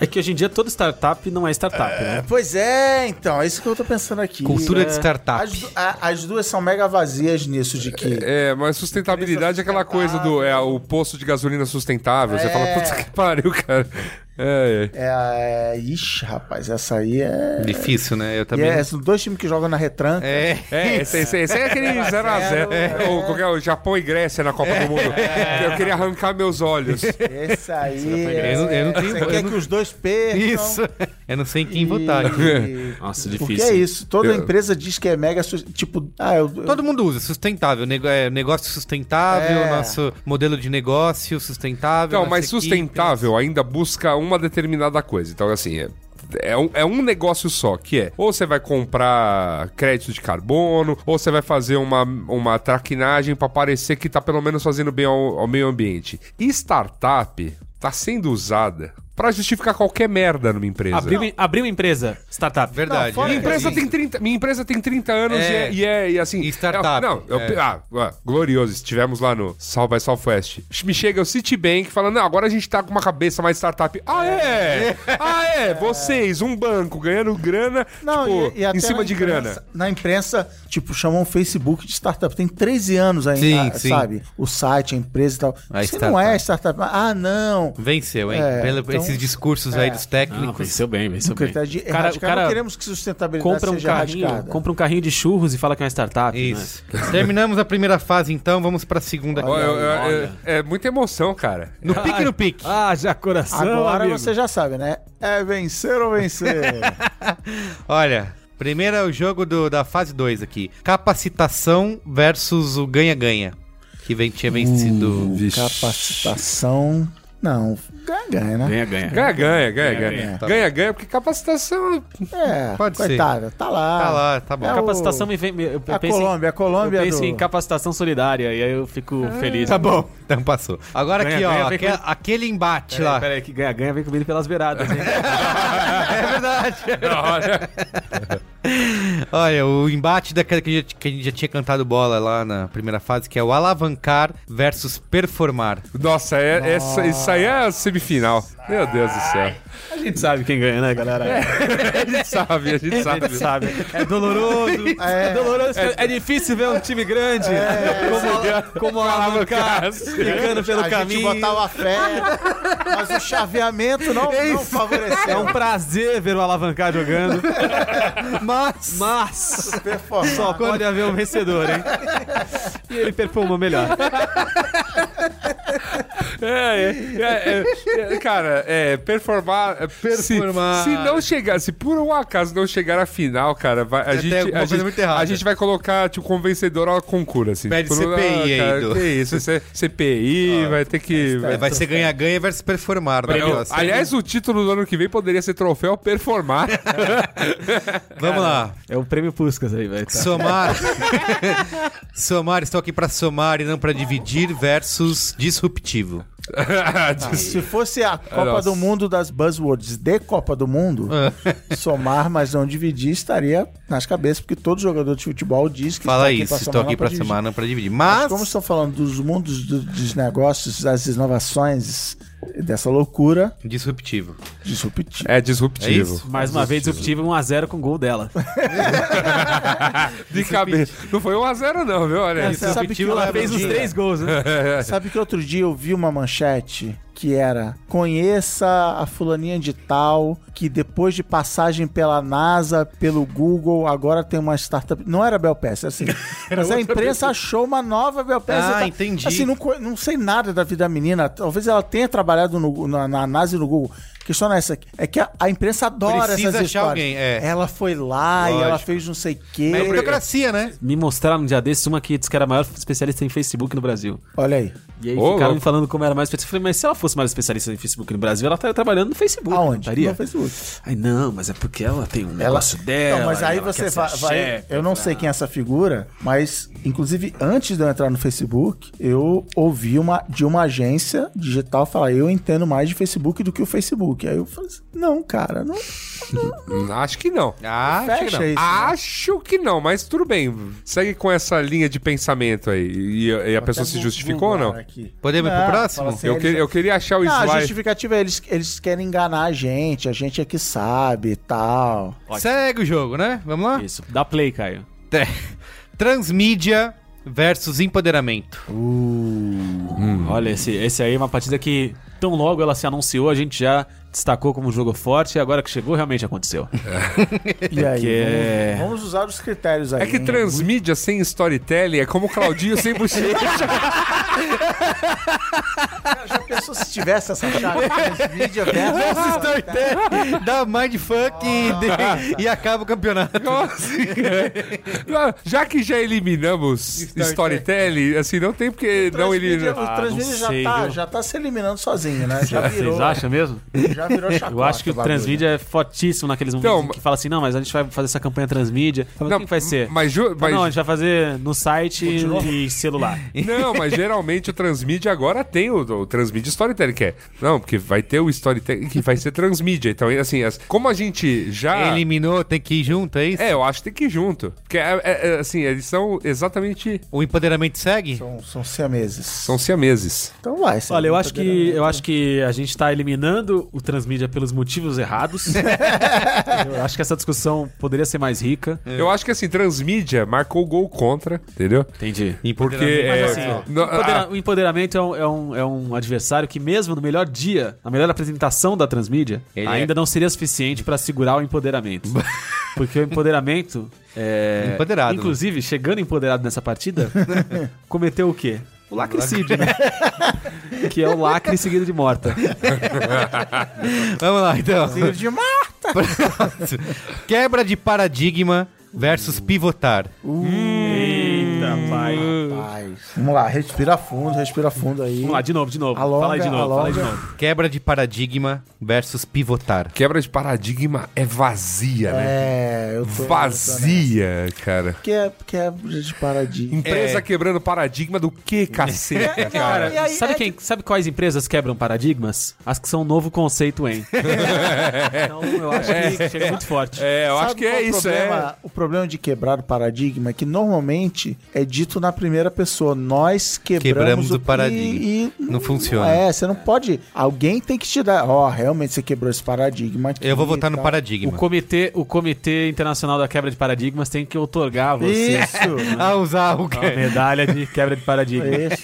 S3: É que hoje em dia toda startup não é startup, né?
S2: Pois é, então, é isso que eu tô pensando aqui.
S1: Cultura
S2: É.
S1: de startup.
S2: As, du- a- as duas são mega vazias nisso de que.
S5: É, mas sustentabilidade é aquela coisa do. É o posto de gasolina sustentável. Você fala, puta que pariu, cara. É, é.
S2: É, ixi, rapaz, essa aí é.
S1: Difícil, né? Eu
S2: E
S1: também.
S2: é, são dois times que jogam na retranca.
S1: É.
S5: É, esse, esse- esse é aquele 0x0. Ou qualquer o Japão e Grécia na Copa do Mundo. Eu queria arrancar meus olhos.
S2: Essa aí. é-
S1: Eu não- eu não tenho-
S2: Você
S1: eu
S2: quer
S1: não-
S2: é que os dois percam.
S1: Isso. Eu não sei em quem votar.
S2: E-
S7: Nossa,
S2: Porque é isso. Toda
S5: Eu-
S2: empresa diz que é mega. sus- Tipo, ah, eu, eu-
S1: Todo mundo usa sustentável, nego- é, negócio sustentável,
S2: É.
S1: nosso modelo de negócio sustentável.
S5: Então, mas
S1: nossa equipe,
S5: sustentável ainda busca uma determinada coisa. Então, assim, é. É um, é um negócio só, que é ou você vai comprar crédito de carbono, ou você vai fazer uma, uma traquinagem pra parecer que tá pelo menos fazendo bem ao, ao meio ambiente. E startup tá sendo usada pra justificar qualquer merda numa empresa.
S3: Abriu, abriu empresa, startup.
S1: Verdade.
S5: Minha
S1: é.
S5: empresa, tem 30, minha empresa tem 30 anos
S1: É.
S5: e, é, e é- e assim.
S1: E startup,
S5: é, não, eu-
S1: é.
S5: ah, ah, glorioso. Estivemos lá no South by Southwest. Me chega o Citibank falando: não, agora a gente tá com uma cabeça mais startup. Ah, é! Ah, é! Vocês, um banco, ganhando grana, tipo,
S2: é- até
S5: em
S2: na
S5: cima de
S2: imprensa-
S5: grana.
S2: Na imprensa, tipo, chamam o Facebook de startup. Tem 13 anos ainda,
S1: Sim,
S2: ah,
S1: sim.
S2: sabe? O site, a empresa e tal.
S1: A
S2: Isso
S1: startup.
S2: não é startup. Ah, não.
S1: Venceu, hein?
S2: É,
S1: Pelo-
S2: então-
S1: esses discursos aí dos
S3: Ah, Não,
S1: técnicos.
S3: venceu bem, venceu
S2: O critério
S3: bem.
S2: de
S3: Cara,
S2: erradicar,
S3: o cara
S2: não queremos que sustentabilidade
S3: Compra um,
S2: seja
S3: carrinho,
S2: erradicada.
S3: compra um carrinho de churros e fala que é uma startup, né?
S1: Isso. Terminamos a primeira fase, então. Vamos pra segunda
S5: Ó,
S1: aqui.
S5: eu- eu- é, é muita emoção, cara.
S1: No pique, no pique.
S3: Ah, já coração,
S2: Agora
S3: amigo.
S2: você já sabe, né? É vencer ou vencer.
S1: Olha, primeiro é o jogo do- da fase 2 aqui. Capacitação versus o ganha-ganha. Que vem, tinha vencido.
S2: Hum. Capacitação. Não, ganha, ganha, né?
S7: Ganha, ganha.
S5: Ganha, ganha, ganha, ganha.
S2: ganha.
S5: Ganha, ganha, porque capacitação.
S2: É,
S1: Pode ser.
S2: coitada, tá lá.
S1: Tá lá, tá bom.
S2: É o-
S3: Capacitação me vem. Eu
S2: A
S3: penso, em,
S2: Colômbia, a Colômbia.
S3: eu penso
S2: do- Ah.
S3: em capacitação solidária e aí eu fico feliz.
S1: Tá bom. Então passou. Agora
S3: Ganha,
S1: aqui, ó.
S3: ganha, vem
S1: aquele,
S3: com-
S1: aquele embate lá.
S3: Peraí, peraí, que ganha, ganha vem comido pelas beiradas, hein?
S1: É verdade.
S5: Olha,
S1: Olha, o embate daquela que a, gente, que a gente já tinha cantado bola lá na primeira fase, que é o alavancar versus performar.
S5: Nossa, é, essa- isso aí é a semifinal. Meu Deus do céu.
S3: A gente sabe quem ganha, né, galera?
S5: A gente sabe, a gente sabe.
S3: sabe. É doloroso. É, doloroso. É, é difícil ver um time grande. como como a alavancar ficando pelo
S2: a
S3: caminho.
S2: gente botava fé, mas o chaveamento não, não
S3: É
S2: favoreceu.
S3: um prazer ver o alavancar jogando. Mas. Mas.
S2: performance.
S3: Só pode haver um vencedor, hein? E ele performou melhor.
S5: É, é, é, é, cara, é, performar. é,
S1: Performar.
S5: Se, se não chegar, se por um acaso não chegar à final, cara, vai- a,
S1: Tem
S5: gente,
S1: alguma
S5: a,
S1: coisa
S5: gente,
S1: muito errada.
S5: a gente vai colocar, tipo, com vencedor ao concura, assim.
S1: Pede
S5: Tipo,
S1: CPI aí,
S5: cara,
S1: Edu. Ah, é
S5: Que isso, isso é CPI, vai ter que.
S1: Vai,
S5: Vai,
S1: vai ser ganha-ganha versus performar. né?
S5: Eu-
S1: Nossa.
S5: aliás, o título do ano que vem poderia ser troféu performar.
S1: vamos lá.
S3: É o prêmio Puskas aí,
S2: Tá.
S3: velho.
S1: Somar. somar, estou aqui pra somar e não pra dividir versus disruptivo.
S2: Se fosse a Copa
S5: Nossa.
S2: do Mundo das Buzzwords de Copa do Mundo,
S1: É.
S2: somar, mas não dividir, estaria nas cabeças, porque todo jogador de futebol diz que
S1: Fala
S2: está
S1: isso,
S2: pra
S1: estou aqui
S2: não
S1: pra
S2: dividir.
S1: somar, não pra dividir.
S2: Mas
S1: Mas,
S2: como estão falando dos mundos do- dos negócios, das inovações, dessa loucura
S1: disruptivo.
S2: disruptiva.
S5: É
S1: É
S5: disruptivo.
S1: isso?
S3: Mais uma vez, eu tive 1x0 com o gol dela.
S5: De cabeça. Não foi 1x0, não, viu? Olha isso.
S2: Você sabe que
S3: Ela
S2: eu-
S3: fez os três gols, né?
S2: Sabe que outro dia eu vi uma manchete que era conheça a fulaninha de tal que depois de passagem pela NASA, pelo Google, agora tem uma startup. Não era Belpass, assim. mas a imprensa achou uma nova Belpass.
S1: Ah,
S2: e tal.
S1: entendi.
S2: Assim, não, co- não sei nada da vida da menina. Talvez ela tenha trabalhado no- na, na NASA e no Google. A questão não é essa. É que a, a imprensa adora
S1: Precisa
S2: essas
S1: achar
S2: histórias.
S1: alguém, é.
S2: Ela foi lá e
S1: Lógico.
S2: ela fez não sei o quê.
S1: É meritocracia, né?
S3: Me mostraram um dia desses uma que disse que era a maior especialista em Facebook no Brasil.
S2: Olha aí.
S3: E aí
S5: Ô,
S3: ficaram
S5: louco.
S3: me falando como era mais especialista. Eu falei, mas se ela fosse mais especialista em Facebook no Brasil, ela estaria trabalhando no Facebook. não
S2: Aonde?
S3: estaria?
S2: No Facebook.
S3: Aí não, mas é porque ela tem um negócio dela.
S2: Não, mas aí
S3: ela
S2: você
S3: quer
S2: va-
S3: ser
S2: vai.
S3: chefe,
S2: eu não
S3: tá?
S2: sei quem é essa figura, mas inclusive antes de eu entrar no Facebook, eu ouvi uma, de uma agência digital falar: eu entendo mais de Facebook do que o Facebook. Aí eu falei assim: não, cara, não
S1: é
S5: Acho que não.
S1: Ah, acho que
S2: fecha
S1: não.
S2: isso. né?
S5: Acho que não, mas tudo bem. Segue com essa linha de pensamento aí. E, e a pessoa
S2: Até
S5: se
S2: vou
S5: justificou ou não?
S2: Google aqui.
S1: Podemos ir pro
S2: Não,
S1: próximo?
S2: fala assim,
S5: Eu,
S2: eles-
S5: que- eu queria achar o
S2: Não, a
S5: slide.
S2: justificativa é eles, eles querem enganar a gente, a gente é que sabe e tal.
S1: Segue o jogo, né? Vamos lá?
S3: Isso. Dá play, Caio.
S1: Tra- Transmídia versus empoderamento.
S3: Olha, esse, esse aí é uma partida que, tão logo ela se anunciou, a gente já destacou como um jogo forte e agora que chegou, realmente aconteceu.
S2: E aí?
S3: é-
S2: Vamos, vamos usar os critérios aí. né?
S5: É que
S2: hein?
S5: transmídia sem storytelling é como Claudinho sem bochecha.
S2: Já pensou se tivesse essa chave transmídia versus
S1: Dá mindfuck e, de- e acaba o campeonato.
S5: Não, já que já eliminamos
S1: Storytelling.
S5: storytelling, assim, não tem porque não
S2: Transmídia- é
S5: elimina.
S2: O
S3: Ah,
S2: transmídia
S3: não
S2: já,
S3: sei,
S2: tá,
S3: viu?
S2: já tá se eliminando sozinho, né? Já virou,
S3: Vocês acham mesmo?
S2: já virou chacota.
S3: Eu acho que o
S2: bagulho.
S3: transmídia é fortíssimo naqueles momentos
S5: Então,
S3: em que fala assim, não, mas a gente vai fazer essa campanha transmídia. Fala,
S5: Não,
S3: quem vai ser?
S5: Mas, ju-
S2: Tá
S3: Fala,
S5: mas-
S3: Não, a gente vai fazer no site e celular.
S5: não, mas geralmente o transmídia agora tem o, o transmídia storytelling, que é. Não, porque vai ter o storytelling que vai ser transmídia. Então, assim, as- como a gente já.
S1: Eliminou, tem que ir junto, é isso?
S5: É, eu acho que tem que ir junto. Porque, é- é- é, assim, eles são exatamente.
S1: O empoderamento segue?
S2: São, são siameses.
S5: São siameses.
S2: Então vai. Sam.
S3: Olha, eu acho que eu acho que a gente tá eliminando o transmídia pelos motivos errados. eu acho que essa discussão poderia ser mais rica.
S5: Eu acho que, assim, transmídia marcou o gol contra, entendeu?
S3: Entendi.
S5: Porque.
S1: Mas,
S5: é,
S1: assim,
S5: não,
S3: Empodera-
S5: a-
S3: O empoderamento é um, é, um, é um adversário que, mesmo no melhor dia, na melhor apresentação da transmídia,
S1: Ele
S3: ainda não seria suficiente para segurar o empoderamento. Porque o empoderamento. É,
S1: Empoderado, né?
S3: Inclusive, chegando empoderado nessa partida, cometeu o quê? O lacricídio, né? que é o lacre seguido de morta.
S1: Vamos lá, então.
S2: Signo de mar.
S1: Quebra de paradigma versus pivotar.
S3: Eita, pai.
S2: Vamos lá, respira fundo, respira fundo aí.
S3: Vamos lá, de novo, de novo.
S2: Alonga,
S3: fala aí de novo, fala aí de
S2: alonga.
S3: novo.
S1: Quebra de paradigma versus pivotar.
S5: Quebra de paradigma é vazia, né?
S2: É, eu tô.
S5: Vazia, cara.
S2: Que é, que é de paradinha.
S5: Empresa quebrando paradigma do que, caceta, cara?
S3: sabe, quem, sabe quais empresas quebram paradigmas? As que são um novo conceito, hein? então eu acho que chega muito forte.
S5: É, eu
S2: Sabe
S5: acho que
S2: qual
S5: é
S2: o
S5: isso, é.
S2: problema? O problema de quebrar o paradigma é que normalmente é dito na primeira pessoa. Nós quebramos,
S1: Quebramos o
S2: que-
S1: paradigma.
S2: E,
S1: Não funciona.
S2: É, você não pode. Alguém tem que te dar. Ó, realmente você quebrou esse paradigma. aqui
S1: Eu vou
S2: e
S1: votar no
S2: tal.
S3: O
S1: paradigma.
S3: comitê, o comitê Internacional da Quebra de Paradigmas tem que outorgar a você
S2: Isso!
S1: Ah, usar o
S3: a medalha de quebra de paradigma.
S2: Isso.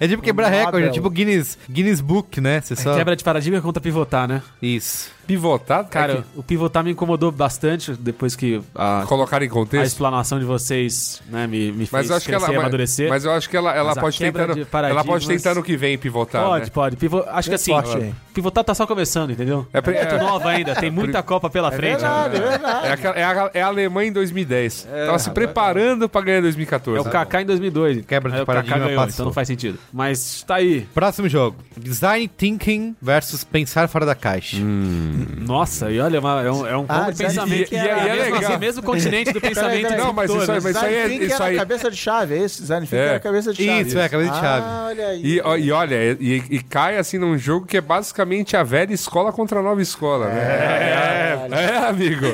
S1: É tipo quebrar
S2: Nobel.
S1: recorde, é tipo Guinness, Guinness Book, né? Você só...
S3: Quebra de paradigma é contra pivotar, né?
S1: Isso.
S5: Pivotar, é
S3: Cara,
S5: cara.
S3: o pivotar me incomodou bastante depois que a,
S5: colocar em
S3: a
S5: contexto.
S3: explanação de vocês né, me, me
S5: Mas
S3: fez
S5: eu acho que
S3: crescer
S5: ela.
S3: e
S5: Mas,
S3: amadurecer.
S5: mas eu acho que ela, ela
S3: Mas a
S5: pode
S3: quebra
S5: tentar.
S3: de
S5: no-
S3: paradigmas-
S5: Ela pode tentar no que vem pivotar.
S3: pode,
S5: né?
S3: pode. Pivo- Acho que assim,
S2: forte aí.
S3: pivotar tá só começando, entendeu?
S5: É
S3: É,
S5: pri- é-
S3: muito nova ainda, tem muita Copa pela frente.
S2: Verdade, é verdade.
S5: É, aquela- é a, é a Alemanha em 2010. Tava se preparando pra ganhar em 2014.
S3: É o Kaká em 2002.
S1: Quebra de
S3: Aí o Kaká
S1: paradigma
S3: ganhou,
S1: passou.
S3: Então não faz sentido. Mas tá aí.
S1: Próximo jogo. Design Thinking versus pensar fora da caixa.
S2: Hum.
S3: Nossa, e olha, é uma- é um, é um
S2: Ah,
S3: combo de
S2: já disse
S3: pensamento.
S2: que era-
S5: e é
S3: mesmo,
S5: legal.
S3: assim, mesmo continente do
S2: Peraí,
S3: pensamento.
S2: peraí.
S5: Não, mas
S3: né?
S5: isso aí- mas isso aí é.
S2: Design thinking
S5: Isso
S2: era
S5: aí
S2: cabeça de chave, é isso? Design thinking
S5: É.
S2: era cabeça de chave.
S1: Isso, é, cabeça de chave.
S2: Ah, olha aí.
S5: E, ó, e olha, e, e cai assim num jogo que é basicamente a velha escola contra a nova escola, né? É, é, amigo.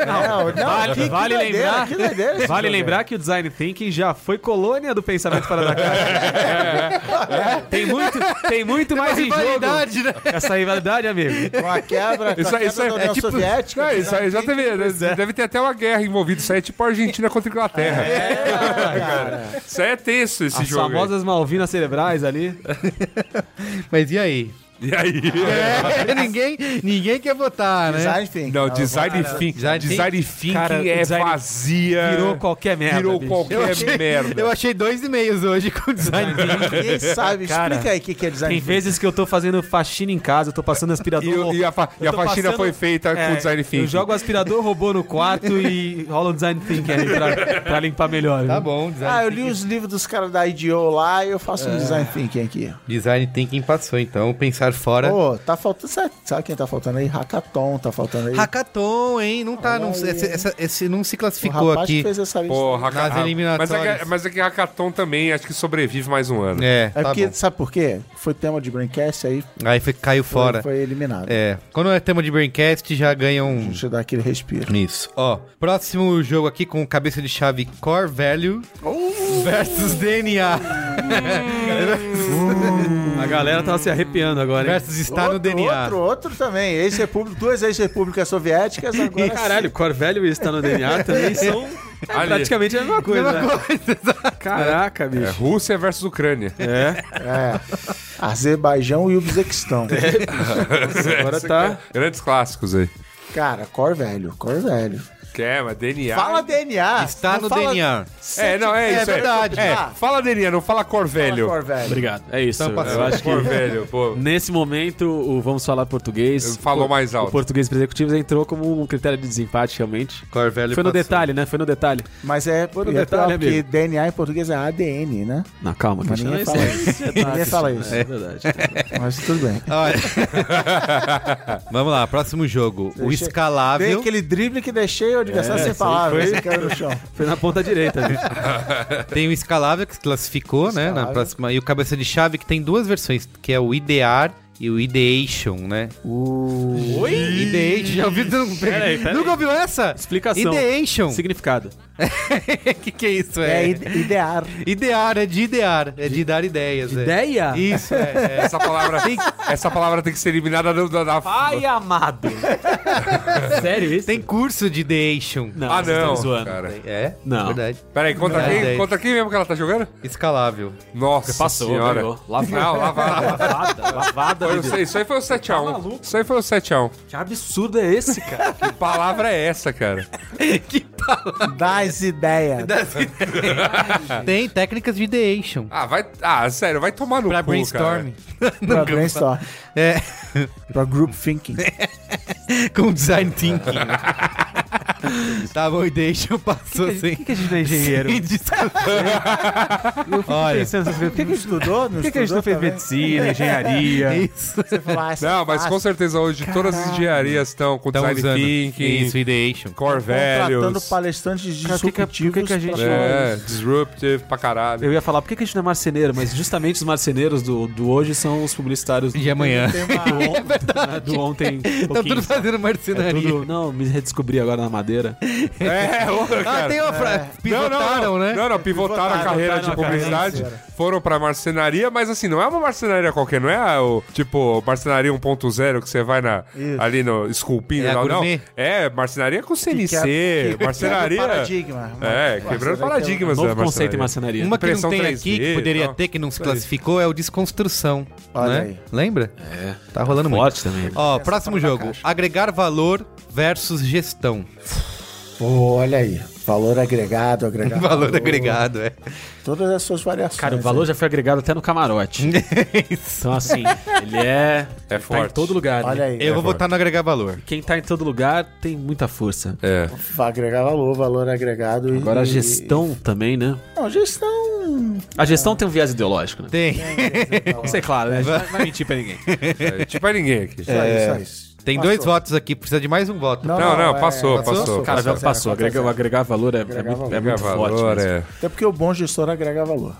S2: Não, não,
S3: Vale-
S2: Ah, que- que
S3: vale
S2: doideira,
S3: lembrar-
S2: que doideira esse
S3: Vale
S2: jogo,
S3: lembrar que o design thinking já foi colônia do pensamento fora da caixa. Tem muito, tem muito mais em jogo.
S1: né?
S3: Essa rivalidade, amigo.
S2: velho. Com a quebra, com a
S5: Isso
S2: quebra
S5: aí- isso aí-
S2: da
S5: é
S2: União
S5: tipo-
S2: Soviética. né?
S5: Não, isso aí já
S2: design
S5: teve. Deve ter até uma guerra envolvida. Isso aí é tipo a Argentina contra a Inglaterra.
S2: thinking, cara.
S5: Isso aí é tenso esse
S3: As
S5: jogo. aí.
S3: famosas Malvinas cerebrais ali.
S1: Mas e aí?
S5: E aí?
S1: É, ninguém, ninguém quer votar, né?
S2: Design thinking.
S5: Não, design thinking.
S1: Design thinking?
S5: Design thinking
S3: Cara,
S5: é
S3: design
S5: vazia.
S3: Virou qualquer merda.
S5: É. virou
S3: bicho.
S5: qualquer
S1: Eu achei,
S5: merda.
S1: eu achei dois e-mails hoje com design thinking.
S2: Ninguém sabe.
S3: Cara,
S2: Explica aí o que que é design
S3: Tem vezes que eu tô fazendo faxina em casa, eu tô passando
S5: E,
S3: aspirador.
S5: o- e a, fa- e
S3: eu
S5: a
S3: tô
S5: faxina
S3: passando-
S5: foi feita
S3: É,
S5: com design thinking.
S3: Eu jogo aspirador robô no quarto e rola um design thinking ali pra, pra limpar melhor.
S1: Tá
S3: viu?
S1: bom, design
S2: Ah, eu li os livros dos caras da IDO lá e eu faço um design thinking aqui.
S1: Design Thinking passou, então. Pensar fora.
S2: Pô, tá faltando. Sabe, sabe quem tá faltando aí? Hackathon, tá faltando aí.
S1: Hackathon, hein? Não tá.
S2: Olha
S1: Não,
S2: aí,
S1: esse,
S2: hein?
S1: essa- esse não se
S2: o
S1: classificou
S2: rapaz
S1: aqui.
S2: que fez essa lista.
S5: Porra,
S1: Nas
S5: hacka-
S1: eliminatórias.
S5: Mas é, que, mas é que Hackathon também acho que sobrevive mais um ano.
S1: É, tá
S2: é porque,
S1: bom.
S2: sabe por quê? Foi tema de Braincast, aí
S1: Aí foi, caiu
S2: foi,
S1: fora.
S2: foi eliminado.
S1: É. Quando é tema de Braincast, já ganha um.
S2: Deixa eu dar aquele respiro.
S1: Isso. Ó, próximo jogo aqui com cabeça de chave Core Value versus DNA.
S3: A galera tava se arrepiando agora, hein?
S1: Versus está Tá no
S2: Outro,
S1: DNA.
S2: Outro, outro também. Ex-república, duas ex-repúblicas soviéticas agora.
S3: Caralho, cor velho e está no DNA também são é
S5: Ali.
S3: praticamente a mesma coisa. né? Caraca, bicho.
S5: É Rússia versus Ucrânia.
S2: É. Azerbaijão e Uzbequistão.
S3: Agora tá.
S5: Grandes clássicos aí.
S2: Cara, cor velho, cor velho.
S3: é,
S5: Quer, mas DNA.
S2: Fala DNA.
S1: Está
S2: não
S1: tá no
S2: fala-
S1: DNA.
S5: É, não, é, isso. É
S1: verdade.
S5: É,
S2: Ah.
S5: fala DNA, não fala cor velho.
S2: Cor velho.
S3: Obrigado. É isso.
S1: Então, passou.
S3: eu acho que
S5: Cor velho, pô.
S3: nesse momento o Vamos Falar Português.
S5: Falou
S3: o-
S5: mais alto.
S3: O português para executivos entrou como um critério de desempate, realmente.
S1: Core Value
S3: Foi no
S1: passou.
S3: detalhe, né? Foi no detalhe.
S2: Mas é,
S3: Foi no
S2: é
S3: detalhe,
S2: porque
S3: amigo.
S2: DNA em português é ADN, né?
S3: Não, calma,
S2: Mas
S3: Cristiano.
S2: ninguém
S3: isso
S2: fala
S3: é-
S2: isso. Ninguém fala isso.
S3: É verdade.
S2: Mas tudo bem.
S1: Olha. Vamos lá, próximo jogo. O
S2: Deixa- Dei
S1: escalável.
S2: aquele drible que deixei o
S3: É,
S2: adversário sem palavras. Foi... caiu no chão.
S3: Foi na ponta direita, né? bicho.
S1: Tem o escalável que se classificou, né? Na
S2: Escalável.
S1: próxima. E o cabeça de chave que tem duas versões, que é o idear e o ideation, né? Oi? Ideation. Já ouviu?
S3: Peraí, peraí.
S1: Nunca ouviu essa?
S3: Explicação.
S1: Ideation.
S3: Significado.
S1: que que é isso?
S2: É
S1: É,
S2: ide- idear.
S1: idear, é de idear, é de dar ideias. é.
S3: Ideia?
S1: Isso, é. é.
S5: Essa palavra, essa palavra tem que ser eliminada da. da, da-
S3: Ai, amado. Sério isso?
S1: Tem curso de ideation.
S3: Não,
S5: ah,
S3: vocês estão me
S5: não.
S3: zoando.
S5: Cara.
S1: É?
S3: Não.
S1: Verdade.
S5: Peraí, contra
S1: Não.
S5: quem, contra quem mesmo que ela tá jogando?
S1: Escalável.
S5: Nossa.
S3: Passou,
S5: senhora.
S3: ganhou. Lavada.
S5: Não, lavada.
S3: Lavada, lavada.
S5: Foi o
S3: bebê.
S5: se- Isso aí foi o 7x1.
S3: maluco?
S5: Isso aí foi o 7x1.
S3: Que absurdo é esse, cara?
S5: Que palavra é essa, cara?
S2: Das ideias.
S1: Tem técnicas de ideation.
S5: Ah, vai. Ah, sério, vai tomar no
S1: Pra
S5: cu,
S1: brainstorm.
S2: Pra brainstorm.
S1: É,
S2: Pra group thinking.
S1: com design thinking. tá bom, ideation passou
S3: Por
S1: sem.
S3: que, que a gente não é engenheiro?
S1: sem discussão. Olha,
S3: Pensando essas coisas. Por que, que a gente
S2: Estudou? Não
S3: por que que a gente
S2: estudou
S3: não fez
S2: também?
S3: medicina, engenharia?
S1: isso.
S2: Você falou, ah, isso é
S5: Não, mas com
S2: fácil.
S5: certeza hoje todas as engenharias estão com
S1: Tão
S5: design
S1: Então, usando.
S5: thinking,
S1: Isso, ideation.
S5: core
S2: Contratando
S5: values,
S2: palestrantes
S3: Cara, por que que-
S2: disruptivos.
S3: por que que a gente-
S2: pra-
S5: é, disruptive pra caralho.
S3: Eu ia falar, por que, que a gente não é marceneiro? Mas justamente os marceneiros do, do hoje são os publicitários do,
S1: De amanhã. É
S3: do, on- né, do ontem.
S1: Tá
S3: pouquinho.
S1: tudo fazendo
S3: É
S1: marcenaria.
S3: tudo- não, me redescobri agora na madeira.
S5: É, ô,
S1: Ah,
S5: cara.
S1: tem uma frase.
S5: Não, não,
S1: Pivotaram,
S5: não,
S1: né?
S5: não, não, pivotaram a
S2: Pivotaram,
S5: carreira de
S3: pivotaram a
S5: publicidade, foram pra marcenaria, mas assim, não é uma marcenaria qualquer, não é o tipo marcenaria 1.0 que você vai na,
S2: Isso.
S5: ali no esculpindo,
S1: É a
S5: lá, não.
S1: gourmet.
S5: É, marcenaria com
S2: que
S5: CNC,
S2: quebra- que-
S5: marcenaria.
S2: quebra o paradigma.
S5: É,
S2: Mas
S5: quebrando
S2: você vai ter
S5: paradigmas
S3: Novo
S5: da
S3: conceito em
S5: marcenaria.
S3: marcenaria.
S1: Uma que não
S5: Impressão
S1: tem
S5: 3D
S1: aqui, que
S5: e
S1: poderia
S5: tal.
S1: ter, que não se classificou, é o desconstrução.
S2: Olha
S1: né?
S2: aí.
S1: Lembra? É. Tá rolando muito.
S3: Forte também.
S1: Ó, próximo jogo. Agregar valor versus gestão.
S2: Pô, olha aí. Valor agregado, agregado.
S1: Valor agregado, é.
S2: Todas as suas variações.
S3: Cara, o valor já foi agregado até no camarote. então, assim, ele é. ele
S5: É
S3: Tá em
S5: forte.
S3: todo lugar.
S2: aí.
S3: né?
S2: Olha aí. É,
S1: Eu vou votar no agregar valor.
S3: Quem tá em todo lugar tem muita força.
S5: É.
S2: Vai agregar valor, valor agregado. e-
S3: Agora a gestão também, né?
S2: Não, gestão.
S3: A gestão tem um viés ideológico, né?
S1: Tem.
S3: Vamos ser claro, né? A gente não vai mentir pra ninguém.
S5: É, tipo é ninguém aqui.
S2: Só isso, só isso.
S1: Tem dois votos aqui, precisa de mais um voto.
S5: Não, não,
S2: é,
S5: passou, passou.
S3: Cara, já passou. Agregar, agregar valor é, é muito, é muito forte.
S5: Valor,
S3: mesmo.
S5: é.
S2: Até porque o bom gestor agrega valor.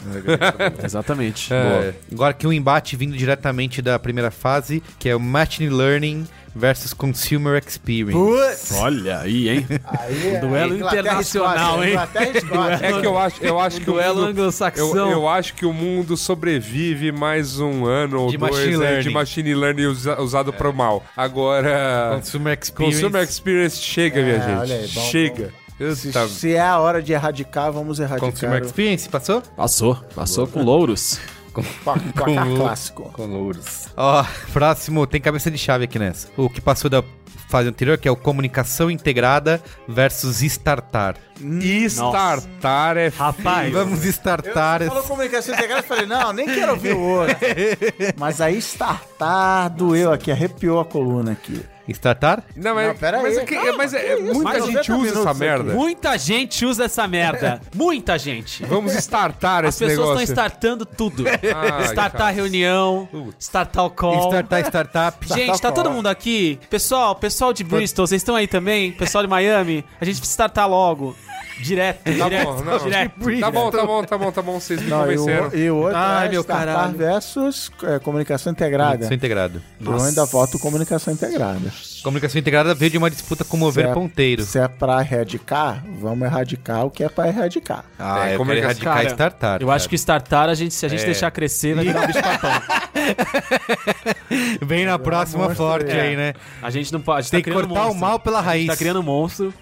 S3: Exatamente.
S5: É.
S1: Agora que um embate vindo diretamente da primeira fase, que é o Machine Learning versus Consumer Experience.
S3: Boa. Olha aí, hein?
S2: Aí, é-
S3: Duelo
S2: Inglaterra
S3: internacional,
S2: e Escócia,
S3: hein?
S2: Inglaterra e Escócia.
S5: É que eu acho, eu acho que o
S3: Duelo é
S5: mundo, eu,
S3: anglo-saxão.
S5: eu acho que o mundo sobrevive mais um ano ou
S1: De
S5: dois
S1: machine
S5: aí de
S1: learning.
S5: machine learning usa- usado pro mal. Agora,
S1: Consumer Experience.
S5: consumer experience chega, minha gente.
S2: É, olha aí, bom,
S5: chega.
S2: Se,
S5: Eita,
S2: se é a hora de erradicar, vamos erradicar.
S1: Consumer
S2: o-
S1: Experience, passou?
S3: Passou. Passou com louros.
S1: com,
S2: Placar
S1: com o-
S2: clássico.
S1: com louros. Ó, próximo, tem cabeça de chave aqui nessa. O que passou da fase anterior, que é o comunicação integrada versus startar.
S5: Startar é
S3: Rapaz,
S1: Vamos startar.
S2: Falou é comunicação integrada, eu falei, não, nem quero ouvir o outro. Mas aí startar doeu aqui, arrepiou a coluna aqui.
S1: Startar?
S5: Não, mas,
S2: Não, pera
S5: mas
S2: aí,
S5: é que-
S2: calma,
S5: mas é- é- muita
S2: Mais
S5: gente
S2: 90
S5: usa essa
S2: minutos
S5: merda.
S3: muita gente usa essa merda. Muita gente.
S2: tá
S5: Vamos startar
S3: As
S5: esse
S3: pessoas estão
S5: negócio.
S3: startando tudo.
S5: Ah,
S3: startar
S5: cara.
S3: reunião, startar o call.
S1: Startar, startup.
S3: Gente, tá
S2: call.
S3: todo mundo aqui? Pessoal, pessoal de Bristol, vocês estão aí também? Pessoal de Miami? A gente precisa startar logo. Direto,
S5: Tá
S3: direto,
S5: bom, não.
S3: direto.
S5: Tá bom, tá bom, tá bom, tá bom. Vocês me
S2: Não, e
S5: convenceram.
S2: o, e o outro
S3: Ai,
S2: é
S3: meu
S2: startar
S3: caralho.
S2: versus é, comunicação integrada.
S1: Comunicação integrada.
S2: Eu ainda voto comunicação integrada.
S1: Comunicação integrada veio de uma disputa com mover
S2: Certo.
S1: ponteiro.
S2: Se é pra erradicar, vamos erradicar o que é pra erradicar.
S1: Ah,
S5: É,
S1: eu quero
S5: comunicação-
S1: erradicar
S3: Cara,
S1: startar.
S3: Eu acho que startar, a gente, se a gente deixar crescer, vai virar um bicho papão.
S1: Vem na próxima forte aí, né?
S3: A gente não pode. a gente
S1: Tem
S3: tá
S1: que
S3: criando
S1: cortar o
S3: monstro.
S1: mal pela
S3: A gente
S1: raiz.
S3: tá criando um monstro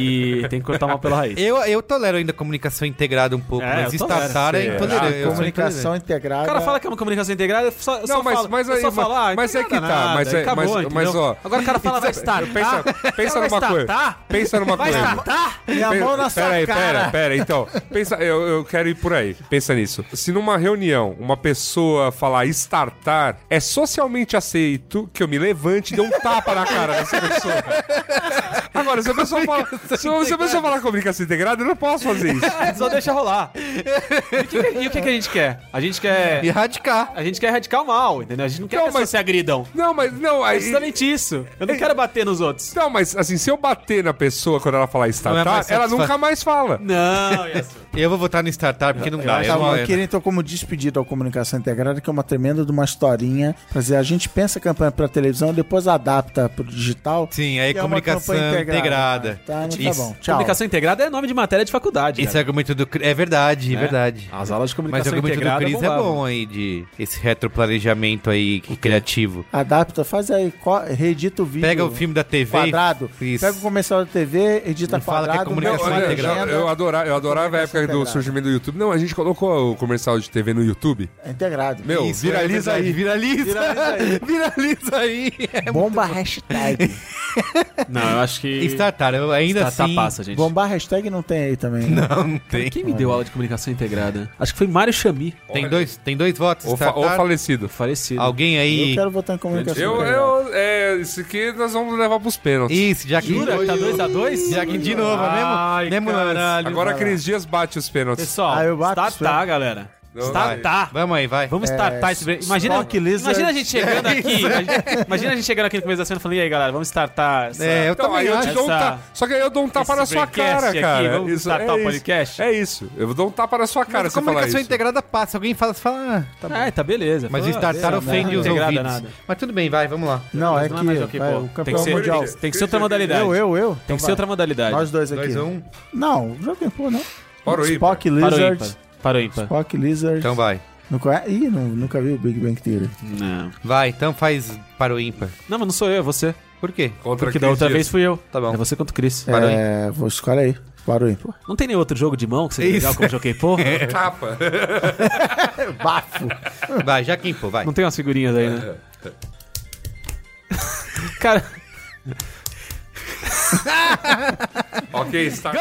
S3: e tem que cortar o mal pela raiz.
S1: Eu, eu tolero ainda comunicação integrada um pouco,
S3: É,
S1: mas
S3: eu tolero.
S1: startar é
S6: É.
S1: intolerante. Eu sou
S2: comunicação integrada.
S3: O cara fala que é uma comunicação integrada, eu só, eu
S5: Não,
S3: só
S5: mas-
S3: falo,
S5: mas
S3: eu
S5: aí-
S3: só
S5: mas-
S3: falo, ah,
S5: mas é que
S3: nada,
S5: tá,
S3: nada,
S5: mas é-
S3: acabou,
S5: mas-
S3: entendeu?
S5: mas, ó.
S3: Agora o cara fala, vai startar.
S5: Pensa- pensa
S3: Vai
S5: numa coisa.
S3: startar?
S5: Pensa numa
S3: Vai
S5: coisa.
S3: startar?
S2: Minha
S5: Pe-
S2: mão na sua
S5: pera aí,
S2: cara.
S5: pera, pera. Então, pensa, eu, eu quero ir por aí. Pensa nisso. Se numa reunião uma pessoa falar startar, é socialmente aceito que eu me levante e dê um tapa na cara dessa pessoa. Agora, se a pessoa
S2: é
S5: fala, se, se a pessoa falar comunicação integrada, eu não posso fazer isso.
S3: É, Só deixa rolar. E o que, e o que que a gente quer? A gente quer.
S1: é Erradicar.
S3: A gente quer erradicar o mal, entendeu? A gente não quer
S5: Não,
S3: que as pessoas
S5: mas-
S3: se agridam.
S5: Não, mas
S3: É
S5: não, aí.
S1: tá
S3: precisamente isso. Eu não quero bater nos outros.
S5: Não, mas assim, se eu bater na pessoa quando ela falar startar,
S1: Não é mais
S5: ela
S1: satisfa-
S5: nunca mais fala.
S3: Não, isso.
S1: Eu vou votar no startar porque não dá.
S2: Tá,
S1: eu não- é, né?
S2: eu queria então como despedida ao Comunicação Integrada, que é uma tremenda de uma historinha. Quer dizer, a gente pensa a campanha pra televisão, depois adapta pro digital.
S1: Sim, aí
S2: E é uma
S1: comunicação
S2: campanha
S1: integrada.
S2: Tá, não tá
S1: Isso.
S2: bom. Tchau.
S3: Comunicação integrada é nome de matéria de faculdade.
S1: Esse
S3: cara.
S1: argumento do Cri- É verdade, é verdade.
S7: Ah,
S3: As aulas
S1: Mas
S3: de
S1: o
S3: comunicação
S1: argumento do
S3: integrada
S1: Cris é
S3: bombavam.
S1: bom aí, de esse retroplanejamento aí criativo.
S2: Adapta, faz aí, co- reedita o vídeo.
S1: Pega o filme da TV.
S2: Quadrado.
S1: Isso.
S2: Pega o comercial da TV, edita
S1: Não fala que é
S2: quadrado.
S5: Não,
S1: comunicação
S5: olha,
S2: bota
S1: integral.
S5: eu,
S2: legenda.
S5: eu adorava, eu adorava a
S2: Comunicação
S5: época do
S2: integrada.
S5: surgimento do YouTube. Não, a gente colocou o comercial de TV no YouTube.
S2: É integrado.
S5: Meu,
S1: Isso,
S5: viraliza
S1: é verdade,
S5: aí.
S1: Viraliza. Viraliza aí. É
S2: Bomba hashtag.
S3: Não, eu acho que.
S1: Startar, eu ainda
S3: Startar
S1: assim...
S3: passa, gente.
S2: Bomba hashtag não tem aí também. né?
S1: Não, não tem.
S3: Quem me deu aula de comunicação integrada? Acho que foi Mário Chami,
S1: Tem dois, tem dois votos,
S5: Ou, fa- ou
S1: startar.
S5: falecido.
S3: falecido.
S1: Alguém
S2: Eu
S1: aí...
S2: quero votar em comunicação
S5: Eu,
S2: integrada.
S5: eu, é, isso aqui nós vamos levar pros pênaltis.
S1: Isso, já que...
S3: Jura que tá 2x2? Dois a dois?
S1: Já que de novo, é mesmo?
S3: Ai,
S1: mesmo lance.
S3: caralho.
S5: Agora aqueles dias bate os pênaltis.
S3: Pessoal,
S2: Ah, eu bato isso
S3: startar,
S2: aí. É,
S3: galera.
S5: Não,
S3: Startar.
S1: Vamos aí, vai.
S3: Tá, Vamos startar esse break. Imagina,
S2: Stock Lizards.
S3: imagina a gente chegando aqui. imagina- Imagina a gente chegando aqui no começo da semana e falando, e aí, galera, vamos startar essa,
S1: É, eu
S5: Então,
S1: também
S5: aí eu te
S1: acho.
S5: dou um
S3: Essa-
S5: tapa. Só que aí eu dou um tapa
S3: esse
S5: na sua
S3: breakcast
S5: cara,
S3: aqui,
S5: cara.
S3: vamos startar o
S5: isso.
S3: podcast?
S5: É isso. Eu dou um tapa na sua cara
S1: Mas é
S5: se eu falar é isso.
S1: comunicação integrada passa. Alguém fala, você fala... ah, tá bom.
S3: Ah, tá beleza.
S1: Mas o
S3: Pô,
S1: startar
S2: não,
S1: ofende
S3: não
S1: os
S3: integrada
S1: ouvidos.
S3: nada.
S1: Mas tudo bem, vai, vamos lá.
S2: Não, é que
S3: Não é mais ok,
S2: vai,
S3: pô.
S2: o
S3: Tem que
S2: campeão
S3: ser,
S2: mundial.
S3: tem que ser outra modalidade.
S2: Eu, eu, eu.
S3: Tem que ser outra modalidade.
S2: Nós dois aqui.
S1: 2x1. Um.
S2: Não, joguei pô, não.
S5: Para o ímpar.
S2: Spock
S3: Para o
S2: Lizard.
S3: ímpar. Para o ímpar.
S2: Spock Lizard.
S1: Então vai.
S2: Não conhe- Ih, não, nunca vi o Big Bang Theory.
S3: Não.
S1: Vai, então faz para o ímpar.
S3: Não, mas não sou eu, é você.
S1: Por quê?
S5: Contra
S3: Porque da outra
S5: Cris
S3: vez fui eu.
S1: Tá bom.
S3: É você contra o Chris.
S2: É, vou escolher aí. Para o ímpar.
S3: Não tem nenhum outro jogo de mão que seja legal como Jockey Pô?
S5: Dias. Tapa.
S2: Bafo.
S1: Vai, já quem pô, vai.
S3: Não tem umas figurinhas aí, né? Cara,
S5: ok, está.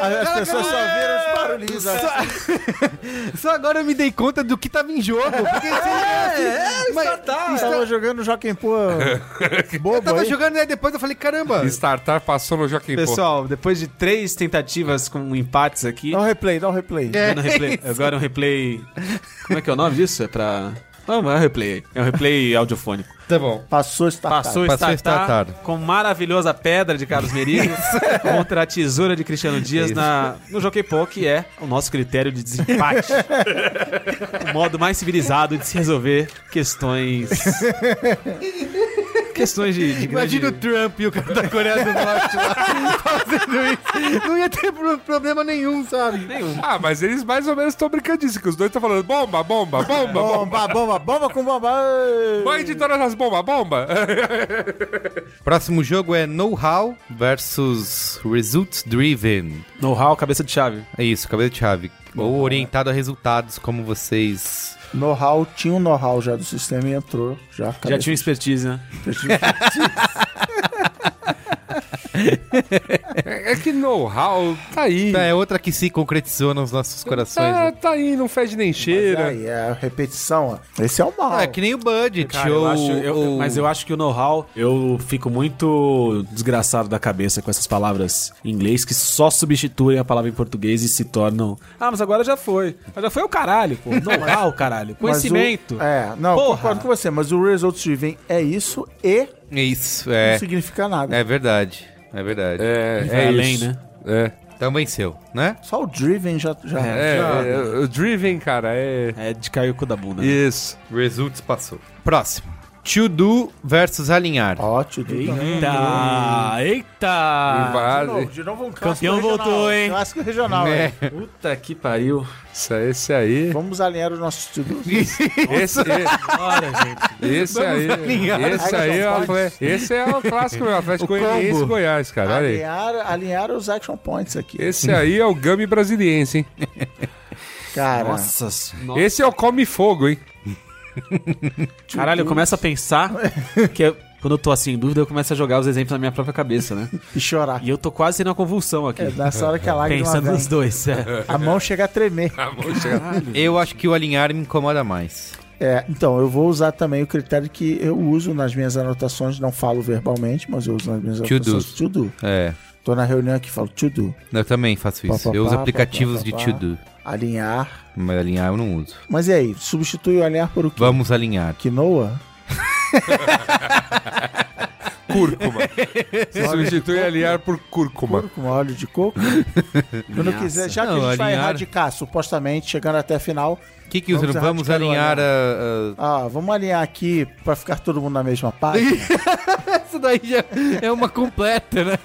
S2: As pessoas só viram os barulhinhos. assim.
S1: Só agora eu me dei conta do que tava em jogo. Porque assim, mas
S2: Eles estavam jogando Joaquim Pô
S1: eu
S2: bobo
S1: tava
S2: aí.
S1: jogando e depois eu falei, caramba.
S5: Startar passou no Joaquim Pô.
S3: pessoal, depois de três tentativas com empates aqui.
S2: Dá um replay, dá um replay.
S1: é
S3: Agora um replay- Agora um replay. Como é que é o nome disso? É pra. Não, mas é um replay. É um replay audiofônico.
S1: Tá bom.
S2: Passou startup.
S3: Passou o
S1: Passou o
S3: startar
S1: Startar.
S3: com maravilhosa pedra de Carlos Merigo contra a tesoura de Cristiano Dias na, no Jockey Pô, que é o nosso critério de desempate. o modo mais civilizado de se resolver questões questões de, de grande...
S1: Imagina o Trump e o cara da Coreia do Norte lá fazendo isso. Não ia ter pro- problema nenhum, sabe?
S5: Ah, mas eles mais ou menos estão brincando disso, que os dois estão falando bomba, bomba, bomba, bomba.
S2: Bomba, bomba, bomba com bomba.
S5: Mãe de todas as bombas, bomba!
S1: Próximo jogo é Know-How versus Results Driven.
S3: Know-how, cabeça de chave.
S1: É isso, cabelo de chave. Ou orientado a resultados, como vocês
S2: Know-how, tinha um know-how já do sistema e entrou. Já,
S3: Já tinha uma expertise, né?
S5: É, é que know-how tá aí.
S1: É outra que se concretizou nos nossos corações.
S5: tá,
S1: né?
S5: tá aí, não fede nem cheira.
S2: Aí, é a repetição, ó. Esse é o mal.
S1: Ah, é que nem o budget
S3: Cara,
S1: ou,
S3: eu acho- eu-
S1: ou-
S3: Mas eu acho que o know-how, eu fico muito desgraçado da cabeça com essas palavras em inglês que só substituem a palavra em português e se tornam. Ah, mas agora já foi. Mas já foi o caralho, pô. Know-how, caralho.
S2: Mas o-
S3: Conhecimento.
S2: é, não,
S3: Porra.
S2: concordo com você, mas o Results Driven é isso e
S1: Isso,
S2: não
S1: é.
S2: significa nada.
S1: É verdade. É verdade.
S5: É,
S3: Vai além, né?
S5: É.
S1: Então venceu, né?
S2: Só o Driven já. já,
S5: É,
S2: já-
S5: é, o Driven, cara, é.
S3: É de cair o cu da bunda. né?
S5: Isso.
S1: Results passou. Próximo. To do versus alinhar.
S2: Ó, tio do-
S3: Eita! Eita!
S2: De
S5: Invade.
S2: novo, de novo um clássico
S3: Campeão
S2: regional,
S3: voltou, hein?
S2: Clássico regional,
S1: É.
S2: hein?
S3: Puta que pariu.
S5: Isso aí, Esse aí.
S2: Vamos alinhar os nossos estudos.
S5: Esse,
S3: Olha, gente.
S5: esse aí.
S1: alinhar.
S5: Esse aí é o
S2: Action
S5: atle- Esse é o clássico do Atlético Goianiense e Goiás, cara. Olha aí.
S2: Alinhar, alinhar os action points aqui.
S5: Esse aí é o Gami brasiliense, hein?
S2: Cara,
S3: Nossa. Nossa.
S5: Esse é o Come Fogo, hein?
S3: Caralho, eu começo a pensar que eu- quando eu tô assim em dúvida, eu começo a jogar os exemplos na minha própria cabeça, né?
S2: e chorar.
S3: E eu tô quase tendo uma convulsão aqui.
S2: É nessa hora que a lágrima
S3: Pensando
S2: vem.
S3: nos dois. É.
S2: A mão chega a tremer.
S1: Eu acho que o alinhar me incomoda mais.
S2: É, então, eu vou usar também o critério que eu uso nas minhas anotações, não falo verbalmente, mas eu uso nas minhas
S1: To
S2: anotações. To do.
S1: É.
S2: Tô na reunião aqui, falo to do.
S1: Eu também faço isso.
S2: Pá, pá,
S1: eu uso
S2: pá,
S1: aplicativos
S2: pá,
S1: de
S2: pá,
S1: to
S2: pá.
S1: do.
S2: Alinhar.
S1: Mas alinhar eu não uso.
S2: Mas e aí, substitui o alinhar por o quê?
S1: Vamos alinhar.
S2: Quinoa?
S5: Cúrcuma. Substitui aliar por cúrcuma.
S2: Com óleo de coco? Quando eu quiser, já que
S1: Não,
S2: a gente vai
S1: alinhar-
S2: erradicar, supostamente, chegando até a final,
S1: O que que usa?
S2: Vamos
S1: Vamos, vamos
S2: erradicar
S1: alinhar
S2: o
S1: a... a-
S2: ah, vamos alinhar aqui pra ficar todo mundo na mesma página.
S1: Isso daí já é uma completa, né?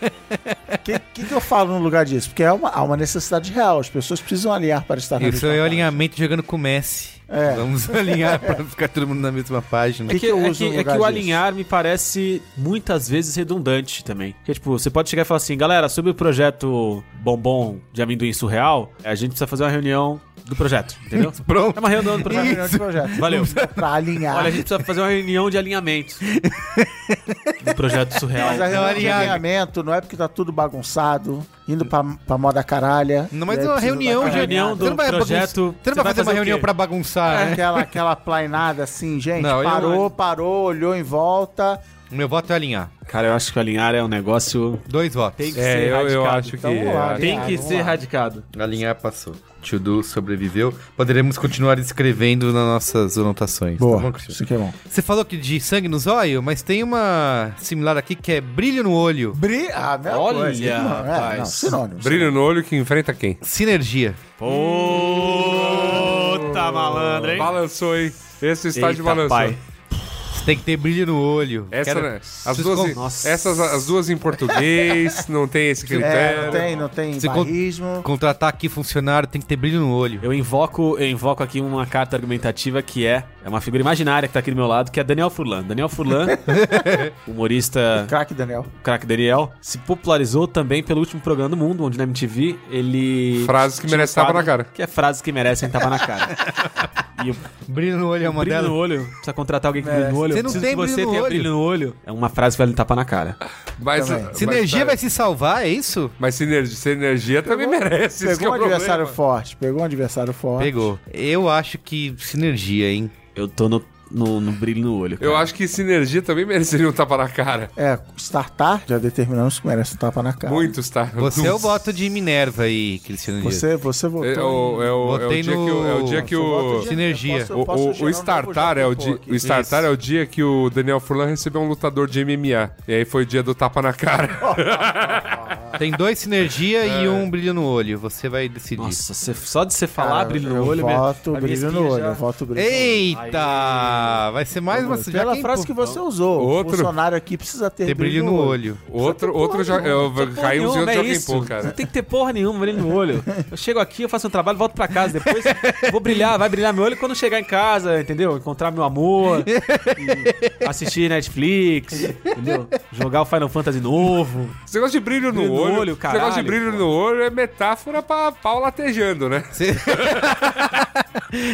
S2: O que, que, que eu falo no lugar disso? Porque é uma, há uma necessidade real, as pessoas precisam alinhar para estar na
S1: Isso
S2: mesma
S1: é o
S2: página.
S1: alinhamento jogando com o Messi.
S2: É.
S1: Vamos alinhar pra ficar todo mundo na mesma página.
S2: que eu uso
S3: é
S2: no
S3: que
S2: lugar
S3: o
S2: disso?
S3: alinhar me parece muitas vezes redundante também. Porque, tipo, você pode chegar e falar assim, galera, sobre o projeto Bombom de Amendoim Surreal, a gente precisa fazer uma reunião do projeto, entendeu?
S1: Pronto.
S3: É uma reunião do
S2: Pra
S3: projeto.
S2: reunião de projeto.
S3: Valeu.
S2: Pra alinhar.
S3: Olha, a gente precisa fazer uma reunião de alinhamento do projeto
S2: Mas a
S3: surreal.
S2: reunião de
S1: alinhar.
S2: alinhamento não é porque tá tudo bagunçado, indo pra, pra moda caralha.
S1: Não, mas é
S2: Daí
S1: uma
S2: É, precisa
S1: reunião,
S2: dar
S1: gente.
S3: Reunião
S1: Você
S3: do
S1: não vai
S3: projeto.
S1: bagunçar- né? Você não vai fazer uma
S3: o
S1: reunião
S3: quê?
S1: pra bagunçar, né?
S2: É, Aquela, aquela plainada assim, gente.
S1: Não, eu-
S2: parou, parou, olhou em volta.
S1: Meu voto é alinhar.
S3: Cara, eu acho que o alinhar é um negócio.
S1: Dois votos.
S3: Tem que
S5: É,
S3: ser
S5: eu, eu
S3: radicado.
S5: acho que.
S2: Então, vamos lá,
S5: é,
S3: Tem
S2: Ah,
S3: que
S2: vamos
S3: ser
S2: lá.
S3: radicado.
S1: Alinhar passou. Tchudu sobreviveu. Poderemos continuar escrevendo nas nossas anotações. tá bom, Cristiano?
S2: Isso aqui é bom.
S1: Você falou que de sangue nos olhos, mas tem uma similar aqui que é brilho no olho.
S2: Bri... Ah, mesma
S3: Olha,
S2: coisa. Não, é, não,
S3: rapaz.
S2: sinônimo.
S5: Brilho no olho que enfrenta quem?
S1: Sinergia.
S3: Puta malandro, hein?
S5: Balançou, hein? Esse estádio
S3: Eita,
S5: balançou.
S3: pai.
S1: Você tem que ter brilho no olho.
S5: Essa,
S1: Quero-
S5: né? As
S1: Se
S5: duas,
S1: escon-
S3: Nossa.
S5: essas, as duas em português, não tem esse
S2: É,
S5: critério.
S2: não tem, não tem
S1: Se con-
S2: barrismo.
S1: Contratar aqui funcionário tem que ter brilho no olho.
S3: Eu invoco, eu invoco aqui uma carta argumentativa que é, é uma figura imaginária que tá aqui do meu lado, que é Daniel Furlan. Daniel Furlan, humorista
S2: Craque, Daniel.
S3: craque Daniel, se popularizou também pelo último programa do mundo, onde na MTV ele.
S5: Frases que
S3: tinha um
S5: merecem tapa
S3: quadro
S5: na cara.
S3: Que é frases que merecem tapa na cara. e o
S1: Brilho no olho é uma
S3: brilho
S1: delas.
S3: no olho, precisa contratar alguém com brilho no olho.
S1: Você
S3: eu
S1: não
S3: preciso
S1: tem
S3: que você
S1: brilho no
S3: tenha
S1: olho.
S3: brilho no olho. É uma frase que vale um tapa na cara.
S5: Mas,
S2: Também.
S5: mas-
S1: Sinergia vai se salvar, é isso?
S5: Mas sinergia, sinergia também merece. Isso que
S2: Pegou
S5: é
S2: um
S5: o problema.
S2: adversário forte. Pegou um adversário forte.
S1: Pegou. Eu acho que sinergia, hein?
S3: Eu tô no, no, no brilho no olho.
S2: né?
S5: Eu acho que sinergia também mereceria um tapa na cara.
S2: É, startar, já determinamos que merece um tapa na cara.
S5: Muitos, tá?
S1: Você é o
S5: Muitos.
S1: voto de Minerva aí, Cristiano Dias.
S2: Você, você votou.
S5: É, o, é, o, é o
S1: Botei
S5: dia que o. É o
S1: no-
S5: dia que
S2: Eu voto
S5: o.
S2: de-
S1: Sinergia.
S2: eu posso- eu
S5: O,
S2: posso
S5: o- o
S2: gerar um novo
S5: Startar é o
S2: jogo
S5: dia,
S2: aqui.
S5: o Startar é o dia que o Daniel Furlan recebeu um lutador de MMA. E aí foi o dia do tapa na cara.
S1: Tem dois sinergia e um brilho no olho. Você vai decidir.
S3: Nossa, você- só de você falar
S2: Cara,
S3: brilho
S2: eu
S3: no olho, minha-
S2: voto
S3: a minha
S2: brilho no
S3: espinha
S2: olho.
S3: já-
S2: Eu voto brilho no olho.
S1: Eita! Ah, vai ser mais uma sujeira.
S2: Pela
S1: Quem-
S2: frase que você usou, o
S5: Outro.
S2: funcionário aqui precisa ter
S1: Tem brilho no olho.
S5: Outro, outro já. Eu,
S3: Porra
S5: caiu um zero de
S3: nenhuma, é
S5: alguém
S3: isso.
S5: pô,
S3: Não
S5: cara.
S3: tem que ter porra nenhuma brilho no olho. Eu chego aqui, eu faço um trabalho, volto pra casa depois. Vou brilhar, vai brilhar meu olho quando chegar em casa, entendeu? Encontrar meu amor, e assistir Netflix, entendeu? Jogar o Final Fantasy novo.
S5: Esse negócio de brilho no
S3: Brilho no
S5: olho.
S3: olho,
S5: esse
S3: caralho,
S5: negócio de brilho
S3: pô.
S5: no olho é metáfora pra pau latejando, né?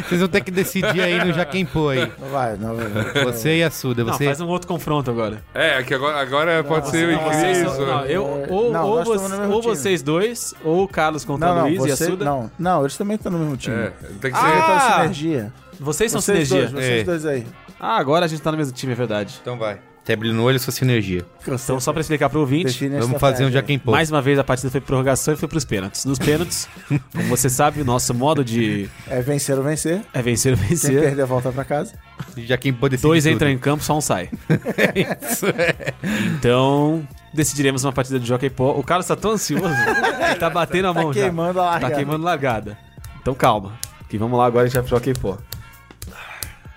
S1: Vocês vão ter que decidir aí no Jaquempô aí.
S2: Não vai, não vai.
S1: Você e a Suda.
S3: Não,
S1: Você...
S3: faz um outro confronto agora.
S5: É, que agora, agora pode ser o
S3: Vocês
S5: inglês.
S3: são- não,
S5: ou-
S3: eu, ou,
S2: É Não,
S3: ou
S2: nós
S3: voc-
S2: estamos no mesmo
S3: ou
S2: time.
S3: vocês dois, ou o Carlos contra
S2: Não,
S3: o
S2: não,
S3: Luiz e a
S2: você,
S3: Suda.
S2: não, não, eles também estão no mesmo time.
S5: É, tem que ser.
S3: Ah!
S2: Tá no sinergia.
S3: Vocês são
S2: vocês
S3: sinergia.
S2: dois, vocês
S1: É.
S2: dois aí.
S3: Ah, agora a gente tá no mesmo time, é verdade.
S1: Então vai. Até brilho no olho, sua sinergia.
S3: Então, só pra explicar pro ouvinte,
S2: Define a
S1: Vamos fazer um
S2: estratégia.
S1: Jaquempô.
S3: Mais uma vez a partida foi prorrogação e foi pros pênaltis. Nos pênaltis, como você sabe, o nosso modo de
S2: É vencer ou vencer.
S3: é vencer ou
S2: Quem
S3: vencer.
S2: perder volta pra casa.
S1: Jaquempô decide
S3: Dois
S1: tudo.
S3: entram em campo, só um sai.
S1: Isso, é.
S3: Então, decidiremos uma partida de Jockey Pó. O Carlos tá tão ansioso, ele tá batendo a mão
S2: Tá
S3: já.
S2: queimando a largada.
S3: Tá queimando largada. Então calma, que vamos lá agora a gente vai pro Jockey Pó.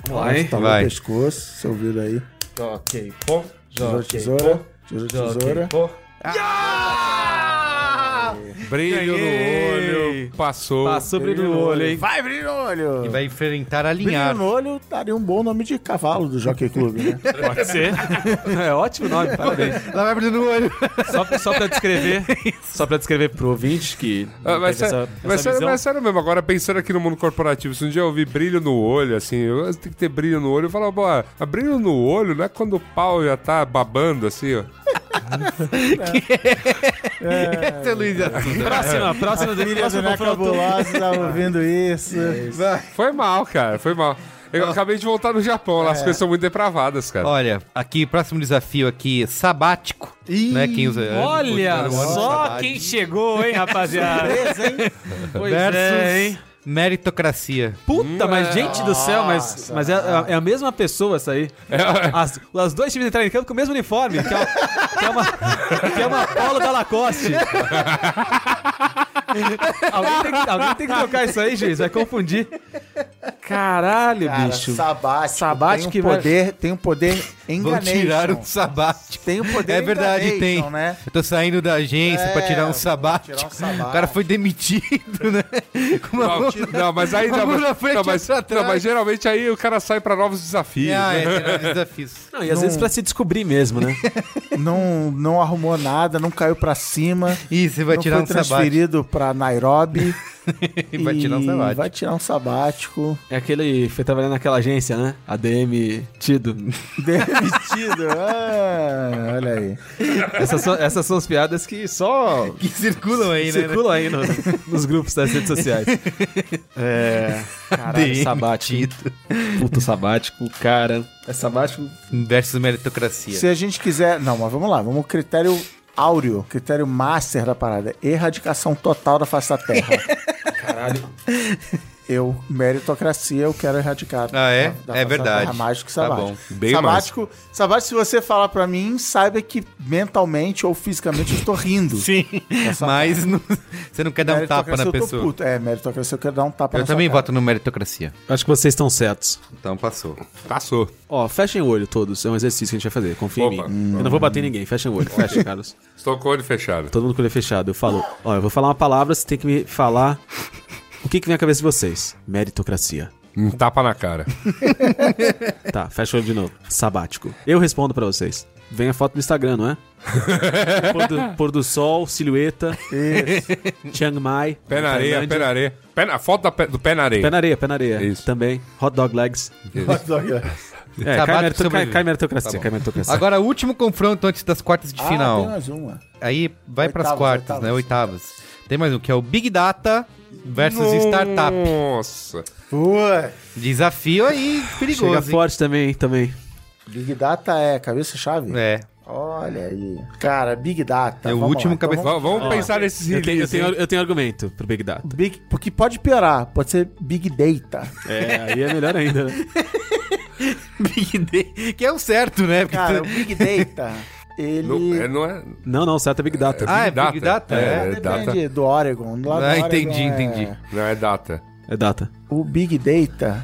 S3: Vamos lá, hein?
S2: Tá
S1: Vai.
S2: no pescoço, seu ouvido aí.
S7: Jockey pô,
S2: Tesoura, tesoura. Tesoura, tesoura.
S7: pô.
S5: Brilho no
S3: Ganhei.
S5: olho. Passou.
S3: Passou brilho no olho, hein?
S2: Vai, brilho no olho.
S1: E vai enfrentar
S2: Brilho
S1: alinhar.
S2: no olho daria um bom nome de cavalo do Jockey Clube, né?
S3: Pode ser. É ótimo nome, parabéns.
S1: Lá vai brilho no olho.
S3: Só, só pra descrever, só pra descrever pro ouvinte que
S5: Ah, mas,
S3: teve
S5: sé-
S3: essa-
S5: mas
S3: essa
S5: sério,
S3: visão.
S5: mas sério mesmo, agora pensando aqui no mundo corporativo, se um dia eu ouvir brilho no olho, assim, eu tem que ter brilho no olho, eu falo, pô, ah, brilho no olho não é quando o pau já tá babando, assim, ó.
S1: Seu Luiz e a Suda.
S3: Próxima, próxima do
S2: Nossa,
S3: próximo
S2: né,
S3: confronto.
S2: cabulosa, tá ouvindo isso.
S1: É
S5: Foi mal, cara, foi mal.
S3: Ah.
S5: Eu acabei de voltar no Japão, lá as
S3: É.
S5: coisas são muito depravadas, cara.
S1: Olha, aqui, próximo desafio aqui, sabático. né, quem usa...
S3: Olha
S1: usa- usa-
S3: só
S1: sabático.
S3: quem chegou, hein, rapaziada? Pois
S1: Versus
S3: é, hein? Hum,
S1: meritocracia.
S3: Puta, mas gente do céu, mas, mas é, a- é a mesma pessoa essa aí. As, os dois times entraram em campo com o mesmo uniforme, que é, uma- que é uma, que é uma polo da Lacoste. alguém, tem que, alguém tem que trocar isso aí, juiz, vai confundir. Caralho, bicho.
S2: sabático. tem
S3: Sabático que
S2: um
S3: vai-
S2: poder, tem um poder
S1: Vão
S2: enganation.
S1: tirar um sabático.
S2: Tem um poder
S1: É verdade,
S2: enganation,
S1: tem.
S2: né?
S1: Eu tô saindo da agência
S2: É,
S1: pra tirar um
S2: vou
S1: sabático.
S2: tirar um sabático.
S1: O cara foi demitido, né? Com uma
S5: Não,
S1: mão-
S5: não, mas aí não,
S1: Vamos na
S5: mas,
S1: frente,
S5: não, mas,
S1: outra
S5: não, mas
S1: atrás.
S5: geralmente aí o cara sai pra novos desafios.
S1: Ah,
S5: né?
S1: é, tirar os desafios.
S3: Não, e às vezes pra se descobrir mesmo, né?
S2: Não, não arrumou nada, não caiu pra cima.
S1: Ih, você vai
S2: não
S1: tirar
S2: foi
S1: um sabático.
S2: transferido pra Nairobi.
S1: E vai tirar um
S2: e
S1: sabático.
S2: Vai tirar um sabático.
S3: É aquele. Foi trabalhando naquela agência, né? ADM Tido.
S2: Demitido. ah, olha aí.
S3: Essas são, essas são as piadas que só
S1: Que circulam aí, né?
S3: circulam aí no- nos grupos das redes sociais. É. Caralho,
S1: DM
S3: sabático. Puto sabático, cara. É sabático.
S1: Versus meritocracia.
S2: Se a gente quiser. Não, mas vamos lá. Vamos critério áureo, critério master da parada. Erradicação total da face da terra. Caralho. Eu, meritocracia, eu quero erradicar.
S1: Ah, é? É
S2: da- da face da
S1: verdade.
S2: terra. Mágico e
S1: Tá
S2: sabático.
S1: bom.
S5: Bem
S2: sabático, sabático, se você falar pra mim, saiba que mentalmente ou fisicamente eu estou rindo.
S1: Sim,
S2: Essa-
S1: mas não- você não quer dar um tapa
S2: Meritocracia,
S1: na
S2: eu tô
S1: pessoa.
S2: puto. É, meritocracia, eu quero dar um tapa
S1: Eu
S2: na sua
S1: também
S2: cara.
S1: voto no meritocracia.
S3: Acho que vocês estão certos.
S1: Então passou.
S5: Passou.
S3: Ó, fechem o olho todos. É um exercício que a gente vai fazer. Confia
S5: Opa.
S3: em mim. Eu não vou bater em ninguém. Fechem o olho. Fechem, Carlos.
S5: Estou com o olho fechado.
S3: Todo mundo com o olho fechado. Eu falo. Ó, eu vou falar uma palavra, você tem que me falar. O que, que vem à cabeça de vocês? Meritocracia.
S5: Um tapa na cara.
S3: Tá, fecha o olho de novo. Sabático. Eu respondo pra vocês. Vem a foto do Instagram, não é? pôr, do, pôr do sol, silhueta. Chiang Mai.
S5: Pé na areia, pé na areia. Pé na- foto da pé- do pé na areia.
S3: Pé na areia, pé na areia.
S5: Isso.
S3: Também. Hot dog legs. É,
S1: Sabático
S3: cai, merito, cai,
S5: Tá
S1: sobrevive.
S3: cai meritocracia, cai meritocracia.
S1: Agora, último confronto antes das quartas de
S2: Ah,
S1: final.
S2: tem mais uma.
S1: Aí vai
S2: Oitavas,
S1: pras quartas,
S2: oitavas.
S1: né? Oitavas. Tem mais um, que é o Big Data versus Startup.
S5: Nossa.
S2: Ué,
S1: Desafio aí
S5: é
S1: perigoso.
S3: Chega
S1: hein?
S3: forte também, hein, também.
S2: Big Data é cabeça-chave?
S1: É.
S2: Olha aí. Cara, Big Data.
S1: É o
S2: vamos
S1: último
S2: lá. Então
S1: cabeça-
S2: vamos-
S5: Va- Vamos pensar nesses
S3: Eu tenho, eu,
S5: releases,
S3: tenho,
S5: hein?
S3: eu tenho argumento pro Big Data.
S2: Big, porque pode piorar, pode ser Big Data.
S3: É, aí é melhor ainda, né?
S1: um Big Data. Que é o certo, né? Porque
S2: Cara, o
S1: tu-
S2: Big Data, ele
S5: Não, é, não é...
S3: Não, não, o certo é Big Data.
S1: Ah, é Big Data?
S5: É,
S1: É,
S5: é data.
S2: depende do Oregon. é Lá do
S1: Ah,
S2: Oregon
S1: entendi,
S2: é-
S1: entendi.
S5: Não, é data.
S3: É data.
S2: O Big Data,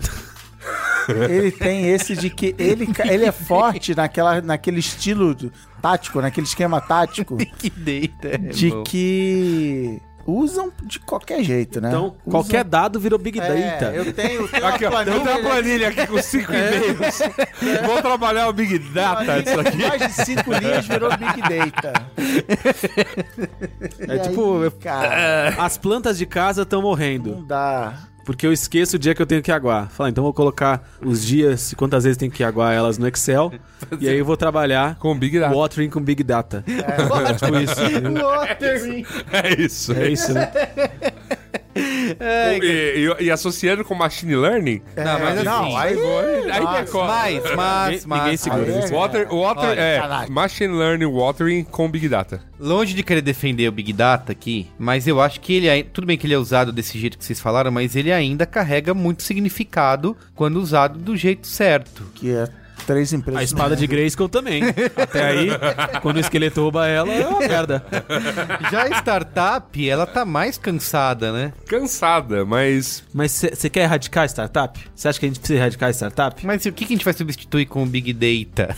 S2: Ele tem esse de que ele, ca- ele é forte naquela, naquele estilo de- tático, naquele esquema tático,
S8: Que deita. é
S2: de
S8: bom.
S2: que usam de qualquer jeito, né?
S3: Então,
S2: Usam-
S3: qualquer dado virou Big Data.
S2: É, eu tenho, eu tenho
S5: Aqui, ó,
S2: uma
S5: eu tenho uma
S2: planilha É.
S5: planilha aqui com cinco e-mails. Vou trabalhar o Big Data disso aqui.
S2: Mais de cinco linhas virou Big Data. É
S3: tipo, eu-
S2: Cara,
S3: As plantas de casa estão morrendo,
S2: não dá.
S3: porque eu esqueço o dia que eu tenho que aguar. Fala, então eu vou colocar os dias, e quantas vezes tenho que aguar elas no Excel, e aí eu vou trabalhar
S5: Com o Big Data.
S3: watering com Big Data. tipo isso.
S2: Watering.
S5: É isso. É,
S3: É isso, né?
S5: e, e- e associando com Machine Learning,
S1: Não, mas assim...
S2: não, aí,
S5: aí é
S2: nossa,
S5: decola.
S1: Mas, mas,
S3: Ninguém-
S1: mas...
S3: ninguém segura,
S1: mas-
S3: ninguém segura.
S5: Water, water,
S1: Olha,
S5: é,
S2: caraca.
S5: Machine Learning Watering com Big Data.
S1: Longe de querer defender o Big Data aqui, mas eu acho que ele, ai- tudo bem que ele é usado desse jeito que vocês falaram, mas ele ainda carrega muito significado quando usado do jeito certo.
S2: que é três empresas.
S3: A espada de Grayskull também. Até aí, quando o esqueleto rouba ela, é uma merda.
S1: Já a startup, ela tá mais cansada, né?
S5: Cansada, mas
S3: Mas você quer erradicar a startup? Você acha que a gente precisa erradicar a startup?
S1: Mas o que que a gente vai substituir com o Big Data?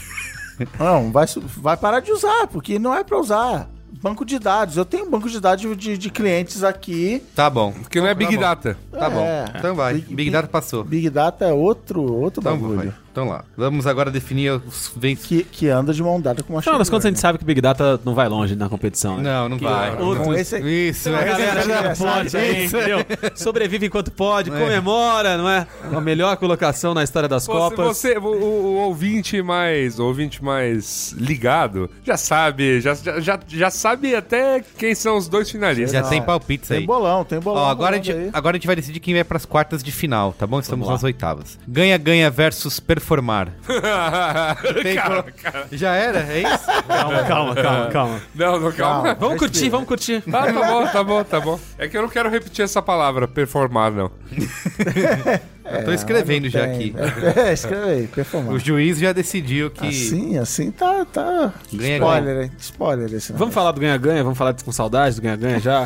S2: Não, vai, su- vai parar de usar, porque não é pra usar. Banco de dados. Eu tenho um banco de dados de, de clientes aqui.
S1: Tá bom,
S5: porque não é Big
S1: bom.
S5: Data.
S1: tá
S2: É.
S1: bom. Então vai, Big, Data passou.
S2: Big Data é outro, outro
S1: Então, vai.
S2: bagulho.
S1: então lá, vamos agora definir os vencedores.
S2: Que, que anda de mão dada com uma
S3: Afinal das contas, a gente sabe que Big Data não vai longe na competição, né?
S1: Não, não vai.
S3: outro-
S1: Não.
S2: esse-
S1: Isso, é.
S3: galera
S2: Esse é
S3: já
S2: engraçado,
S3: pode, hein, entendeu? Sobrevive enquanto pode, comemora, não é? A melhor colocação na história das
S5: Você,
S3: Copas.
S5: você- o, o- o ouvinte mais, o ouvinte mais ligado, já sabe, já, já- já, já sabe até quem são os dois finalistas.
S1: Já tem palpites
S2: Tem
S1: aí.
S2: bolão, tem bolão.
S1: Ó, agora, a
S2: rolando
S1: gente,
S2: aí.
S1: agora a gente vai decidir quem vai pras quartas de final, tá bom? Estamos
S3: lá.
S1: nas oitavas. Ganha-ganha versus performar. Tem
S5: Cara,
S1: como- Já era? É isso?
S3: Calma, calma, calma, calma.
S5: não, não, calma.
S3: Vamos curtir, vamos curtir.
S5: Tá, tá bom, tá bom, tá bom. É que eu não quero repetir essa palavra, performar, não.
S1: Eu tô escrevendo já
S2: Tem,
S1: aqui.
S2: É, é, escreve aí,
S1: O
S2: performance.
S1: juiz já decidiu que.
S2: Assim, assim tá. tá...
S1: Ganha,
S2: spoiler, hein? Spoiler esse né?
S3: Vamos falar do ganha-ganha, vamos falar com saudade do ganha-ganha já.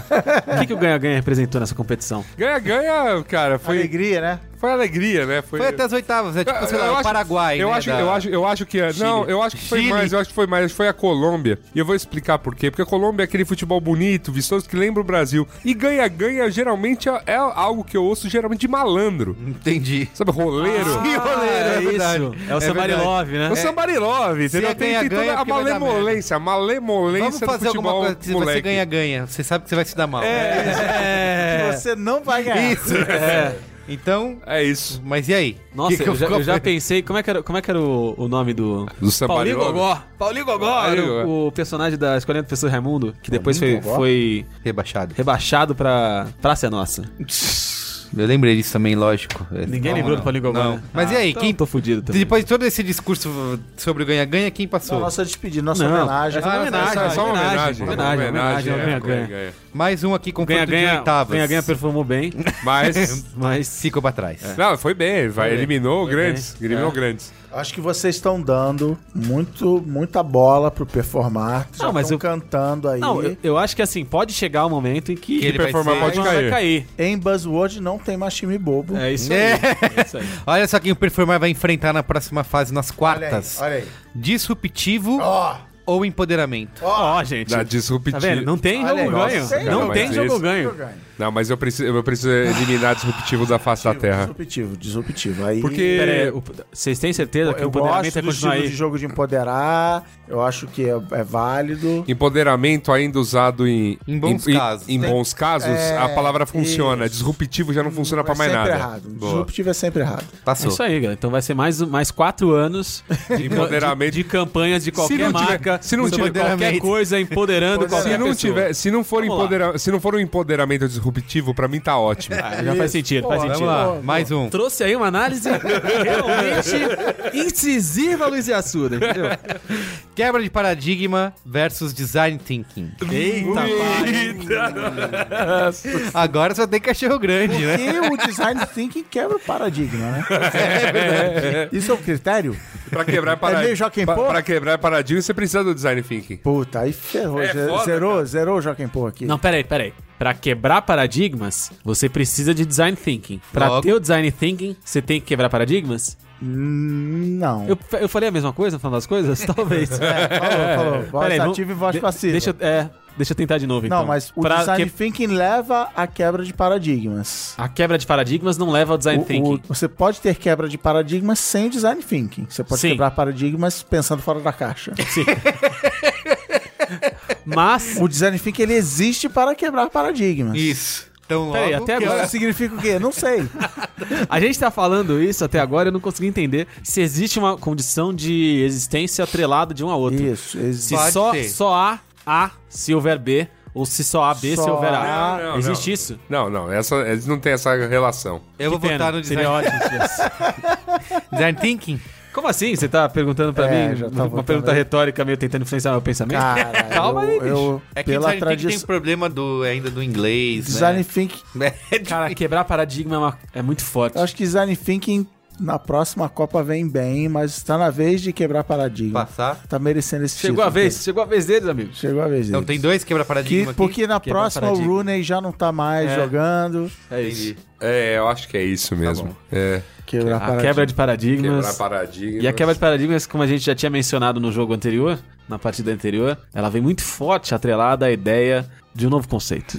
S3: O que, que o ganha-ganha representou nessa competição?
S5: Ganha-ganha, cara,
S2: Foi...
S5: foi,
S2: Alegria, né?
S5: foi alegria, né?
S1: Foi até as oitavas, é tipo, sei lá, o Paraguai.
S5: Eu,
S1: né,
S5: acho,
S1: da-
S5: eu, acho, eu acho que. é- Não,
S1: Chile.
S5: eu acho que foi
S1: Chile.
S5: mais, eu acho que foi mais. Foi a Colômbia. E eu vou explicar por quê. Porque a Colômbia é aquele futebol bonito, vistoso, que lembra o Brasil. E ganha-ganha geralmente é, é algo que eu ouço geralmente de malandro.
S1: Entendi.
S5: Sabe, roleiro.
S1: Que roleiro, é verdade.
S3: É o
S1: É
S3: Somebody
S1: verdade.
S3: Love, né?
S5: O Somebody Love,
S1: Se
S5: entendeu?
S1: é
S5: Tem, tem
S1: ganha-ganha,
S5: toda a
S1: porque vai dar
S5: malemolência, a malemolência
S1: Vamos fazer
S5: do
S1: alguma
S5: futebol
S1: coisa que você
S5: moleque.
S1: ganha-ganha. Você sabe que você vai se dar mal.
S3: É.
S2: Você não vai ganhar.
S1: Isso. Então,
S5: É isso.
S1: mas e aí?
S3: Nossa,
S1: Que que
S3: eu, já,
S1: vou-
S3: eu já pensei, como é que era, como é que era o, o nome do...
S5: Do Somebody
S3: Paulinho
S5: Love.
S3: Gogó. Paulinho Gogó
S5: Paulinho
S3: era
S5: Gogó.
S3: o, o personagem da Escolhendo o Professor Raimundo, que depois foi, foi
S1: Rebaixado.
S3: rebaixado pra Praça é Nossa.
S1: Eu lembrei disso também, lógico. É,
S3: Ninguém
S1: calma,
S3: lembrou
S1: não.
S3: do Paulinho Gogó,
S1: Não.
S3: né?
S1: Mas e
S3: Ah,
S1: aí?
S3: então
S1: quem...
S3: Tô fudido também.
S1: Depois de todo esse discurso sobre o ganha-ganha, quem passou?
S2: Nossa despedida, nossa
S3: Não.
S2: homenagem.
S3: Essa é uma homenagem,
S5: É só uma homenagem.
S3: homenagem, homenagem, homenagem,
S5: é,
S3: ganha-ganha.
S5: ganha-ganha.
S1: Mais um aqui com
S3: Ganha,
S1: de
S3: ganha,
S1: oitavas.
S3: ganha, ganha performou bem,
S5: Mas.
S3: mas
S1: Ficou pra trás.
S5: Não, foi bem, vai, eliminou
S3: Foi
S5: grandes.
S1: É.
S5: Eliminou grandes.
S2: Acho que vocês estão dando muito, muita bola pro performar. Já
S3: Não, mas
S2: estão
S3: eu-
S2: cantando aí.
S3: Não, eu, eu acho que assim, pode chegar o momento em que,
S1: Que ele vai
S5: performar
S1: ser-
S5: pode
S3: vai
S5: cair.
S3: cair.
S2: Em Buzzword não tem mais time bobo.
S3: É isso aí.
S1: É.
S3: É isso aí.
S1: Olha só quem o Performar vai enfrentar na próxima fase, nas
S2: Olha aí,
S1: quartas.
S2: olha aí.
S1: Disruptivo
S2: Ó,
S1: ou empoderamento?
S3: Ó, gente.
S5: Da
S3: Tá
S5: disruptiva.
S3: vendo? Não tem
S2: Olha aí.
S3: jogo ganho.
S2: Nossa, cara,
S3: não
S5: mas
S3: tem
S5: isso-
S3: jogo
S2: eu
S3: ganho.
S2: ganho.
S5: Não, mas eu preciso, eu preciso eliminar disruptivo da face da Terra.
S2: Disruptivo, disruptivo. Aí,
S5: Porque-
S3: Pera aí, o- vocês têm certeza que o
S2: eu
S3: empoderamento
S2: gosto
S3: é
S2: do
S3: continuar
S2: estilo de
S3: aí?
S2: jogo de empoderar. Eu acho que é, é válido.
S5: Empoderamento ainda usado em,
S1: Em bons casos.
S5: Em, bons casos,
S2: É,
S5: a palavra funciona.
S2: isso.
S5: Disruptivo já não funciona pra
S2: é
S5: mais
S2: sempre
S5: nada.
S2: errado. Disruptivo é sempre errado.
S3: É
S1: Passou.
S3: isso aí, galera. Então vai ser mais, mais quatro anos de,
S5: Empoderamento.
S3: de, de campanhas de qualquer
S5: não tiver-
S3: marca,
S5: se não
S3: de
S5: tiver
S3: qualquer
S1: empoderamento.
S3: coisa empoderando qualquer
S5: Se não
S3: pessoa.
S5: tiver, se não for
S3: Vamos lá.
S5: empodera, se não for um empoderamento disruptivo, pra mim tá ótimo.
S2: É.
S3: Ah, já faz sentido, faz
S1: Vamos
S3: sentido.
S1: lá, mais um.
S3: Trouxe aí uma análise realmente incisiva, Luiz Assuda, entendeu?
S1: Quebra de paradigma versus design thinking.
S3: Eita, pai.
S1: Agora só tem cachorro grande, né?
S2: E o design thinking quebra o paradigma, né? Isso é um critério?
S5: pra quebrar para-
S2: É meio Joaquim
S5: pra,
S2: Pô?
S5: pra quebrar paradigma, você precisa do design thinking.
S2: Puta, aí ferrou.
S5: É
S2: ze-
S5: foda,
S2: zerou,
S5: cara.
S2: zerou o Joaquim Pô aqui.
S3: Não, peraí, peraí. Pra quebrar paradigmas, você precisa de design thinking. Pra
S1: Logo.
S3: ter o design thinking, você tem que quebrar paradigmas?
S2: Hum, Não.
S3: É. Eu, eu falei a mesma coisa no final das coisas? Talvez.
S2: É.
S3: É.
S2: Falou, falou. Voz
S3: Peraí, vamos-
S2: ativa e voz
S3: De-
S2: passiva.
S3: Deixa, eu- é, deixa eu tentar de novo, então.
S2: Não, mas o
S3: Pra-
S2: design
S3: que-
S2: thinking leva à quebra de paradigmas.
S3: A quebra de paradigmas não leva ao design
S2: O-
S3: thinking.
S2: o- você pode ter quebra de paradigmas sem design thinking. Você pode
S3: Sim.
S2: quebrar paradigmas pensando fora da caixa.
S3: Mas,
S2: O design thinking ele existe para quebrar paradigmas.
S1: Isso. Então logo...
S3: Peraí, até
S1: que-
S3: agora-
S2: Isso significa o quê? Não sei.
S3: a gente tá falando isso até agora, eu não consegui entender se existe uma condição de existência atrelada de um a outro.
S2: Isso,
S3: Se
S2: existe.
S1: Pode
S3: só,
S1: ter.
S3: só há A se houver B, ou se só há B se
S2: Só
S3: houver
S2: há-
S3: A.
S5: Não, não,
S3: Existe isso?
S5: Não, não, essa, eles não têm essa relação.
S1: Eu vou
S3: Que pena,
S1: votar no design,
S3: Seria ótimo se tivesse.
S1: design thinking.
S3: Como assim? Você tá perguntando pra
S2: É,
S3: mim?
S2: já tá
S3: uma
S2: voltando
S3: pergunta
S2: aí.
S3: retórica meio tentando influenciar meu pensamento?
S2: Cara,
S3: Calma
S2: eu,
S3: aí, bicho.
S2: eu-
S1: É que
S2: pela
S1: design thinking tem
S2: tradição.
S1: problema do, ainda do inglês,
S2: Design
S1: né?
S2: thinking.
S3: Cara, quebrar paradigma é, uma- é muito forte.
S2: Eu acho que design thinking na próxima Copa vem bem, mas está na vez de quebrar paradigma.
S1: Passar.
S2: Tá merecendo esse
S3: Chegou
S2: título,
S3: a vez,
S1: né?
S3: chegou a vez deles, amigos.
S2: cara. Chegou a vez.
S1: Então
S2: dele.
S1: tem dois
S2: Que-
S1: quebra-paradigma aqui.
S2: porque na
S3: Quebrar
S2: próxima o
S3: paradigma.
S2: Rooney já não tá mais
S3: É.
S2: jogando.
S3: É isso.
S1: Entendi.
S5: É, eu acho que é
S2: Tá
S5: isso mesmo. é,
S2: Quebrar
S3: A
S2: paradigma.
S3: quebra de paradigmas.
S5: quebrar paradigma.
S3: E a quebra de paradigmas, como a gente já tinha mencionado no jogo anterior, na partida anterior, ela vem muito forte atrelada à ideia de um novo conceito.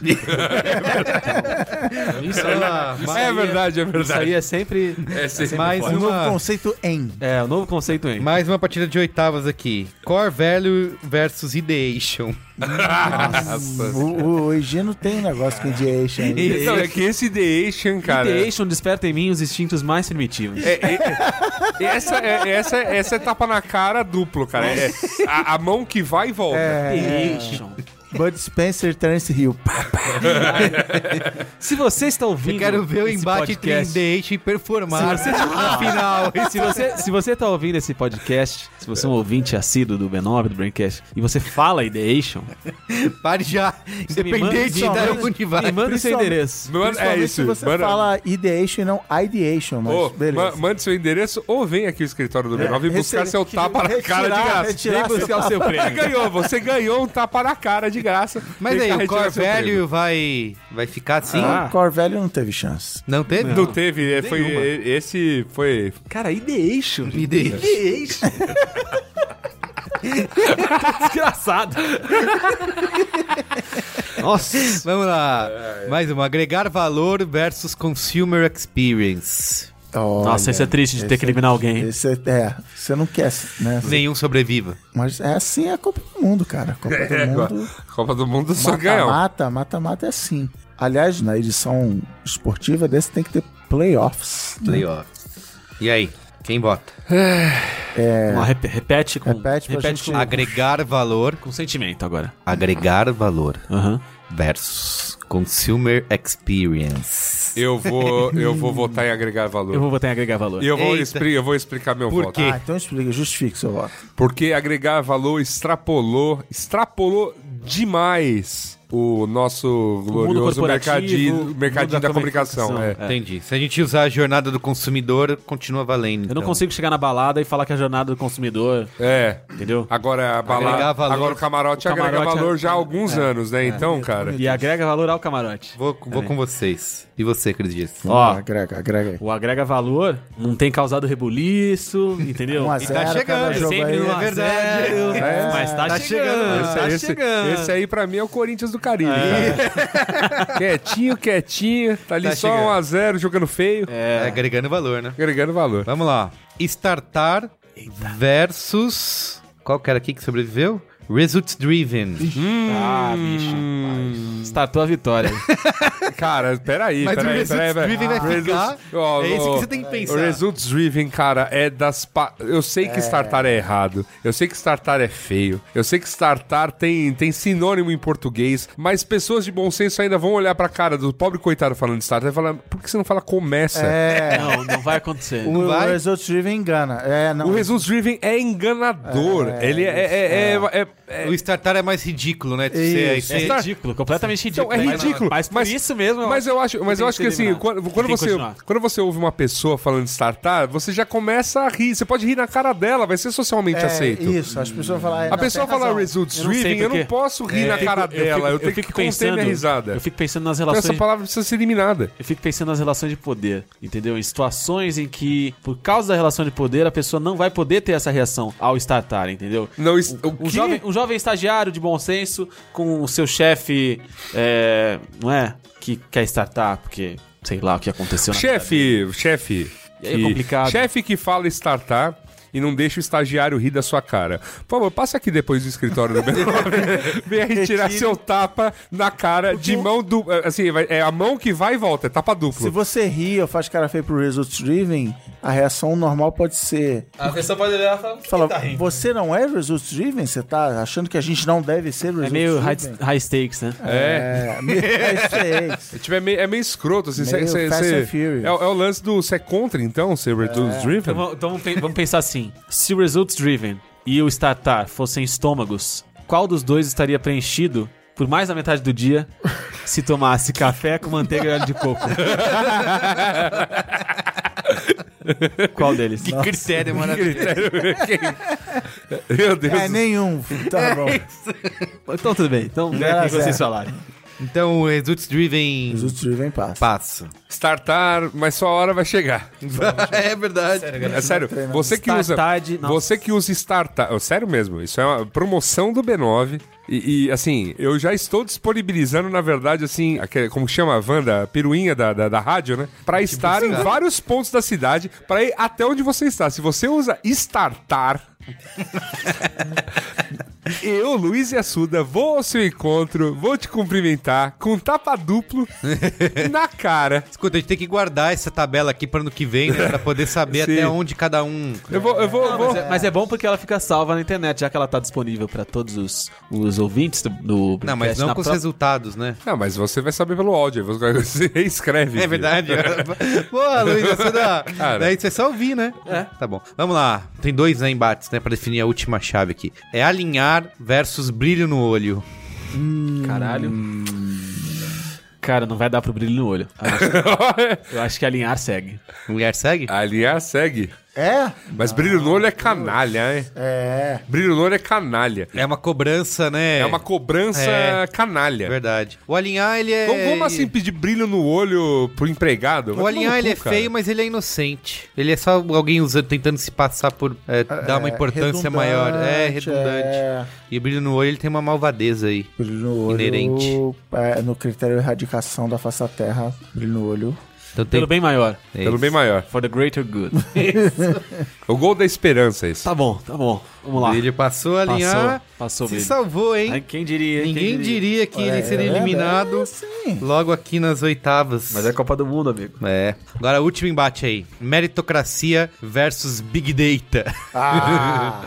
S3: isso, aí,
S1: Uma-
S5: É verdade, é
S3: isso aí
S5: verdade.
S3: é sempre.
S5: É sempre
S1: mais
S2: Um novo
S1: uma...
S2: conceito em.
S3: É, o novo conceito aí.
S1: Mais uma partida de oitavas aqui. Core Value versus Ideation.
S2: O, o, o Egino tem um negócio com ideation. aí.
S5: Não, é que esse Ideation, cara.
S3: Ideation desperta em mim os instintos mais primitivos.
S5: É, é- é- essa, é, essa, essa é tapa na cara duplo, cara. É, a, a mão que vai e volta.
S3: É, Ideation.
S2: Bud Spencer, Terence Hill.
S3: Se você está ouvindo.
S1: Eu quero ver o
S3: esse
S1: embate entre
S3: podcast-
S1: Ideation e performance
S3: Se
S1: no final.
S3: Se você, se você tá ouvindo esse podcast, se você é um ouvinte assíduo do B9, do Braincast, e você fala Ideation,
S1: Pare já.
S3: você me manda- um
S1: Independente
S3: me
S1: da
S3: manda-
S1: onde vai.
S3: Me manda o seu
S2: Principalmente-
S3: endereço.
S5: Mano, é
S2: Principalmente
S5: isso.
S2: Se você
S5: mano,
S2: fala ideation e não ideation, mas
S5: ô,
S2: beleza.
S5: ma- mande seu endereço ou vem aqui no escritório do B9 e buscar
S2: Receber-
S5: seu
S2: que-
S5: tapa na cara de
S2: retirar-
S5: graça.
S2: retirar seu tapa.
S3: seu
S5: Você ganhou, você ganhou um tapa na cara de graça.
S1: Mas
S5: Vem
S1: aí,
S5: cá
S1: o
S5: retirar
S1: Core
S5: seu prêmio.
S1: Value vai, vai ficar assim?
S3: Ah.
S2: O Core Velho não teve chance.
S1: Não teve?
S5: Não teve, é, foi
S3: Nenhuma.
S5: e- esse foi
S3: Cara, é Ideation.
S1: Ideation.
S3: Ideation. Desgraçado. Nossa.
S1: Vamos lá.
S3: É,
S1: Mais uma. Agregar valor versus consumer experience.
S3: Nossa, isso é triste de ter que eliminar alguém.
S2: Esse é, é, você não quer, né?
S1: Nenhum sobreviva.
S2: Mas é assim a Copa do Mundo, cara. A Copa do Mundo.
S5: Copa do Mundo É, só ganhou.
S2: Mata-mata, mata-mata é assim. Aliás, na edição esportiva desse tem que ter playoffs. né?
S1: Playoff. E aí? Quem bota?
S3: Vamos lá, rep- repete com,
S2: Repete pra gente-
S3: com,
S1: Agregar valor.
S3: com sentimento agora.
S1: Agregar valor
S3: Aham.
S1: versus consumer experience.
S5: Eu vou, eu vou votar em agregar valor.
S3: Eu vou botar em agregar valor.
S5: E eu vou,
S1: Eita.
S5: expli- eu vou explicar meu
S1: Por
S5: voto.
S1: quê?
S2: Ah, então explica, justifique seu voto.
S5: Porque agregar valor extrapolou, extrapolou demais o nosso glorioso
S3: corporativo,
S5: mercadinho,
S3: mundo
S5: mercadinho da,
S3: da
S5: comunicação.
S3: comunicação,
S5: é.
S1: Entendi. Se a gente usar a jornada do consumidor, continua valendo.
S3: Eu não
S1: então.
S3: consigo chegar na balada e falar que é a jornada do consumidor,
S5: É.
S3: entendeu?
S5: Agora, a
S1: Agregar
S5: bala,
S1: valor.
S5: agora o camarote,
S3: O
S5: agrega
S3: camarote
S5: valor
S3: é-
S5: já há alguns anos, né? então, cara.
S3: E agrega valor ao camarote.
S1: Vou, vou com vocês. E você, Cris Dias?
S3: Ó.
S2: Vamos lá, Agrega, agrega aí.
S3: O agrega valor não tem causado rebuliço, entendeu?
S2: 1 a
S3: E
S2: 0
S1: tá
S2: cada
S1: chegando,
S3: é
S2: jogo
S3: sempre
S2: aí.
S3: no
S1: é
S3: a
S1: verdade.
S3: zero,
S2: É,
S3: mas tá,
S1: tá
S3: chegando,
S1: chegando,
S3: tá
S5: esse,
S3: chegando. É.
S5: esse aí pra mim é o Corinthians do Caribe. cara. quietinho, quietinho. Tá ali
S1: Tá
S5: só
S1: chegando.
S5: 1x0, jogando feio.
S1: É, Agregando valor, né?
S5: Agregando valor.
S1: Vamos lá. Startar versus. Qual que era aqui que sobreviveu? Results Driven.
S3: Ah, bicho. Startou a vitória.
S5: Cara, peraí,
S1: Mas o
S5: peraí,
S1: Results
S5: peraí, peraí.
S1: Driven vai ficar.
S5: Ó,
S1: é isso
S5: ó,
S1: que você tem que pensar.
S5: O Results Driven, cara, é das. Pa... Eu sei que startar é errado. Eu sei que startar é feio. Eu sei que startar tem, tem sinônimo em português. Mas pessoas de bom senso ainda vão olhar pra cara do pobre coitado falando de startar e falar: por que você não fala começa?
S2: É,
S3: Não, não vai acontecer.
S2: o, o
S1: vai?
S2: Results Driven engana. É, não.
S5: O Results Driven é enganador. Ele é. é- é- é- é-
S1: O startar é mais ridículo, né? De ser,
S3: Isso é
S1: Star-
S3: ridículo, completamente ridículo.
S5: é
S3: Mas-
S5: ridículo,
S3: Mas, por
S5: mas-
S3: isso mesmo.
S5: Mas eu acho, mas eu
S3: tem
S5: acho
S3: que
S5: que
S3: ser
S5: assim,
S3: eliminado.
S5: quando, quando
S3: Tem que
S5: você,
S3: continuar.
S5: quando você ouve uma pessoa falando de startup, você já começa a rir. Você pode rir na cara dela, vai ser socialmente
S2: É,
S5: aceito.
S2: Isso, as pessoas falam. é,
S5: A
S2: não,
S5: pessoa
S2: tem
S5: fala
S2: razão.
S5: results
S3: Eu não sei É,
S5: driven, eu
S3: por
S5: não
S3: quê.
S5: posso rir na cara dela. Eu, tenho que conter minha risada.
S3: Eu fico pensando nas
S5: Então
S3: relações.
S5: essa palavra precisa ser eliminada.
S3: Eu fico pensando nas relações de poder, entendeu? Em situações em que, por causa da relação de poder, a pessoa não vai poder ter essa reação ao startar, entendeu?
S5: Não, es- o
S3: Um
S5: quê?
S3: jovem, um jovem estagiário de bom senso com o seu chefe, é, não é? Que quer startar, porque sei lá o que aconteceu. na
S5: Chefe, chefe.
S3: E aí é
S5: que-
S3: complicado.
S5: Chefe que fala startup e não deixa o estagiário rir da sua cara. Por favor, passa aqui depois do escritório do B9. Venha retirar seu tapa na cara de mão do. Assim, vai- é a mão que vai e volta, é tapa
S2: Se
S5: duplo.
S2: você ri ou faz cara feia pro Results Driven, a reação normal pode ser.
S7: A pessoa pode olhar e falar, "Quem
S2: Fala,
S7: tá rindo?"
S2: você não é Results Driven? Você tá achando que a gente não deve ser Results
S3: É meio high,
S2: Driven?
S3: high stakes, né?
S5: É.
S2: É, meio high stakes.
S5: É, tipo, é meio, é meio escroto, assim.
S2: Meio
S5: cê- cê-
S2: Fast
S5: cê-
S2: and Furious.
S5: é, o- é o lance do. Você é contra, então? Você é reduce driven?
S3: Então, vamos- então vamos pe- vamos pensar assim: se o Results Driven e o Startar fossem estômagos, qual dos dois estaria preenchido por mais da metade do dia se tomasse café com manteiga e óleo de coco? qual deles?
S8: Que
S1: é
S8: critério maravilhoso.
S5: Meu Deus.
S2: É nenhum. Tá bom.
S3: Então tudo bem, então
S2: Zero
S3: o
S2: a
S3: que vocês
S2: zero.
S3: falarem.
S1: Então o Results Driven
S2: Results Driven passa.
S1: passa.
S5: Startar, mas sua hora vai chegar.
S8: é verdade.
S5: É sério, você que usa.
S3: Startade, nossa.
S5: Você que usa startup. oh, Sério mesmo, isso é uma promoção do B9. E, e, assim, eu já estou disponibilizando, na verdade, assim, aquele- como chama a Wanda, a peruinha da, da, da rádio, né? Pra
S3: Tipo
S5: estar em vários pontos da cidade, pra ir até onde você está. Se você usa startar. Eu, Luiz e Assuda, vou ao seu encontro, vou te cumprimentar com tapa duplo na cara.
S1: Escuta, a gente tem que guardar essa tabela aqui para ano que vem, né? Pra poder saber
S5: Sim.
S1: até onde cada um.
S5: Eu vou, eu vou, eu vou.
S3: Mas é, mas é bom porque ela fica salva na internet, já que ela tá disponível pra todos os, os ouvintes do, do
S1: Não, mas
S3: Braincast
S1: não
S3: na
S1: com os
S3: pró-
S1: resultados, né?
S5: Não, mas você vai saber pelo áudio, você você reescreve.
S1: É verdade. Boa, Luiz, você dá.
S5: Cara.
S1: Daí você só ouvir, né? É. Tá bom. Vamos lá. Tem dois né, embates, né? Pra definir a última chave aqui. É alinhar versus brilho no olho.
S3: Caralho. Cara, não vai dar pro brilho no olho. Eu acho, eu acho que alinhar segue.
S1: Mulher segue?
S5: Aliás, segue.
S2: É?
S5: Mas brilho no olho é canalha, hein?
S2: É.
S5: Brilho no olho é canalha.
S1: É uma cobrança, né?
S5: É, uma cobrança
S1: É.
S5: canalha.
S1: Verdade. O alinhar, ele é.
S5: Como, como assim pedir brilho no olho pro empregado? Vai
S1: O
S5: tomar no
S1: alinhar, ele
S5: cu,
S1: é
S5: cara.
S1: feio, mas ele é inocente. Ele é só alguém usando, tentando se passar por. é, dar uma
S2: É,
S1: importância maior. É,
S2: redundante,
S1: redundante.
S2: é.
S1: E brilho no olho, ele tem uma malvadeza aí.
S2: Brilho no olho.
S1: Inerente.
S2: é, no critério de erradicação da face da terra, brilho no olho.
S1: Então tem.
S3: Pelo bem maior.
S1: é
S5: Pelo
S1: isso.
S5: bem maior.
S3: For the greater good.
S5: O gol da esperança, esse.
S3: tá bom, tá bom. Vamos lá.
S1: Ele passou a alinhar.
S3: Passou, passou
S1: se
S3: brilho.
S1: salvou, hein?
S3: Ai, Quem diria? hein?
S1: Ninguém
S3: Quem
S1: diria que ele seria
S2: é,
S1: eliminado
S2: é, sim.
S1: logo aqui nas oitavas.
S3: Mas é Copa do Mundo, amigo.
S1: É. Agora, último embate aí. Meritocracia versus Big Data.
S2: Ah,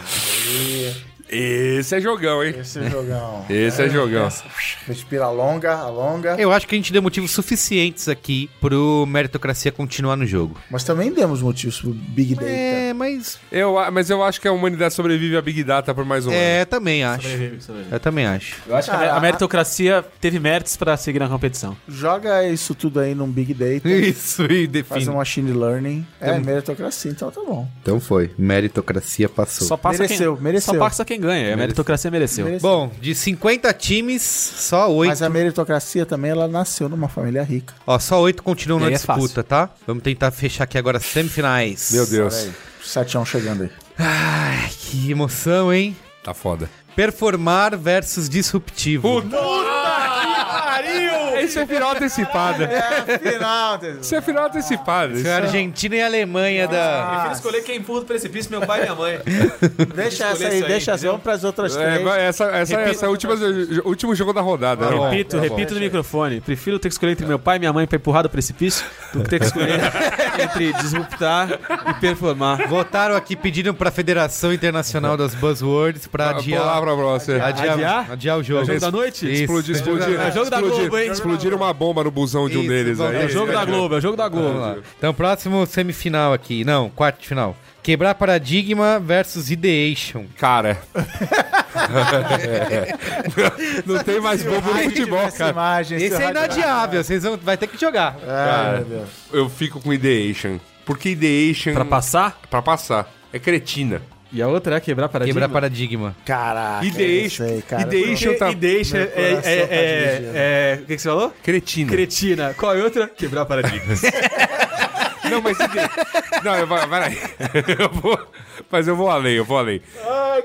S5: Esse é jogão, hein?
S2: esse jogão.
S5: Esse é jogão.
S2: Respira alonga, alonga.
S1: Eu acho que a gente deu motivos suficientes aqui pro Meritocracia continuar no jogo.
S2: Mas também demos motivos pro Big Data.
S1: É, mas...
S5: Eu, a- mas eu acho que a humanidade sobrevive à Big Data por mais um ano.
S1: É, também acho. Eu também acho.
S3: Eu acho que a meritocracia teve méritos pra seguir na competição.
S2: Joga isso tudo aí num Big Data.
S1: Isso, e
S2: Faz um machine learning. É, meritocracia, então tá bom.
S1: Então foi. Meritocracia passou.
S3: Só passa
S2: Mereceu,
S3: quem,
S2: mereceu.
S3: Só passa quem ganha. A meritocracia mereceu.
S2: Mereceu.
S1: Bom, de 50 times, só 8.
S3: então-
S2: Mas é- a meritocracia também, ela nasceu numa família rica.
S1: Ó, só 8 continuam
S3: E
S1: na
S3: aí é
S1: disputa, tá? Vamos tentar fechar aqui agora as semifinais.
S5: Meu Deus.
S2: Peraí, Satião um chegando aí.
S1: Ai, que emoção, hein?
S5: Tá foda.
S1: Performar versus disruptivo.
S5: Isso é final
S1: É,
S5: antecipada.
S2: Final,
S5: Isso é final é antecipada. Isso
S1: Foi a Argentina e a Alemanha da.
S7: Prefiro escolher quem empurra do precipício, meu pai e minha mãe. Escolher
S2: deixa essa aí,
S7: isso aí,
S2: deixa as vamos pras outras
S5: É,
S2: três.
S5: vai- essa, essa, essa é a última, o último jogo da rodada. né?
S3: Repito, repito no microfone. Prefiro ter que escolher entre meu pai e minha mãe pra empurrar do precipício do que ter que escolher entre disruptar e performar.
S1: Votaram aqui, pediram pra Federação Internacional das Buzzwords pra
S5: Vou lá
S1: adiar.
S5: pra próxima.
S1: Adiar,
S3: Adiar?
S1: adiar o jogo.
S5: É jogo da
S3: noite?
S1: Isso.
S5: Explodir, explodir.
S3: É jogo da Globo,
S5: explodir,
S3: hein?
S5: Explodir uma bomba no busão de um
S1: Isso,
S5: deles
S1: vamos
S5: aí.
S1: lá.
S3: É o jogo da Globo, é o jogo da
S1: Vamos lá.
S3: Globo.
S1: Então, próximo semifinal aqui. Não, quarto de final. Quebrar paradigma versus ideation.
S5: Cara, Não tem mais bobo no futebol,
S2: Essa
S5: cara.
S2: imagem,
S1: Esse é
S2: rádio-
S1: inadiável, vocês vão vai ter que jogar.
S5: É, Cara, eu fico com Ideation. Porque Ideation.
S3: Pra passar?
S5: Pra passar. É cretina.
S3: E a outra é quebrar paradigma.
S1: Quebrar paradigma.
S3: Ah,
S2: Caraca,
S5: Ideation.
S2: eu sei, cara.
S5: Ideation tá.
S7: E deixa.
S2: Meu
S7: É, é,
S2: coração tá
S7: é,
S2: dividido.
S7: é- o que, que você falou?
S5: Cretina.
S7: Cretina. Qual é a outra? Quebrar paradigmas.
S5: Não, mas ide... Não, eu vou... vai lá. Eu vou... Mas eu vou além, eu vou além.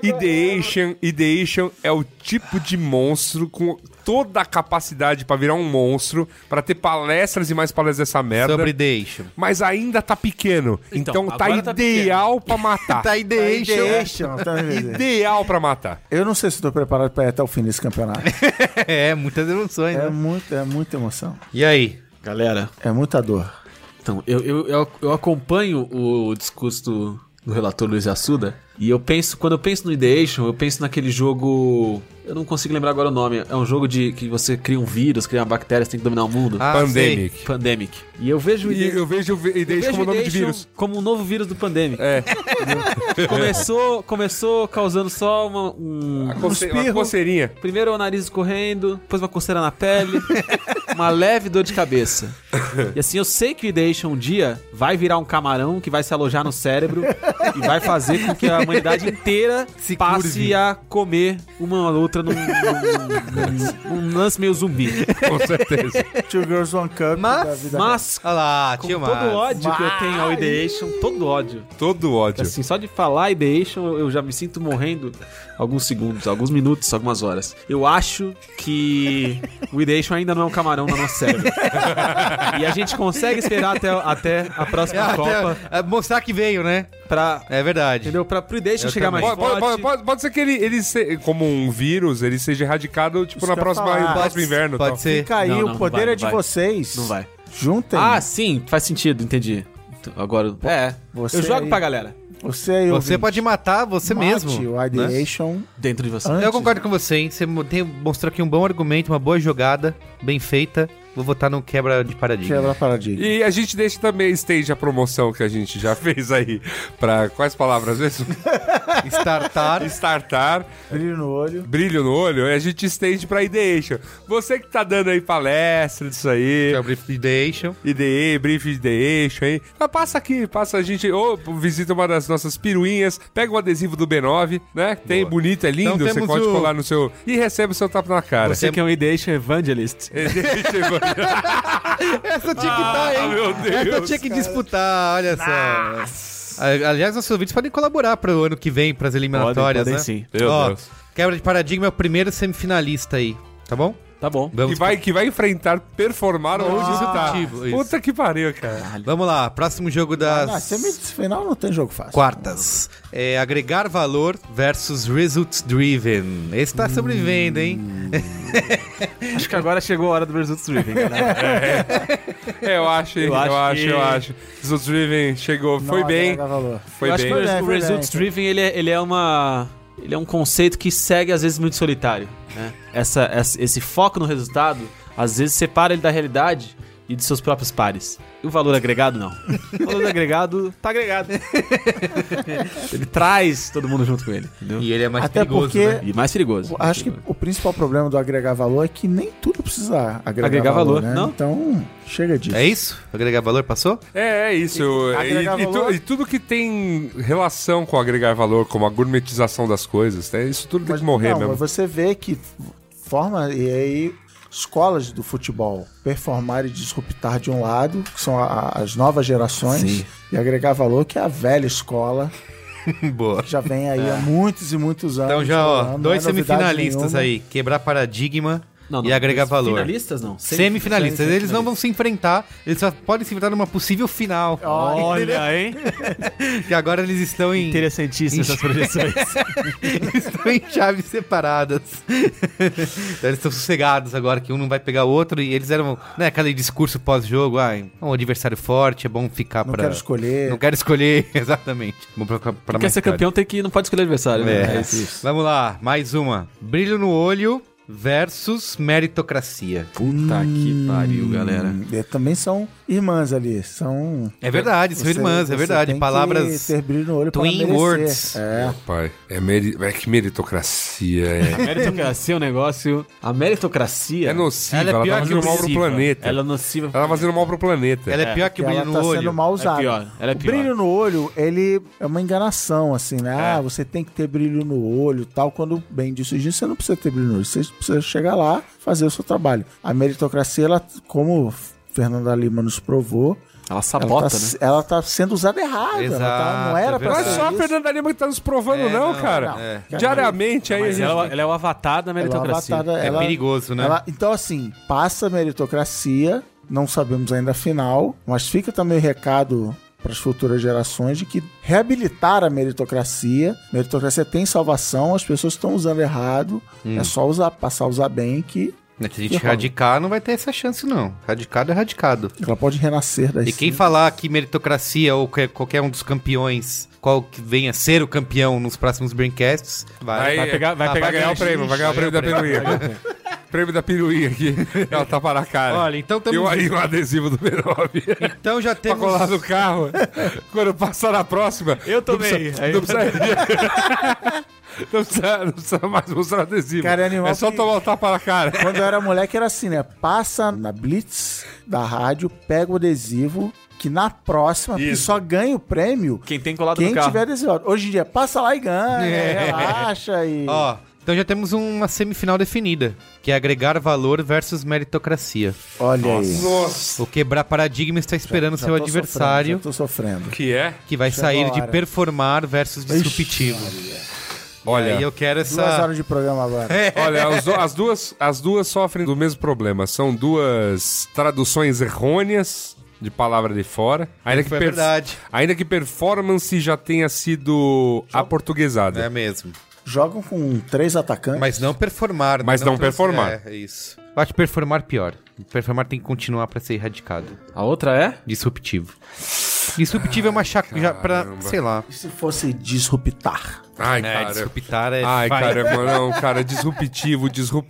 S5: Ideation, Ideation é o tipo de monstro com toda a capacidade pra virar um monstro, pra ter palestras e mais palestras dessa merda.
S1: Sobre deixo.
S5: Mas ainda tá pequeno. Então,
S7: Então,
S5: tá
S7: agora tá
S5: ideal pra matar.
S1: Tá ideation.
S2: Ideation, tá vendo?
S5: ideal pra matar.
S2: Eu não sei se estou preparado para ir até o fim desse campeonato.
S1: É, muitas emoções,
S2: É
S1: né?
S2: muita, é muita emoção.
S1: E aí?
S3: Galera,
S2: É muita dor.
S3: então, eu, eu, eu, eu acompanho o discurso do, do relator Luiz Assuda e eu penso, quando eu penso no Ideation, eu penso naquele jogo. Eu não consigo lembrar agora o nome. É um jogo de que você cria um vírus, cria uma bactéria, você tem que dominar o mundo.
S1: Ah,
S5: Pandemic.
S3: Pandemic. E eu vejo o
S5: E
S3: Ideation.
S5: eu vejo o Ideation como nome de vírus.
S3: Como um novo vírus do Pandemic.
S5: É,
S3: começou, começou causando só uma, um.
S5: a conce... uma coceirinha.
S3: Primeiro o nariz escorrendo, depois uma coceira na pele, uma leve dor de cabeça. E assim, eu sei que o Ideation um dia vai virar um camarão que vai se alojar no cérebro e vai fazer com que a humanidade inteira
S1: Se
S3: passe
S1: curve.
S3: a comer uma outra num, num, num- num lance meio zumbi.
S5: Com certeza.
S2: Two Girls One Cup. da
S1: Mas,
S2: vida
S3: Mas,
S1: olha lá,
S3: com
S1: tio
S3: todo
S1: Márcio.
S3: o ódio que eu tenho ao Ideation, todo o ódio.
S5: Todo ódio.
S3: Assim, só de falar Ideation, eu- eu já me sinto morrendo alguns segundos, alguns minutos, algumas horas. Eu acho que o Ideation ainda não é um camarão na nossa cérebro. e a gente consegue esperar até, até a
S1: É,
S3: próxima Copa
S1: até- é, mostrar que veio, né?
S3: pra.
S1: É verdade.
S3: Entendeu? Pra pro Ideation
S1: Eu
S3: chegar
S1: também.
S3: mais
S5: Pode, pode,
S3: forte.
S5: pode, pode- pode ser que ele, ele se- como um vírus, ele seja erradicado, tipo,
S2: Isso
S5: na
S2: que eu ia
S5: próxima,
S2: falar.
S5: no próximo
S2: Pode-
S5: inverno. e
S1: Pode
S5: tal.
S1: ser.
S2: Fica aí,
S3: Não, não,
S2: o
S3: não
S2: poder
S3: vai,
S2: é de
S3: não vai.
S2: vocês.
S3: Não vai.
S2: Juntem.
S3: Ah, sim, faz sentido, entendi. Agora. É.
S2: Você
S3: eu jogo
S2: aí.
S3: pra galera.
S2: Você aí,
S1: Você
S2: ouvinte,
S1: pode matar você
S2: mate
S1: mesmo.
S2: o Ideation.
S3: Dentro de você.
S2: antes.
S1: Eu concordo com você, hein? Você mo- tem- mostrou aqui um bom argumento, uma boa jogada, bem feita. Vou votar no quebra de paradigma.
S2: Quebra a paradigma.
S5: E a gente deixa também stage a promoção que a gente já fez aí pra quais palavras mesmo?
S1: Startar.
S5: Startar,
S2: Brilho no olho.
S5: brilho no olho, e a gente stage pra Ideation. Você que tá dando aí palestra disso aí,
S1: Quebra Ideation.
S5: IDE, brief Ideation aí, mas passa aqui, passa a gente, ou visita uma das nossas piruinhas, pega o adesivo do B9, né? Tem bonito, é lindo,
S1: Então
S5: você
S1: temos
S5: pode
S1: o-
S5: colar no seu. E recebe o seu tapa na cara.
S3: Você que é um Ideation Evangelist.
S1: Essa tinha que estar, hein?
S5: meu Deus,
S1: Essa tinha que disputar, olha só. A- Aliás, nossos ouvintes podem colaborar para o ano que vem, para as eliminatórias,
S3: podem
S1: né?
S3: sim.
S5: Meu
S1: Ó,
S5: Deus.
S1: Quebra de paradigma é o primeiro semifinalista aí, tá bom?
S3: Tá bom.
S5: que
S1: Vamos,
S5: vai, que vai enfrentar, performar ou disputar.
S1: executivo, isso.
S5: Puta que pariu, cara.
S1: vamos lá, próximo jogo das
S2: Ah, você me disse, final não tem jogo fácil.
S1: quartas. É agregar valor versus results driven. Esse tá sobrevivendo, hein?
S3: Acho que agora chegou a hora do Results Driven, galera.
S5: É, eu acho, hein? eu,
S3: Eu acho
S5: acho,
S3: que-
S5: eu acho. Zut Driven chegou,
S2: Não
S5: foi bem,
S2: agrega valor.
S5: foi
S3: eu acho
S5: bem.
S3: que o,
S2: Foi bem,
S3: o
S2: foi
S3: Results
S2: bem.
S3: Driven, ele é, ele é uma... Ele é um conceito que segue, às vezes, muito solitário, né? Essa, essa- esse foco no resultado, às vezes, separa ele da realidade e de seus próprios pares. E o valor agregado, não. O valor agregado tá agregado. ele traz todo mundo junto com ele, entendeu?
S1: E ele é mais
S2: Até
S1: perigoso,
S2: porque
S1: né?
S3: E mais perigoso.
S2: Acho que o principal problema do agregar valor é que nem tudo precisa agregar,
S3: Agregar
S2: valor,
S3: valor,
S2: né?
S3: não?
S2: Então, chega disso.
S1: É isso? Agregar valor passou?
S5: É, é isso. E,
S2: agregar
S5: e tu-
S2: valor.
S5: e tudo que tem relação com agregar valor, como a gourmetização das coisas, né? isso tudo tem
S2: Mas
S5: que morrer
S2: não,
S5: mesmo.
S2: mas você vê que forma e aí escolas do futebol performar e disruptar de um lado, que são a- as novas gerações, e agregar valor, que é a velha escola,
S1: Boa.
S2: que já vem aí há muitos e muitos anos.
S1: É. Então já, ó,
S2: não é
S1: dois
S2: novidade
S1: semifinalistas
S2: nenhuma.
S1: aí. Quebrar paradigma
S3: Não, não,
S1: e agregar
S3: os
S1: valor.
S3: Finalistas, não.
S5: Tá
S1: Semifinalistas. Eles não vão se enfrentar, eles só podem se enfrentar numa possível final.
S3: Olha, hein?
S1: Que agora eles estão em,
S3: Interessantíssimas essas projeções.
S1: estão em chaves separadas. então eles estão sossegados agora, que um não vai pegar o outro. E eles eram, né, aquele discurso pós-jogo: ah, é um adversário forte, é bom ficar
S2: Não
S1: pra.
S2: quero escolher.
S1: Não quero escolher, exatamente. Bom pra, pra pra
S3: Quer
S1: mais
S3: ser
S1: tarde.
S5: É.
S2: É,
S3: É campeão, tem que não pode escolher adversário, né?
S1: É. Vamos lá, mais uma. Brilho no olho versus meritocracia.
S7: Puta que pariu, galera.
S2: Hum, e também são irmãs ali. São.
S1: É verdade, são
S2: você-
S1: irmãs,
S2: você
S1: é verdade.
S2: tem que
S1: Palavras.
S2: Ter brilho no olho para
S1: twin
S2: merecer.
S1: words.
S2: É.
S5: Pai, é, meri- é que meritocracia
S3: A
S5: é,
S3: meritocracia é um negócio. A meritocracia.
S5: é nociva,
S3: ela
S5: ela,
S3: é pior
S5: tá
S3: que
S5: fazendo mal pro
S3: nociva.
S5: planeta.
S3: Ela
S5: Ela,
S3: é nociva.
S5: tá fazendo mal pro planeta.
S1: Ela é, pior
S2: Que
S1: que brilho
S2: ela
S1: no
S2: tá
S1: olho.
S2: sendo mal
S3: é
S2: usada.
S3: pior. Ela é
S2: o
S3: pior. É.
S2: brilho no olho, ele é uma enganação, assim, né? Ah, você tem que ter brilho no olho tal. Quando bem disso disso, você não precisa ter brilho no olho. Você precisa chegar lá, fazer o seu trabalho. A meritocracia, ela, como Fernanda Lima nos provou,
S3: Ela
S2: ela,
S3: sabota,
S2: tá,
S3: né?
S2: ela tá sendo usada errada. ela tá-
S1: Exato,
S2: não era
S1: é
S2: pra
S5: Não é
S2: ser
S5: só a
S2: isso.
S5: Fernanda Lima que tá nos provando,
S1: É,
S5: não,
S1: não,
S5: cara.
S1: não.
S2: É.
S5: Diariamente aí a
S3: Mas
S5: gente.
S3: ela, ela é o avatar da
S2: Ela é uma
S3: meritocracia.
S2: batalha,
S1: É
S2: ela-
S1: perigoso, né?
S2: Ela- então, assim, passa a meritocracia, não sabemos ainda a final, mas fica também o recado para as futuras gerações de que reabilitar a meritocracia, meritocracia tem salvação, as pessoas estão usando errado,
S1: Hum.
S2: é só usar, passar a usar bem que
S1: É que a gente
S2: Que rola.
S1: radicar não vai ter essa chance, não. Radicado é radicado.
S2: ela pode renascer das
S1: E quem falar que meritocracia ou que- qualquer um dos campeões, qual que venha ser o campeão nos próximos Braincasts, vai.
S5: Aí,
S3: vai pegar- vai
S5: ah,
S3: pegar
S5: ganhar o
S3: gancho.
S5: prêmio, vai ganhar o prêmio da peruinha. prêmio da peruinha aqui. Ela tá para a cara.
S1: Olha, então
S5: e o,
S1: tamo...
S5: e o adesivo do B9.
S1: então já
S5: pra
S1: temos.
S5: colar no carro. Quando passar na próxima. Eu
S7: tomei. Aí-
S5: Não precisa, não precisa, não precisa mais mostrar adesivo.
S2: Cara, é animal
S5: é só
S2: que-
S5: tomar o tapa na cara.
S2: Quando eu era moleque era assim, né? Passa na blitz da rádio, pega o adesivo, que na próxima, que só ganha o prêmio
S7: Quem tem colado
S2: quem
S7: no carro.
S2: tiver adesivado. Hoje em dia, passa lá e ganha,
S1: É.
S2: relaxa e...
S1: Ó, então já temos uma semifinal definida, que é agregar valor versus meritocracia.
S2: Olha aí.
S5: Nossa.
S1: O quebrar paradigma está esperando
S2: Já
S1: seu
S2: tô
S1: adversário,
S2: sofrendo, já tô sofrendo.
S5: Que é?
S1: que vai
S2: Chegou
S1: sair
S2: a
S1: de
S2: hora.
S1: performar versus disruptivo.
S5: Olha,
S1: Aí eu quero essa.
S2: Duas horas de programa
S5: É.
S2: agora.
S5: Olha, os- as, duas, as duas sofrem do mesmo problema. São duas traduções errôneas de palavra de fora. Ainda que,
S1: Foi
S5: per-
S1: verdade.
S5: ainda que performance já tenha sido aportuguesada.
S1: É mesmo.
S2: Jogam com três atacantes.
S1: Mas não performar. né?
S5: Mas não
S1: trans-
S5: performar.
S1: É, é isso. Eu acho performar pior. Performar tem que continuar pra ser erradicado.
S3: A outra é?
S1: Disruptivo. Disruptivo é uma chaca já pra, sei lá.
S2: E se fosse disruptar?
S5: Ai,
S1: É,
S5: cara.
S1: disruptar é...
S5: Ai,
S1: vai.
S5: caramba, não, cara, disruptivo,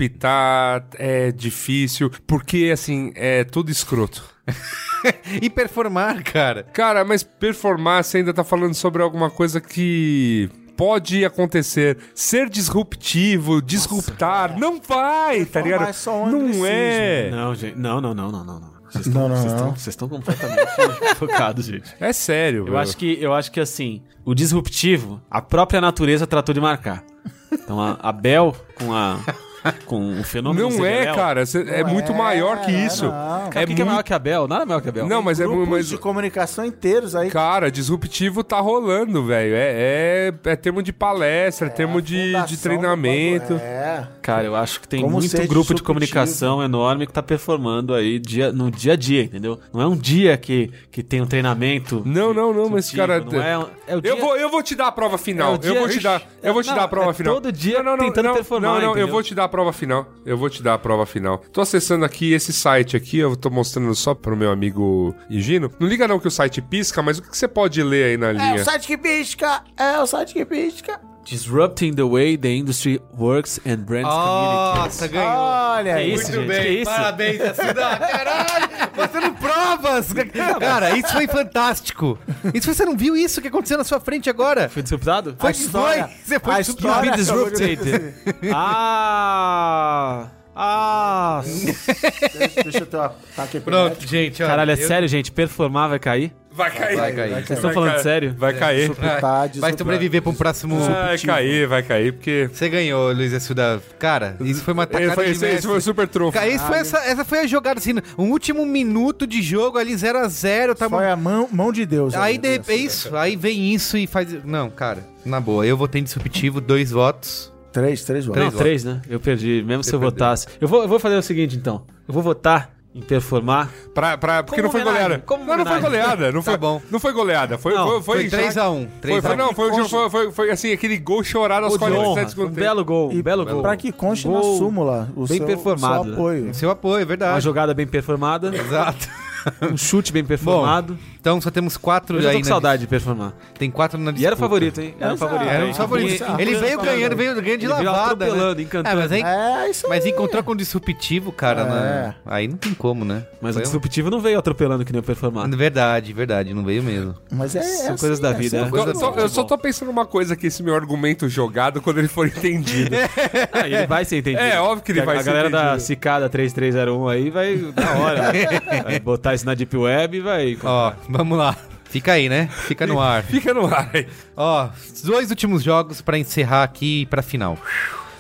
S5: disruptar é difícil, porque, assim, é tudo escroto.
S1: E performar, cara.
S5: Cara, mas performar, você ainda tá falando sobre alguma coisa que pode acontecer. Ser disruptivo, disruptar, não vai, tá ligado?
S2: Performar é só um
S5: não é.
S3: Não, gente. Não, não, não, não, não, não. Vocês
S2: Não, não, não.
S3: estão completamente focados, gente.
S5: É sério.
S3: Eu acho que, eu acho que assim, o disruptivo, a própria natureza tratou de marcar. Então a, a Bel com a com o fenômeno
S5: Não é,
S3: Zebeléu-
S5: cara. cê- é muito maior que
S2: é,
S5: isso.
S2: não.
S3: Cara, o que, que é maior que a Bel? Nada é maior que a Bel.
S5: Não, mas é
S2: Grupos
S5: muito. mas-
S2: de comunicação inteiros aí.
S5: Cara, disruptivo tá rolando, velho. É, é, é termo de palestra, é termo de,
S2: fundação
S5: de treinamento.
S2: do- É.
S3: Cara, eu acho que tem
S2: Como
S3: muito
S2: ser
S3: grupo de
S2: disruptivo.
S3: comunicação enorme que tá performando aí dia, no dia a dia, entendeu? Não é um dia que, que tem um treinamento.
S5: Não, não, não, mas,
S3: disruptivo, não
S5: cara,
S3: é um- é o dia-
S5: Eu vou, eu vou te dar a prova final.
S3: É o dia-
S5: eu vou te dar, eu vou te
S3: Não,
S5: dar a prova
S3: é
S5: final.
S3: todo dia
S5: não, não, não,
S3: tentando
S5: não,
S3: performar,
S5: Não, não, eu
S3: entendeu?
S5: vou te dar a prova final. Eu vou te dar a prova final. Tô acessando aqui esse site aqui, eu tô mostrando só pro meu amigo Higino. Não liga não que o site pisca, mas o que que você pode ler aí
S2: É
S5: na
S2: o
S5: linha?
S2: site que pisca! É o site que pisca!
S3: Disrupting the way the industry works and brands communicate.
S1: Nossa, ganhou.
S2: Olha aí.
S3: É isso, gente, que isso?
S1: Parabéns, Assuda. Caralho, fazendo provas. Cara, isso foi fantástico. Isso você não viu isso que aconteceu na sua frente agora?
S3: Foi disruptado?
S1: Foi,
S2: A história-
S1: foi. Você foi
S2: a
S1: super-
S2: história-
S3: Be disrupted. ah! Ah!
S2: Deixa eu ter um ataque
S1: Pronto, gente. Olha,
S3: Caralho, é
S1: eu-
S3: sério, gente? Performar vai cair?
S5: Vai cair.
S1: Vai cair.
S3: Vocês estão falando sério?
S5: Vai cair.
S2: Tá,
S1: Vai sobreviver pra um próximo...
S5: Vai cair, vai cair, porque
S1: Você ganhou, Luiz Assuda. Cara, isso foi uma
S2: tá
S5: Esse
S1: tacada
S5: foi,
S1: de
S5: esse- esse
S1: mestre.
S5: foi o super trunfo.
S1: Cara, isso foi essa, essa foi a jogada, assim, um último minuto de jogo ali, 0 a 0 tá
S2: Foi a mão, mão de Deus.
S1: Aí de
S2: né?
S1: repente, é isso, aí vem isso e faz. Não, cara, na boa, eu votei em disruptivo, dois votos.
S2: Três, três votos.
S3: Não,
S1: Três
S3: três, né? Eu perdi, mesmo se eu votasse. Eu vou, eu vou fazer o seguinte, então. Eu vou votar em performar.
S5: Pra, pra, porque
S3: Como
S5: não foi
S3: homenagem,
S5: goleada.
S3: como
S5: não, não foi
S3: homenagem.
S5: goleada. Não foi,
S1: Tá bom.
S5: Não foi goleada. Foi,
S3: Não,
S5: foi,
S1: Foi 3x1.
S5: Foi, foi, não, foi, foi, foi, foi, foi, assim, aquele gol chorado aos
S3: Gol de
S5: 47
S3: honra,
S5: segundos.
S3: um belo gol, um
S2: E
S3: belo gol.
S2: Pra que conste na
S3: Gol
S2: súmula o
S3: bem
S2: seu,
S3: performado,
S2: seu
S3: né?
S2: apoio.
S1: Seu apoio, é
S3: Uma
S1: verdade.
S3: jogada bem performada.
S1: Exato.
S3: Um chute bem performado.
S1: Então só temos quatro
S3: eu já tô
S1: aí. né?
S3: com
S1: na
S3: saudade de performar.
S1: lista. Tem quatro na
S3: E era
S1: disputa.
S3: o favorito, hein? Era o favorito.
S1: Era um
S3: hein?
S1: favorito.
S3: Ele-
S1: Ele veio ganhando, veio ganhando de
S3: Ele veio
S1: lavada.
S3: atropelando,
S1: né?
S3: encantando.
S1: É, mas, aí,
S2: É, isso
S1: mas encontrou com o disruptivo, cara.
S2: É.
S1: né? Aí não tem como, né?
S3: Mas o
S1: Foi um-
S3: disruptivo não veio atropelando que nem o performado.
S1: Verdade, verdade, não veio mesmo.
S2: Mas é.
S3: São
S2: é
S3: coisas da
S2: é
S3: vida,
S2: assim.
S3: né?
S5: Eu, eu só- eu só tô pensando uma coisa aqui, esse meu argumento jogado, quando ele for entendido.
S3: Ah, ele vai ser entendido.
S5: É, óbvio que ele
S3: a,
S5: vai
S3: A
S5: ser
S3: galera da
S5: entendido.
S3: Cicada 3301 aí vai na hora. né? vai botar isso na Deep Web e vai.
S1: Ó, vamos lá. Fica aí, né? Fica no ar.
S5: Fica no ar aí.
S1: Ó, os dois últimos jogos pra encerrar aqui e pra final.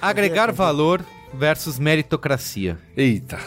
S1: Agregar valor versus meritocracia.
S5: Eita.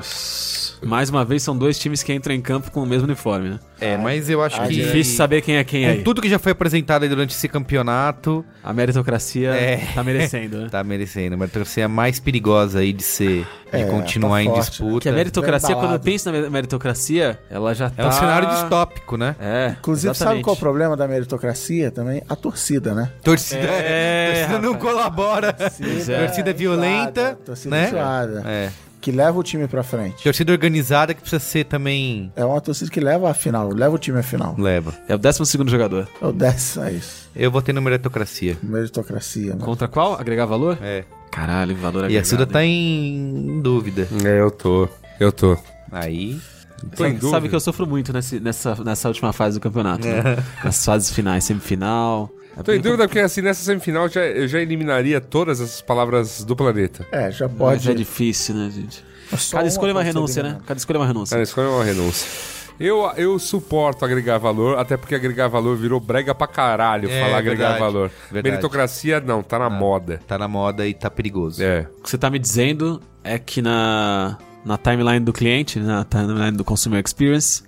S3: Nossa. Mais uma vez, são dois times que entram em campo com o mesmo uniforme, né?
S1: É, mas eu acho que
S3: Difícil saber quem é quem
S1: com
S3: aí.
S1: tudo que já foi apresentado aí durante esse campeonato,
S3: A meritocracia
S1: É.
S3: tá merecendo, né?
S1: tá merecendo. A meritocracia é a mais perigosa aí de ser, de
S2: É,
S1: continuar
S2: tá
S1: em
S2: forte, né?
S3: Porque
S1: disputa.
S3: a meritocracia,
S2: Bem
S3: quando eu
S2: embalado.
S3: penso na meritocracia, ela já tá.
S1: É um cenário distópico, né?
S3: É.
S2: Inclusive, sabe
S3: exatamente.
S2: qual é o problema da meritocracia também? A torcida, né?
S1: Torcida,
S3: É,
S1: torcida não colabora. Torcida é violenta,
S2: Suada, torcida
S1: né?
S2: suada,
S1: É.
S2: que leva o time pra frente.
S1: Torcida organizada que precisa ser também.
S2: É uma torcida que leva a final, leva o time à final.
S1: Leva.
S3: É o 12 segundo jogador.
S2: Eu desço, é isso.
S1: Eu votei no meritocracia.
S2: Meritocracia. né? mano.
S3: Contra qual? Agregar valor?
S1: É.
S3: Caralho, valor agregado.
S1: E a Suda
S3: hein?
S1: tá em dúvida.
S5: É, eu tô. Eu tô.
S1: Aí.
S5: Sem
S3: Sabe, sabe
S5: dúvida.
S3: que eu sofro muito nesse- nessa, nessa última fase do campeonato. né?
S1: É.
S3: Nas fases finais, semifinal. É
S5: Tô em
S3: bem
S5: dúvida porque, assim, nessa semifinal já- eu já eliminaria todas essas palavras do planeta.
S2: É, já
S3: complicado, mas
S2: pode.
S3: É difícil, né, gente?
S2: Só
S3: Cada escolha é uma
S2: pode ser
S3: renúncia, né?
S2: eliminada.
S3: Cada escolha é uma renúncia.
S5: Cara, escolha uma renúncia. Eu, eu suporto agregar valor, até porque agregar valor virou brega pra caralho
S1: É,
S5: falar agregar
S1: verdade,
S5: valor.
S1: verdade.
S5: Meritocracia não, tá na moda.
S1: Tá na moda e tá perigoso.
S5: É.
S3: O que você tá me dizendo é que na, na timeline do cliente, na timeline do Consumer Experience,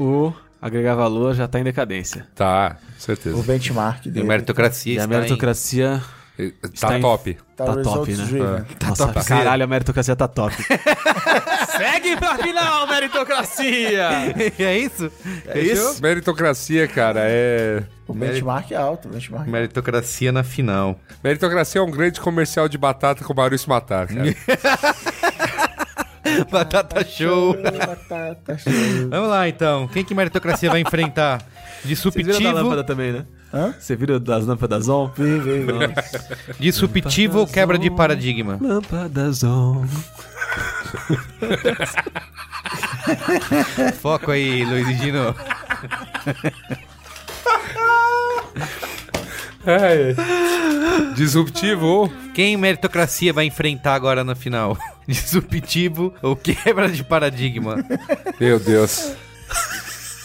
S3: o agregar valor já tá em decadência.
S5: Tá,
S2: O
S5: certeza.
S2: benchmark
S1: E a
S2: dele.
S1: meritocracia
S3: E
S1: está
S3: a
S1: em-
S3: meritocracia está
S5: Tá
S3: tá em-
S5: top.
S2: Tá
S3: tá
S2: results
S3: top, né?
S2: driven.
S3: Nossa, caralho, a meritocracia tá top. Segue pra final, meritocracia!
S1: é isso? É isso?
S5: Meritocracia, cara, é.
S2: O benchmark é alto, o benchmark.
S1: Meritocracia na final.
S5: Meritocracia é um grande comercial de batata com Maurício Matar, cara.
S1: Batata show.
S2: Tá- tá cheio.
S1: Vamos lá então. Quem que meritocracia vai enfrentar?
S3: Você vira da lâmpada
S1: Disruptivo,
S3: também, né?
S2: Hã?
S3: Você vira das lâmpadas on?
S2: Vem, vem, vem.
S1: disruptivo ou quebra de paradigma?
S3: Lâmpadas on.
S1: Foco aí, Luiz e Gino.
S5: Disruptivo ou.
S1: Quem meritocracia vai enfrentar agora na final? Disruptivo ou quebra de paradigma?
S5: Meu Deus.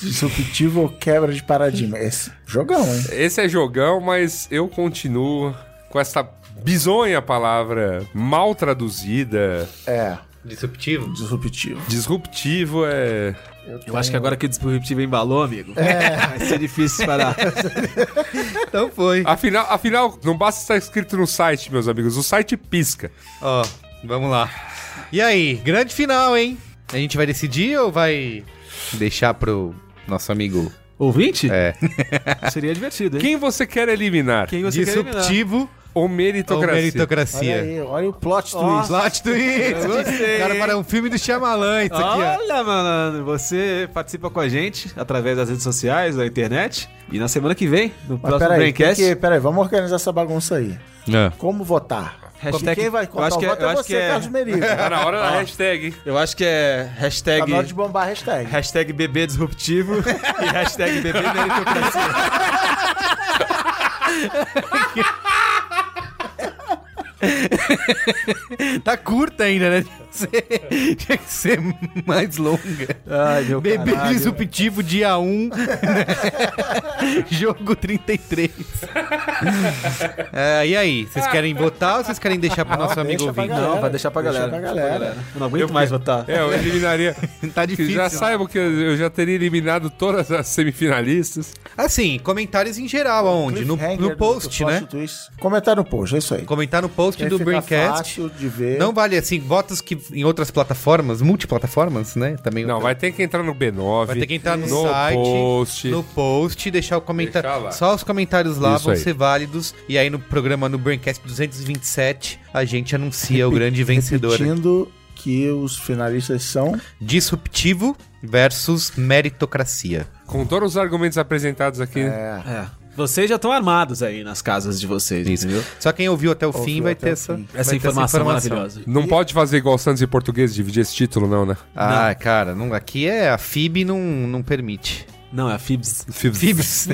S2: Disruptivo ou quebra de paradigma? Esse jogão, hein?
S5: Esse é jogão, mas eu continuo com essa bizonha palavra mal traduzida.
S2: É,
S1: Disruptivo?
S2: disruptivo.
S5: Disruptivo é.
S3: Eu acho que agora que o dispositivo embalou, amigo, vai ser difícil parar.
S1: Então foi.
S5: Afinal, afinal, não basta estar escrito no site, meus amigos. O site pisca.
S1: Ó, vamos lá. E aí, grande final, hein? A gente vai decidir ou vai deixar pro nosso amigo
S3: Ouvinte?
S1: É.
S3: Seria divertido, hein?
S5: Quem você quer eliminar?
S3: Quem você quer eliminar?
S1: disruptivo
S5: Ou
S1: ou
S5: meritocracia?
S2: Olha
S1: meritocracia?
S2: aí, olha o plot twist.
S1: Plot twist!
S3: gostei,
S1: O cara
S3: hein? Ah,
S1: para um filme do Shyamalan isso aqui, ó.
S3: Olha, malandro, você participa com a gente através das redes sociais, da internet. E na semana que vem, no
S2: Mas
S3: próximo
S2: peraí, tem
S3: Braincast,
S2: que, peraí, vamos organizar essa bagunça aí. Como votar?
S3: Hashtag-
S2: Quem vai
S3: eu
S2: contar
S3: acho
S2: o
S3: que é-
S2: voto
S3: eu
S2: é
S3: acho
S2: você,
S3: que é-
S2: Carlos Merigo.
S5: Tá
S2: Tá
S5: na hora da hashtag, hein?
S3: eu acho que é
S2: na hora de
S3: hashtag,
S2: bombar a hashtag.
S3: hashtag bebê disruptivo e hashtag bebê meritocracia.
S1: Tá curta ainda, né? Tinha que ser- Tinha que ser mais longa.
S3: Ai, meu
S1: Bebê disruptivo, dia 1. Jogo 33. É, e aí, vocês querem votar ou vocês querem deixar pro nosso amigo Tá
S2: deixa pra
S1: ouvir?
S2: galera.
S3: Não, vai deixar pra
S2: Deixa
S3: galera.
S2: pra galera.
S3: Eu não aguento mais votar.
S5: É, eu eliminaria.
S1: Tá
S5: Que
S1: difícil.
S5: já saibam que eu já teria eliminado todas as semifinalistas.
S1: Assim, comentários em geral, aonde? No,
S2: Cliffhanger
S1: no
S2: do- do
S1: post,
S2: plot
S1: né?
S2: twist. Comentar no post, é isso aí.
S1: Comentar no post
S2: Aí
S1: do
S2: fica
S1: Braincast.
S2: fácil de ver.
S1: Não vale assim, votos que em outras plataformas, multiplataformas, né? Também
S5: Não, vai ter que entrar no B9.
S1: Vai ter que entrar no,
S5: no
S1: site,
S5: post.
S1: no post, deixar o comentário.
S5: Deixar lá.
S1: Só os comentários lá
S5: Isso
S1: vão
S5: aí.
S1: ser válidos. E aí no programa, no Braincast 227, a gente anuncia o grande vencedor.
S2: Repetindo que os finalistas são.
S1: Disruptivo versus meritocracia.
S5: Com todos os argumentos apresentados aqui.
S7: É. Vocês já estão armados aí nas casas de vocês, entendeu?
S1: Só quem ouviu até o fim vai
S2: até
S1: ter
S2: o
S1: essa,
S2: fim.
S1: vai
S7: Essa
S1: ter
S7: informação, maravilhosa.
S5: Não pode fazer igual Santos e Português, dividir esse título, não, né?
S1: Ah, cara, não, aqui é a FIB não, não permite.
S7: Não, é a Fibs.
S1: FIBs.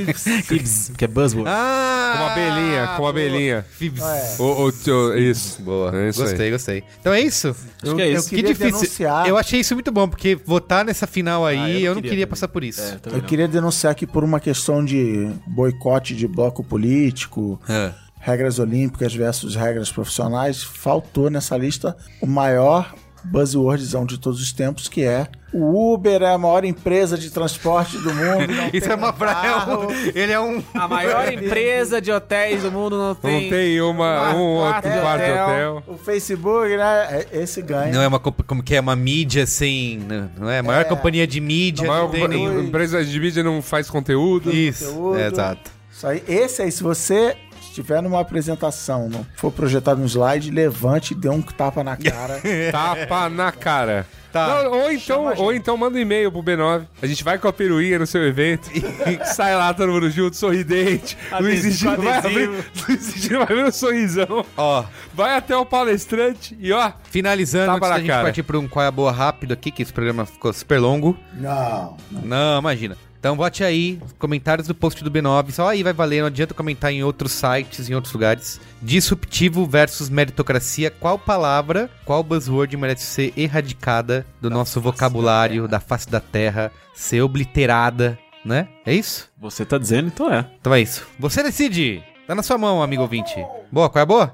S7: Fibs, que é buzzword.
S1: ah,
S5: Com a abelhinha, com a abelhinha.
S1: FIBs.
S7: É.
S5: O- o- o- isso. Boa. É isso aí.
S1: Gostei, gostei. Então é isso.
S7: Acho que é isso.
S1: que
S2: queria
S1: difícil.
S2: denunciar-
S1: Eu achei isso muito bom, porque votar nessa final aí,
S7: Ah,
S1: eu não, queria, passar por isso.
S7: É, também
S2: Eu
S7: não.
S2: queria denunciar que por uma questão de boicote de bloco político,
S1: É.
S2: regras olímpicas versus regras profissionais, faltou nessa lista o maior buzzwordzão de todos os tempos, que é o Uber é a maior empresa de transporte do mundo. não
S1: Isso
S2: tem
S1: é uma praia.
S2: carro.
S1: Ele é um.
S7: A maior empresa de hotéis do mundo não
S5: Não
S7: tem.
S5: tem uma, um
S7: quarto
S5: outro
S7: de
S5: quarto de
S7: hotel.
S5: hotel.
S2: O Facebook, né? é- Esse ganha.
S1: Não é uma compa- como que é uma mídia sem, né? não é? A maior companhia de mídia
S5: Maior
S1: não tem nenhum.
S5: empresa de mídia não faz conteúdo.
S1: Isso,
S2: conteúdo.
S1: é, exato.
S2: Isso aí, esse aí, se você estiver numa apresentação, não for projetado um slide, levante e dê um tapa na cara.
S5: Tapa na cara.
S1: Tá.
S5: Não, ou, então, ou então manda um e-mail pro B9. A gente vai com a peruinha no seu evento. sai lá todo mundo junto, sorridente. Luiz Egino vai abrir, Luiz Egino vai abrir um sorrisão.
S1: Ó,
S5: Vai até o palestrante e ó.
S1: finalizando,
S5: Tapa
S1: antes
S5: na
S1: da gente
S5: cara.
S1: partir para um qual é a boa rápido aqui, que esse programa ficou super longo.
S2: não, não.
S1: Não, imagina. Então bote aí, comentários do post do B9, só aí vai valer, não adianta comentar em outros sites, em outros lugares. Disruptivo versus meritocracia, qual palavra, qual buzzword merece ser erradicada do nosso vocabulário, da face da terra, ser obliterada, né? É isso?
S7: Você tá dizendo, então é.
S1: Então é isso. Você decide! Tá na sua mão, amigo ouvinte. Boa, qual é a boa?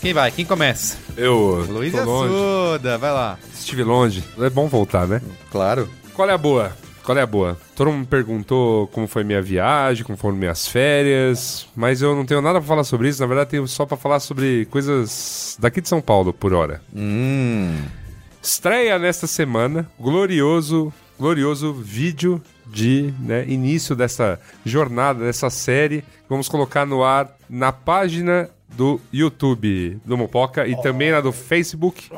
S1: Quem vai? Quem começa?
S5: Eu.
S1: Luiz é
S5: tô longe.
S1: Assuda, vai lá.
S5: Estive longe. É bom voltar, né?
S1: Claro.
S5: Qual é a boa? Qual é a boa? Todo mundo me perguntou como foi minha viagem, como foram minhas férias, mas eu não tenho nada pra falar sobre isso. Na verdade, tenho só pra falar sobre coisas daqui de São Paulo, por hora.
S1: Hum.
S5: Estreia nesta semana, glorioso, glorioso vídeo de né, início dessa jornada, dessa série. Vamos colocar no ar na página do YouTube do Mopoca e também na do Facebook.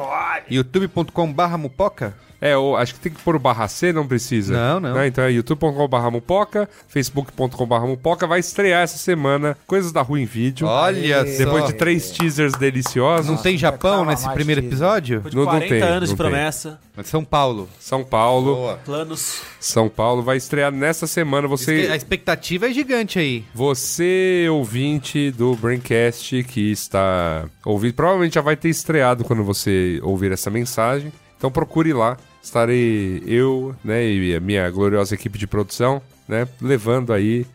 S1: youtube.com.br mupoca?
S5: É, ou, acho que tem que pôr o barra C, não precisa.
S1: Não, não.
S5: Né? Então é youtube.com.br mupoca, facebook.com.br mupoca. Vai estrear essa semana Coisas da Rua em Vídeo.
S1: Olha
S5: Depois
S1: só.
S5: de três teasers deliciosos.
S1: Não tem Japão
S2: calma,
S1: nesse
S2: mais
S1: primeiro
S2: disso.
S1: episódio?
S7: Depois de
S5: Não- não
S7: 40
S5: tem,
S7: anos de
S5: não tem.
S7: promessa,
S1: São Paulo.
S5: São Paulo.
S7: planos.
S5: São Paulo vai estrear nessa semana. Você.
S1: A expectativa é gigante aí.
S5: Você, ouvinte do Braincast, que está ouvindo, provavelmente já vai ter estreado quando você ouvir essa mensagem. Então procure lá. Estarei eu, né, e a minha gloriosa equipe de produção, né, levando aí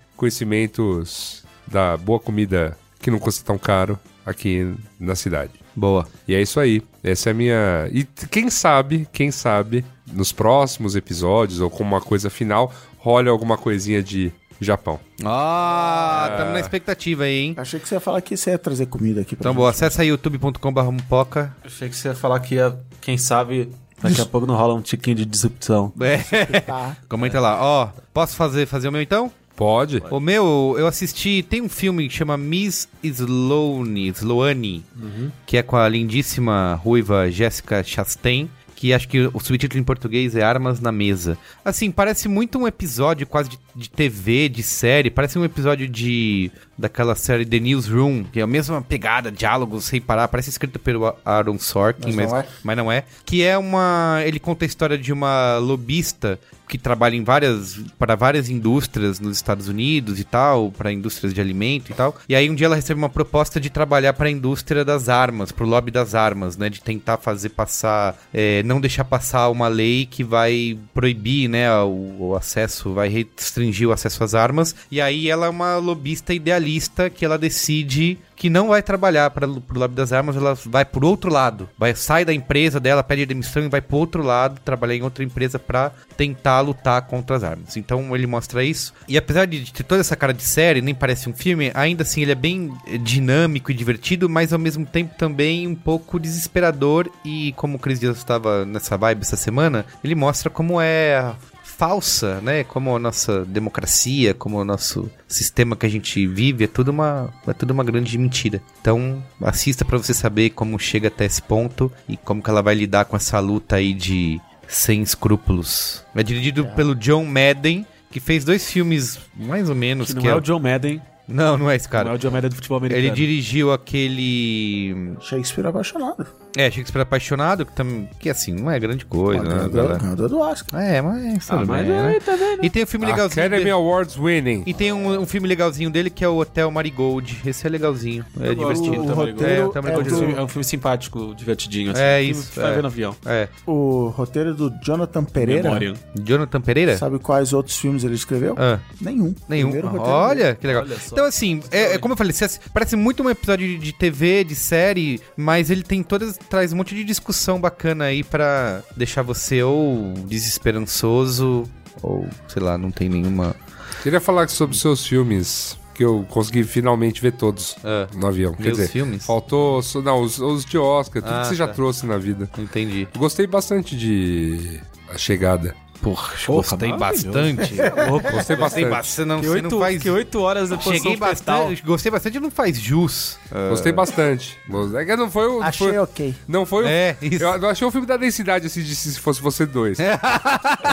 S5: conhecimentos da boa comida que não custa tão caro aqui na cidade.
S1: Boa.
S5: E é isso aí. Essa é a minha. E t- quem sabe, quem sabe, nos próximos episódios ou como uma coisa final, rola alguma coisinha de Japão.
S1: Ah, estamos na expectativa aí, hein?
S2: Achei que você ia falar que você ia trazer comida aqui pra
S1: Então,
S2: gente.
S1: boa. Acessa aí youtube.com.br mupoca.
S7: Achei que você ia falar que ia, quem sabe, daqui a pouco não rola um tiquinho de disrupção.
S1: É. Comenta lá. Ó, posso fazer, fazer o meu então?
S5: Pode?
S1: O meu, eu assisti. Tem um filme que chama Miss Sloane, Sloane
S2: Uhum.
S1: que é com a lindíssima ruiva Jessica Chastain. Que acho que o subtítulo em português é Armas na Mesa. Assim, parece muito um episódio quase de, de TV, de série. Parece um episódio de. daquela série The Newsroom, que é a mesma pegada, diálogos sem parar. Parece escrito pelo A- Aaron Sorkin,
S2: Mas não
S1: mas,
S2: é.
S1: mas não é. Que é uma. Ele conta a história de uma lobista que trabalha em várias. para várias indústrias nos Estados Unidos e tal, para indústrias de alimento e tal. E aí um dia ela recebe uma proposta de trabalhar para a indústria das armas, pro lobby das armas, né? De tentar fazer passar. é, não deixar passar uma lei que vai proibir, né? O, o acesso, vai restringir o acesso às armas. E aí ela é uma lobista idealista que ela decide que não vai trabalhar para o lobby das armas, ela vai por outro lado. Vai sai da empresa dela, pede demissão e vai pro outro lado trabalhar em outra empresa para tentar lutar contra as armas. Então ele mostra isso. E apesar de ter toda essa cara de série, nem parece um filme, ainda assim ele é bem eh, dinâmico e divertido, mas ao mesmo tempo também um pouco desesperador. E como o Chris Dias estava nessa vibe essa semana, ele mostra como é a falsa, né? Como a nossa democracia, como o nosso sistema que a gente vive, é tudo uma, é tudo uma grande mentira. Então, assista pra você saber como chega até esse ponto e como que ela vai lidar com essa luta aí de sem escrúpulos. É dirigido pelo John Madden, que fez dois filmes mais ou menos
S3: Que
S1: que,
S3: não é o John Madden,
S1: Não, não é esse
S3: não é
S1: cara.
S3: o John Madden do futebol americano.
S1: Ele dirigiu aquele.
S2: é Shakespeare apaixonado.
S1: É, Shakespeare Apaixonado, que, tam... que assim, não é grande coisa, né?
S2: Ganhador ganhador do Oscar.
S1: É, mas. tudo
S3: mas
S1: bem,
S3: é,
S1: né? E tem um filme legalzinho.
S5: Academy
S1: dele-
S5: Awards winning.
S1: E tem um, um filme legalzinho dele que é o Hotel Marigold. Esse é legalzinho. É divertido.
S2: o
S1: Hotel Marigold. É,
S2: roteiro
S1: Hotel
S3: É um,
S1: Marigold.
S3: filme, é um filme simpático, divertidinho. assim.
S1: É
S3: Um filme
S1: isso,
S3: que Vai
S1: é.
S3: ver no avião.
S1: É.
S2: O roteiro do Jonathan Pereira.
S3: Memória.
S1: Jonathan Pereira?
S2: Sabe quais outros filmes ele escreveu?
S1: É. Ah,
S2: Nenhum.
S1: nenhum.
S2: Primeiro roteiro dele.
S1: Olha, que legal.
S3: Olha só.
S1: então, assim, é, é como eu falei, se ass- parece muito um episódio de- de TV, de série, mas ele tem todas. traz um monte de discussão bacana aí pra deixar você ou desesperançoso, ou sei lá, não tem nenhuma.
S5: Queria falar sobre seus filmes, que eu consegui finalmente ver todos
S1: Ah,
S5: no avião. Quer
S1: meus
S5: dizer,
S1: filmes?
S5: faltou. só- Não, os, os de Oscar, tudo
S1: Ah,
S5: que você já
S1: tá.
S5: trouxe na vida.
S1: Entendi.
S5: Gostei bastante de A Chegada. Porra,
S1: Gostei bastante.
S5: Gostei
S1: Gostei
S5: bastante.
S1: bastante. Não,
S3: Que
S1: você
S3: oito,
S1: não faz
S3: que oito horas um da posição
S1: Cheguei bastante, gostei bastante, não faz jus.
S2: É.
S5: Gostei bastante. É que não foi o.
S2: Achei
S5: foi-
S2: ok.
S5: Não foi o.
S1: É, isso. É.
S5: Eu não achei o filme da densidade assim de se fosse você dois.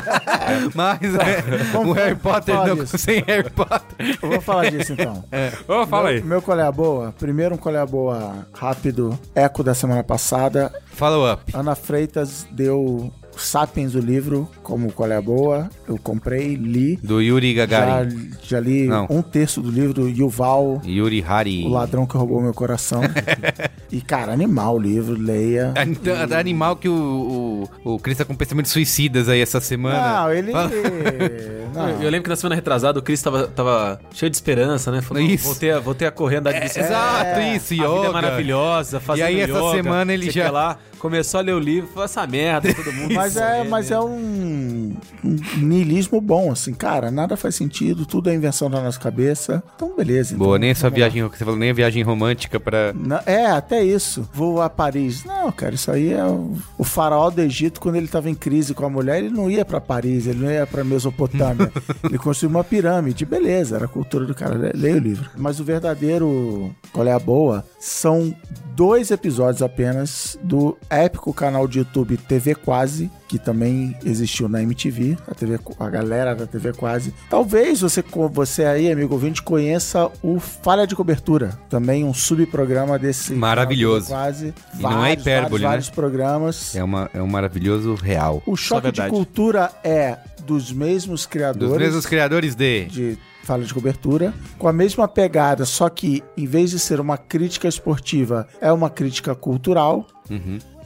S1: Mas é, o
S2: vamos
S1: Harry Potter
S2: falar
S1: não,
S2: disso.
S1: sem Harry Potter.
S2: Eu vou falar disso então.
S1: É.
S5: Ô, fala aí.
S2: Meu colher boa, primeiro um colher boa rápido, eco da semana passada.
S1: Follow up.
S2: Ana Freitas deu Sapiens o livro como colher boa. Eu comprei, li.
S1: Do Yuri
S2: Já,
S1: Gagarin.
S2: já li
S1: Não.
S2: um terço do livro do Yuval,
S1: Yuri Hari.
S2: o ladrão que roubou meu coração. e, cara, animal o livro, leia.
S1: An- an- Então, Animal que o, o, o Chris tá com pensamento suicidas aí essa semana.
S2: Não, ele. Não.
S3: Eu lembro que na semana retrasada o Cris tava, tava cheio de esperança, né? Falou,
S1: Isso. É,
S3: voltei a, voltei a correr, andar de
S2: É.
S3: bicicleta.
S1: Exato, isso,
S3: A
S1: yoga.
S3: vida é maravilhosa, fazendo
S1: E aí, essa
S3: yoga,
S1: semana ele
S3: sei o que
S1: já-
S3: lá, começou a ler o livro, falou essa merda, todo mundo.
S2: Mas é, mas é um, um niilismo bom, assim, cara, nada faz sentido, tudo é invenção da nossa cabeça. Então, beleza.
S1: Boa,
S2: então,
S1: nem essa
S2: vamos lá.
S1: viagem, que você falou, nem a viagem romântica pra...
S2: Na- é, até isso. Vou a Paris. Não, cara, isso aí é o, o faraó do Egito, quando ele tava em crise com a mulher, ele não ia pra Paris, ele não ia pra Mesopotâmia. ele construiu uma pirâmide, beleza, era a cultura do cara. Le- Leia o livro. Mas o verdadeiro, qual é a boa, são dois episódios apenas do épico canal de YouTube TV Quase, que também existiu na MTV, a, TV, Qu- a galera da TV Quase. Talvez você, co- você aí, amigo ouvinte, conheça o Falha de Cobertura, também um subprograma desse
S1: Maravilhoso.
S2: canal TV Quase.
S1: E não é hipérbole,
S2: vários,
S1: né?
S2: vários programas.
S1: É, uma, é um maravilhoso real.
S2: O choque de
S3: verdade.
S2: cultura é dos mesmos
S1: Dos
S2: criadores
S1: mesmos criadores de...
S2: de falha de cobertura, com a mesma pegada, só que em vez de ser uma crítica esportiva, é uma crítica cultural.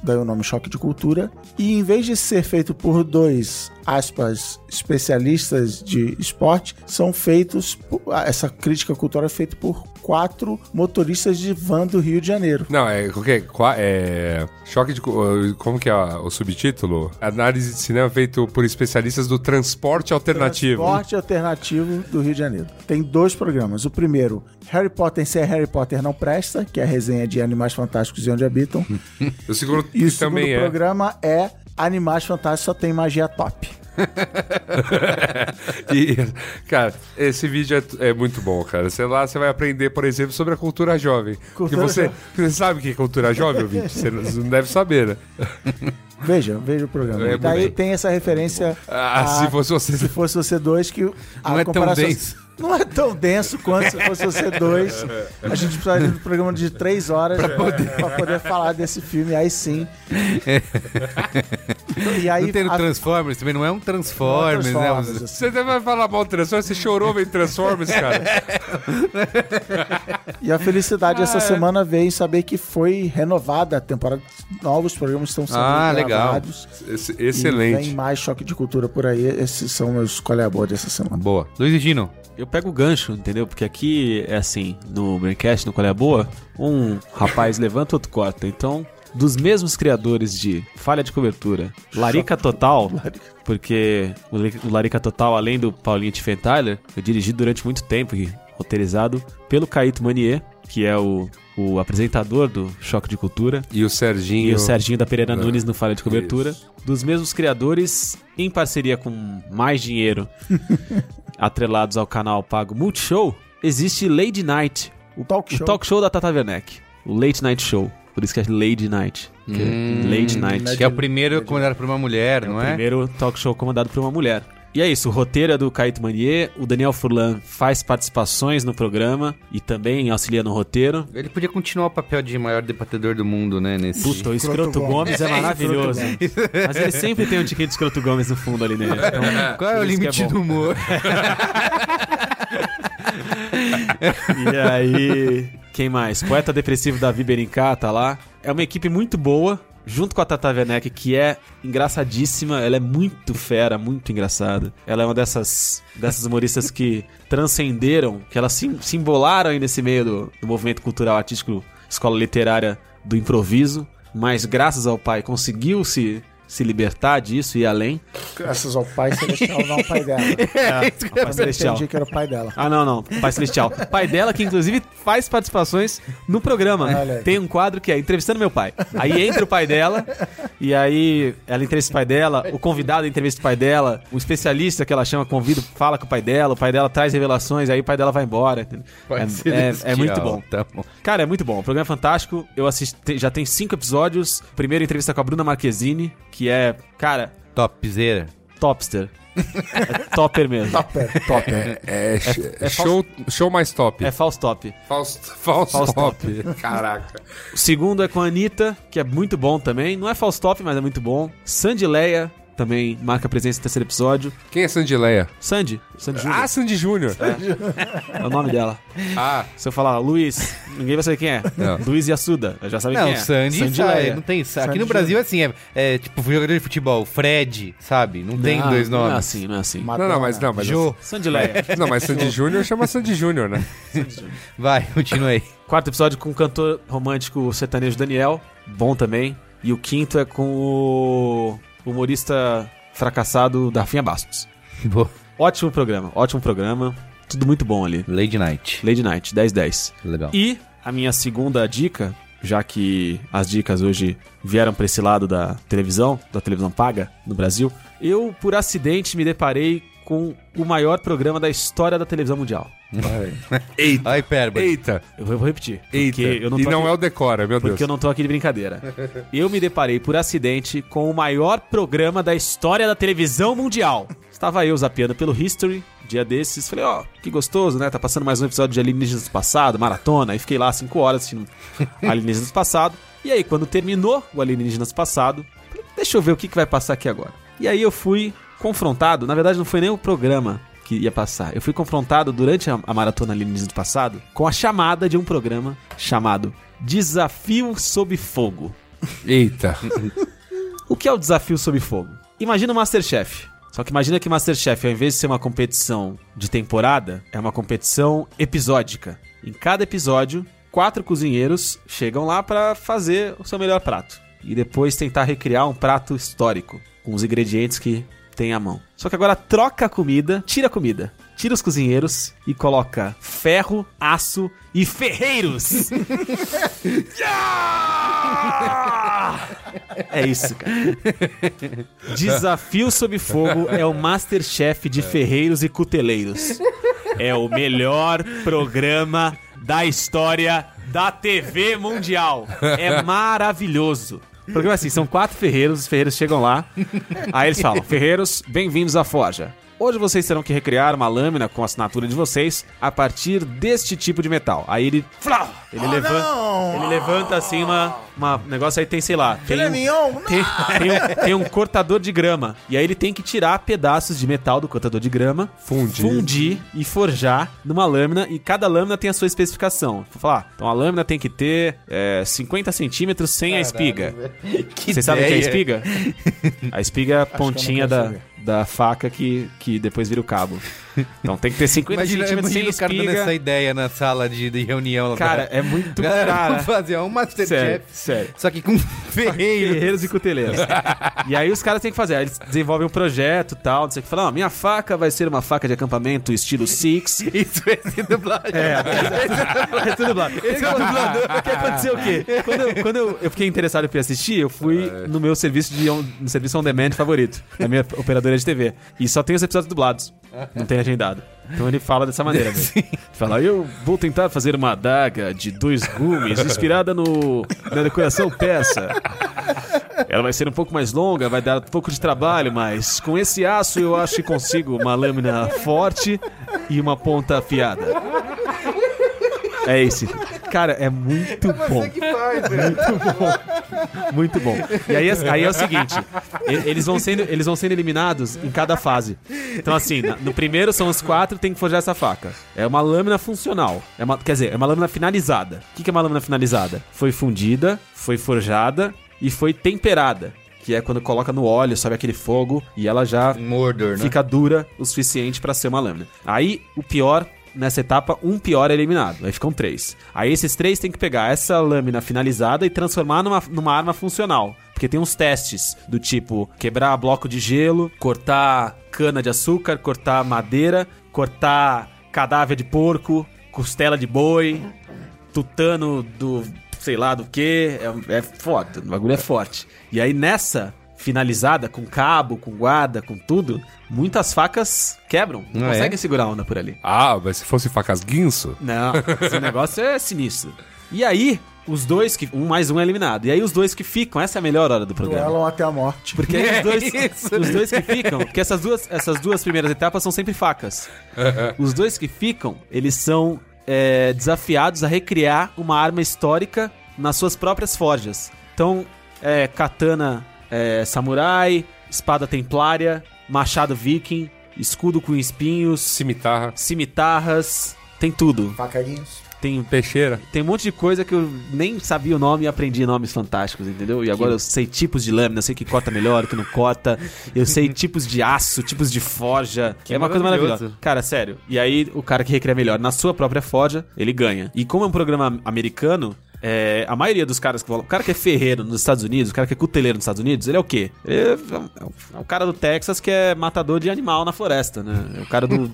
S2: Daí o nome Choque de Cultura. E em vez de ser feito por dois, aspas, especialistas de esporte, são feitos. por- essa crítica cultural é feita por quatro motoristas de van do Rio de Janeiro.
S5: Não, é, o quê? Qua- é choque de. cu- Como que é o subtítulo? Análise de cinema feito por especialistas do transporte alternativo. né?
S2: Esporte alternativo do Rio de Janeiro. Tem dois programas. O primeiro, Harry Potter sem Harry Potter não presta, que é a resenha de Animais Fantásticos e Onde Habitam.
S5: O segundo
S2: E o
S5: também
S2: segundo
S5: é.
S2: programa é Animais Fantásticos só tem magia top.
S5: E, cara, esse vídeo é, é muito bom, cara. Sei lá, você vai aprender, por exemplo, sobre a cultura jovem. Porque
S2: Cultura
S5: você,
S2: jovem.
S5: você sabe o que é cultura jovem, ouvinte? Você não- você não deve saber, né?
S2: Veja, veja o programa.
S5: É,
S2: E Daí
S5: muito bem.
S2: tem essa referência
S5: Ah,
S2: a
S5: se fosse você.
S2: Se Fosse Você Dois, que a
S1: Não é tão
S2: comparação-
S1: denso.
S2: Não é tão denso quanto Se Fosse Você Dois. A gente precisaria de um programa de três horas pra poder, falar desse filme, aí sim. e aí,
S1: não tem no
S2: a-
S1: Transformers também, não é um Transformers, né?
S2: Transformers,
S1: Os-
S2: assim.
S5: Você até vai falar mal do Transformers, você chorou vem Transformers, cara.
S2: E a felicidade essa semana veio em saber que foi renovada a temporada. Novos programas estão sendo
S1: Ah, legal.
S2: gravados.
S5: Ex-
S2: E
S5: Excelente.
S2: Tem mais choque de cultura por aí. Esses são meus colher boa dessa semana.
S1: Boa. Luiz e Gino.
S3: Eu eu pego o gancho, entendeu? Porque aqui é assim, no Braincast, no Qual é a Boa, um rapaz levanta, outro corta. Então, dos mesmos criadores de Falha de Cobertura, Larica Total, porque o Lari- o Larica Total, além do Paulinho Tiffenthaler, foi dirigido durante muito tempo e roteirizado pelo Caíto Manier, que é o, o apresentador do Choque de Cultura.
S5: E o Serginho.
S3: E o Serginho da Pereira
S5: É.
S3: Nunes no Falha de Cobertura.
S5: Isso.
S3: Dos mesmos criadores, em parceria com mais dinheiro, atrelados ao canal pago Multishow, existe Lady Night,
S2: O talk
S3: o
S2: show.
S3: talk show da Tata Werneck. O Late Night Show. Por isso que é Lady Night. que é Late Night.
S8: Que é o primeiro comandado por uma mulher, não é?
S3: Primeiro talk show comandado por uma mulher. E é isso, o roteiro é do Caíto Manier, o Daniel Furlan faz participações no programa e também auxilia no roteiro.
S8: Ele podia continuar o papel de maior debatedor do mundo, né? Nesse...
S3: Puta, o Escroto
S2: Escroto
S3: Gomes é maravilhoso. Mas ele sempre tem um tiquinho de Escroto Gomes no fundo ali nele. Então,
S8: Qual é o
S3: por isso que
S8: limite
S3: bom.
S8: do humor?
S3: E aí. Quem mais? Poeta Depressivo Davi Berincá tá lá. É uma equipe muito boa, junto com a Tata Werneck, que é engraçadíssima. Ela é muito fera, muito engraçada. Ela é uma dessas, dessas humoristas que transcenderam, que elas se, se embolaram aí nesse meio do, do movimento cultural, artístico, escola literária do improviso. Mas graças ao pai conseguiu se, se libertar disso e ir além.
S2: Graças ao pai celestial, não ao pai dela.
S3: Ao pai celestial.
S2: Entendi que era o pai dela.
S3: Ah, não, não. Pai Celestial. Pai dela, que inclusive faz participações no programa.
S2: Olha aí.
S3: Tem um quadro que é Entrevistando Meu Pai. Aí entra o pai dela, e aí ela entrevista o pai dela, o convidado entrevista o pai dela, o especialista que ela chama, convida, fala com o pai dela, o pai dela traz revelações, aí o pai dela vai embora. entendeu?
S8: Pai
S3: É, é- é
S8: Celestial,
S3: muito bom.
S8: Tá bom.
S3: Cara, é muito bom. O programa é fantástico. Eu assisti, já tem cinco episódios. Primeiro entrevista com a Bruna Marquezine, que é, cara,
S1: Topzera.
S3: topster. É topper mesmo.
S2: Topper, topper.
S5: É, é show, show mais top.
S3: É false top.
S5: Falso, falso,
S3: Falso
S5: top. Caraca.
S3: O segundo é com a Anitta, que é muito bom também. Não é false top, mas é muito bom. Sandy Leia também marca presença no terceiro episódio.
S5: Quem é Sandileia?
S3: Sandy, Sandy Júnior
S5: Ah, Sandy Júnior.
S3: é o nome dela.
S5: Ah,
S3: Se eu falar Luiz, ninguém vai saber quem é.
S5: Não.
S3: Luiz e Assuda, já sabem quem
S1: Não,
S3: é.
S1: Sandy, sai,
S3: Leia.
S1: não tem. aqui
S2: Sandy
S1: no Brasil é assim, é, é tipo jogador de futebol, Fred, sabe? Não, tem
S3: Não,
S1: dois
S3: Não é
S1: nomes.
S3: assim, não é assim.
S5: não, não, mas não, mas.
S1: Jô,
S3: Sandy Leia.
S5: Não, mas Sandy Júnior chama Sandy Júnior, né?
S1: vai, continua aí.
S3: Quarto episódio com o cantor romântico sertanejo Daniel, bom também. E o quinto é com o humorista fracassado Darfinha Bastos.
S1: Boa.
S3: Ótimo programa, ótimo programa. Tudo muito bom ali.
S1: Lady Night.
S3: Lady Night, 10-10.
S1: Legal.
S3: E a minha segunda dica, já que as dicas hoje vieram para esse lado da televisão, da televisão paga no Brasil, eu por acidente me deparei com o maior programa da história da televisão mundial.
S5: Eita.
S1: Aí, Perba.
S5: Eita.
S3: Eu vou vou repetir,
S5: Eita.
S3: porque eu não
S5: e
S3: tô
S5: não
S3: aqui,
S5: é o Decora, meu Deus.
S3: porque eu não tô aqui de brincadeira. Eu me deparei por acidente com o maior programa da história da televisão mundial. Estava eu zapeando pelo History, dia desses, falei, ó, que gostoso, né? Tá passando mais um episódio de Alienígenas do Passado, maratona, e fiquei lá cinco horas assistindo Alienígenas do Passado. E aí, quando terminou o Alienígenas do Passado, falei, deixa eu ver o que, que vai passar aqui agora. E aí eu fui confrontado, na verdade não foi nem o programa que ia passar, eu fui confrontado durante a, a maratona Alienígenas do Passado com a chamada de um programa chamado Desafio Sob Fogo.
S5: Eita.
S3: O que é o desafio sob fogo? Imagina o Masterchef. Só que imagina que Masterchef, ao invés de ser uma competição de temporada, é uma competição episódica. Em cada episódio, quatro cozinheiros chegam lá pra fazer o seu melhor prato. E depois tentar recriar um prato histórico, com os ingredientes que tem à mão. Só que agora troca a comida, tira a comida, tira os cozinheiros e coloca ferro, aço e ferreiros. É isso, cara. Desafio sob fogo é o Masterchef de ferreiros e cuteleiros. É o melhor programa da história da TV mundial. É maravilhoso. O programa é assim, são quatro ferreiros, os ferreiros chegam lá, aí eles falam, ferreiros, bem-vindos à forja. Hoje vocês terão que recriar uma lâmina com a assinatura de vocês a partir deste tipo de metal. Aí ele... Flau! Ele, levanta, ele levanta assim uma, uma negócio, aí tem, sei lá... Tem
S2: Filé
S3: um-
S2: mignon?
S3: tem, tem um, tem um cortador de grama. E aí ele tem que tirar pedaços de metal do cortador de grama,
S5: Fundir.
S3: fundir e forjar numa lâmina. E cada lâmina tem a sua especificação. Vou falar, então a lâmina tem que ter é, 50 centímetros sem a espiga. Vocês sabem o que é a espiga? A espiga é a pontinha da, da faca que, que depois vira o cabo. Então tem que ter 50
S1: Imagina,
S3: centímetros sem
S1: imagina o cara dando essa
S3: espiga.
S1: ideia na sala de, de reunião. Lá
S3: Cara,
S1: pra-
S3: é muito
S1: Galera,
S3: cara.
S1: vamos fazer ó, um
S3: Sério,
S1: Masterchef,
S3: sério.
S1: só que com ferreiro.
S3: Ferreiros e cuteleiros. e aí os caras têm que fazer. Aí eles desenvolvem um projeto e tal. Não sei o que. Falam, ó, minha faca vai ser uma faca de acampamento estilo Six.
S1: Isso, esse dublagem.
S3: É tudo dublado. Esse é o dublador. que aconteceu o quê? Quando, eu, quando eu, eu fiquei interessado em assistir, eu fui no meu serviço de on, no serviço on demand favorito, na minha operadora de TV. E só tem os episódios dublados. Não tem agendado. Então ele fala dessa maneira. velho. Ele Fala, eu vou tentar fazer uma adaga de dois gumes inspirada no, na decoração peça. Ela vai ser um pouco mais longa, vai dar um pouco de trabalho, mas com esse aço eu acho que consigo uma lâmina forte e uma ponta afiada. É esse. Cara, é muito bom. Muito bom. E aí, é- aí é o seguinte: e- eles vão, sendo, eles vão sendo eliminados em cada fase. Então, assim, na- no primeiro são os quatro, tem que forjar essa faca. É uma lâmina funcional. É uma, quer dizer, é uma lâmina finalizada. O que, que é uma lâmina finalizada? Foi fundida, foi forjada e foi temperada. Que é quando coloca no óleo, sobe aquele fogo e ela já
S1: Mordor, né?
S3: fica dura o suficiente pra ser uma lâmina. Aí, o pior, nessa etapa, um pior é eliminado. Aí ficam três. Aí esses três tem que pegar essa lâmina finalizada e transformar numa, numa arma funcional. Porque tem uns testes do tipo quebrar bloco de gelo, cortar cana de açúcar, cortar madeira, cortar cadáver de porco, costela de boi, tutano do sei lá do que. É, é foda, o bagulho é forte. E aí nessa finalizada, com cabo, com guarda, com tudo, muitas facas quebram. Não,
S1: Não é?
S3: conseguem segurar a onda por ali.
S5: Ah, mas se fosse facas guinso?
S3: Não, esse negócio é sinistro. E aí, os dois que. Um mais um é eliminado. E aí, os dois que ficam, essa é a melhor hora do programa.
S2: Duelam até a morte.
S3: Tipo, Porque aí os dois, os dois que ficam, porque essas duas, essas duas primeiras etapas são sempre facas. Os dois que ficam, eles são é, desafiados a recriar uma arma histórica nas suas próprias forjas. Então, é, katana é, samurai, espada templária, machado viking, escudo com espinhos,
S5: Cimitarra.
S3: cimitarras, tem tudo.
S2: Facarinhos.
S3: Tem
S5: Peixeira.
S3: tem um monte de coisa que eu nem sabia o nome e aprendi nomes fantásticos, entendeu? E agora eu sei tipos de lâmina, eu sei que corta melhor, o que não corta. Eu sei tipos de aço, tipos de forja. é uma coisa
S1: maravilhoso.
S3: maravilhosa. Cara, sério. E aí o cara que recria melhor na sua própria forja, ele ganha. E como é um programa americano. é, a maioria dos caras que falam. O cara que é ferreiro nos Estados Unidos, o cara que é cuteleiro nos Estados Unidos, ele é o quê? Ele é, é o cara do Texas que é matador de animal na floresta, né? É o cara do,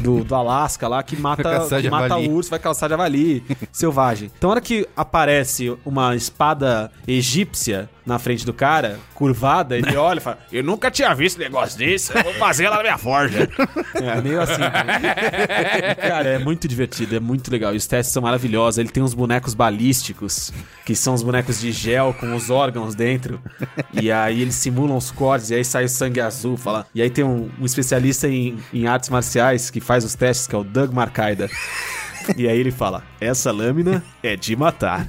S3: do, do Alasca lá que mata,
S1: Caçar
S3: que mata
S1: javali.
S3: o urso vai calçar javali selvagem. Então, na hora que aparece uma espada egípcia na frente do cara, curvada, ele olha e fala: Eu nunca tinha visto negócio desse, eu vou fazer lá na minha forja. É meio assim. né? cara, é muito divertido, é muito legal. E os testes são maravilhosos. Ele tem uns bonecos balísticos, que são os bonecos de gel com os órgãos dentro. E aí eles simulam os cortes, e aí sai o sangue azul. Fala. E aí tem um, um especialista em, em artes marciais que faz os testes, que é o Doug Marcaida. E aí ele fala: Essa lâmina é de matar.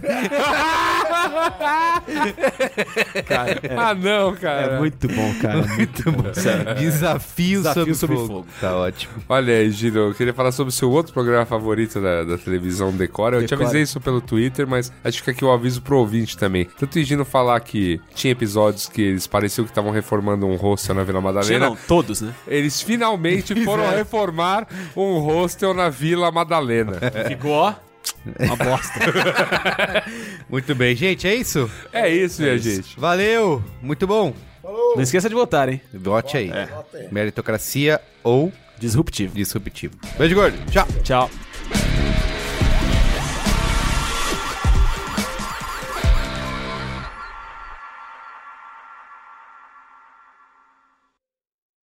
S3: cara, é,
S5: Ah, não,
S3: é
S5: cara.
S3: muito bom, cara. Muito bom. Sério.
S1: Desafio,
S3: Desafio
S1: sobre,
S3: sobre
S1: fogo.
S3: fogo.
S1: Tá ótimo.
S5: Olha aí, Giro, eu queria falar sobre o seu outro programa favorito da, da televisão, Decora. Eu te
S3: Decora.
S5: avisei isso pelo Twitter, mas acho que aqui eu aviso pro ouvinte também. Tanto o Gino falar que tinha episódios que eles pareciam que estavam reformando um hostel na Vila
S3: Tinha,
S5: Madalena.
S3: não, todos, né?
S5: Eles finalmente foram reformar um hostel na Vila Madalena.
S3: Ficou, ó, uma bosta.
S1: Muito bem, gente, é isso?
S5: é isso, minha gente.
S1: Valeu, muito bom.
S3: Não esqueça de votar, hein?
S1: É. Vote aí. Meritocracia ou
S3: Disruptivo.
S1: disruptivo. Beijo gordo. Tchau.
S3: Tchau.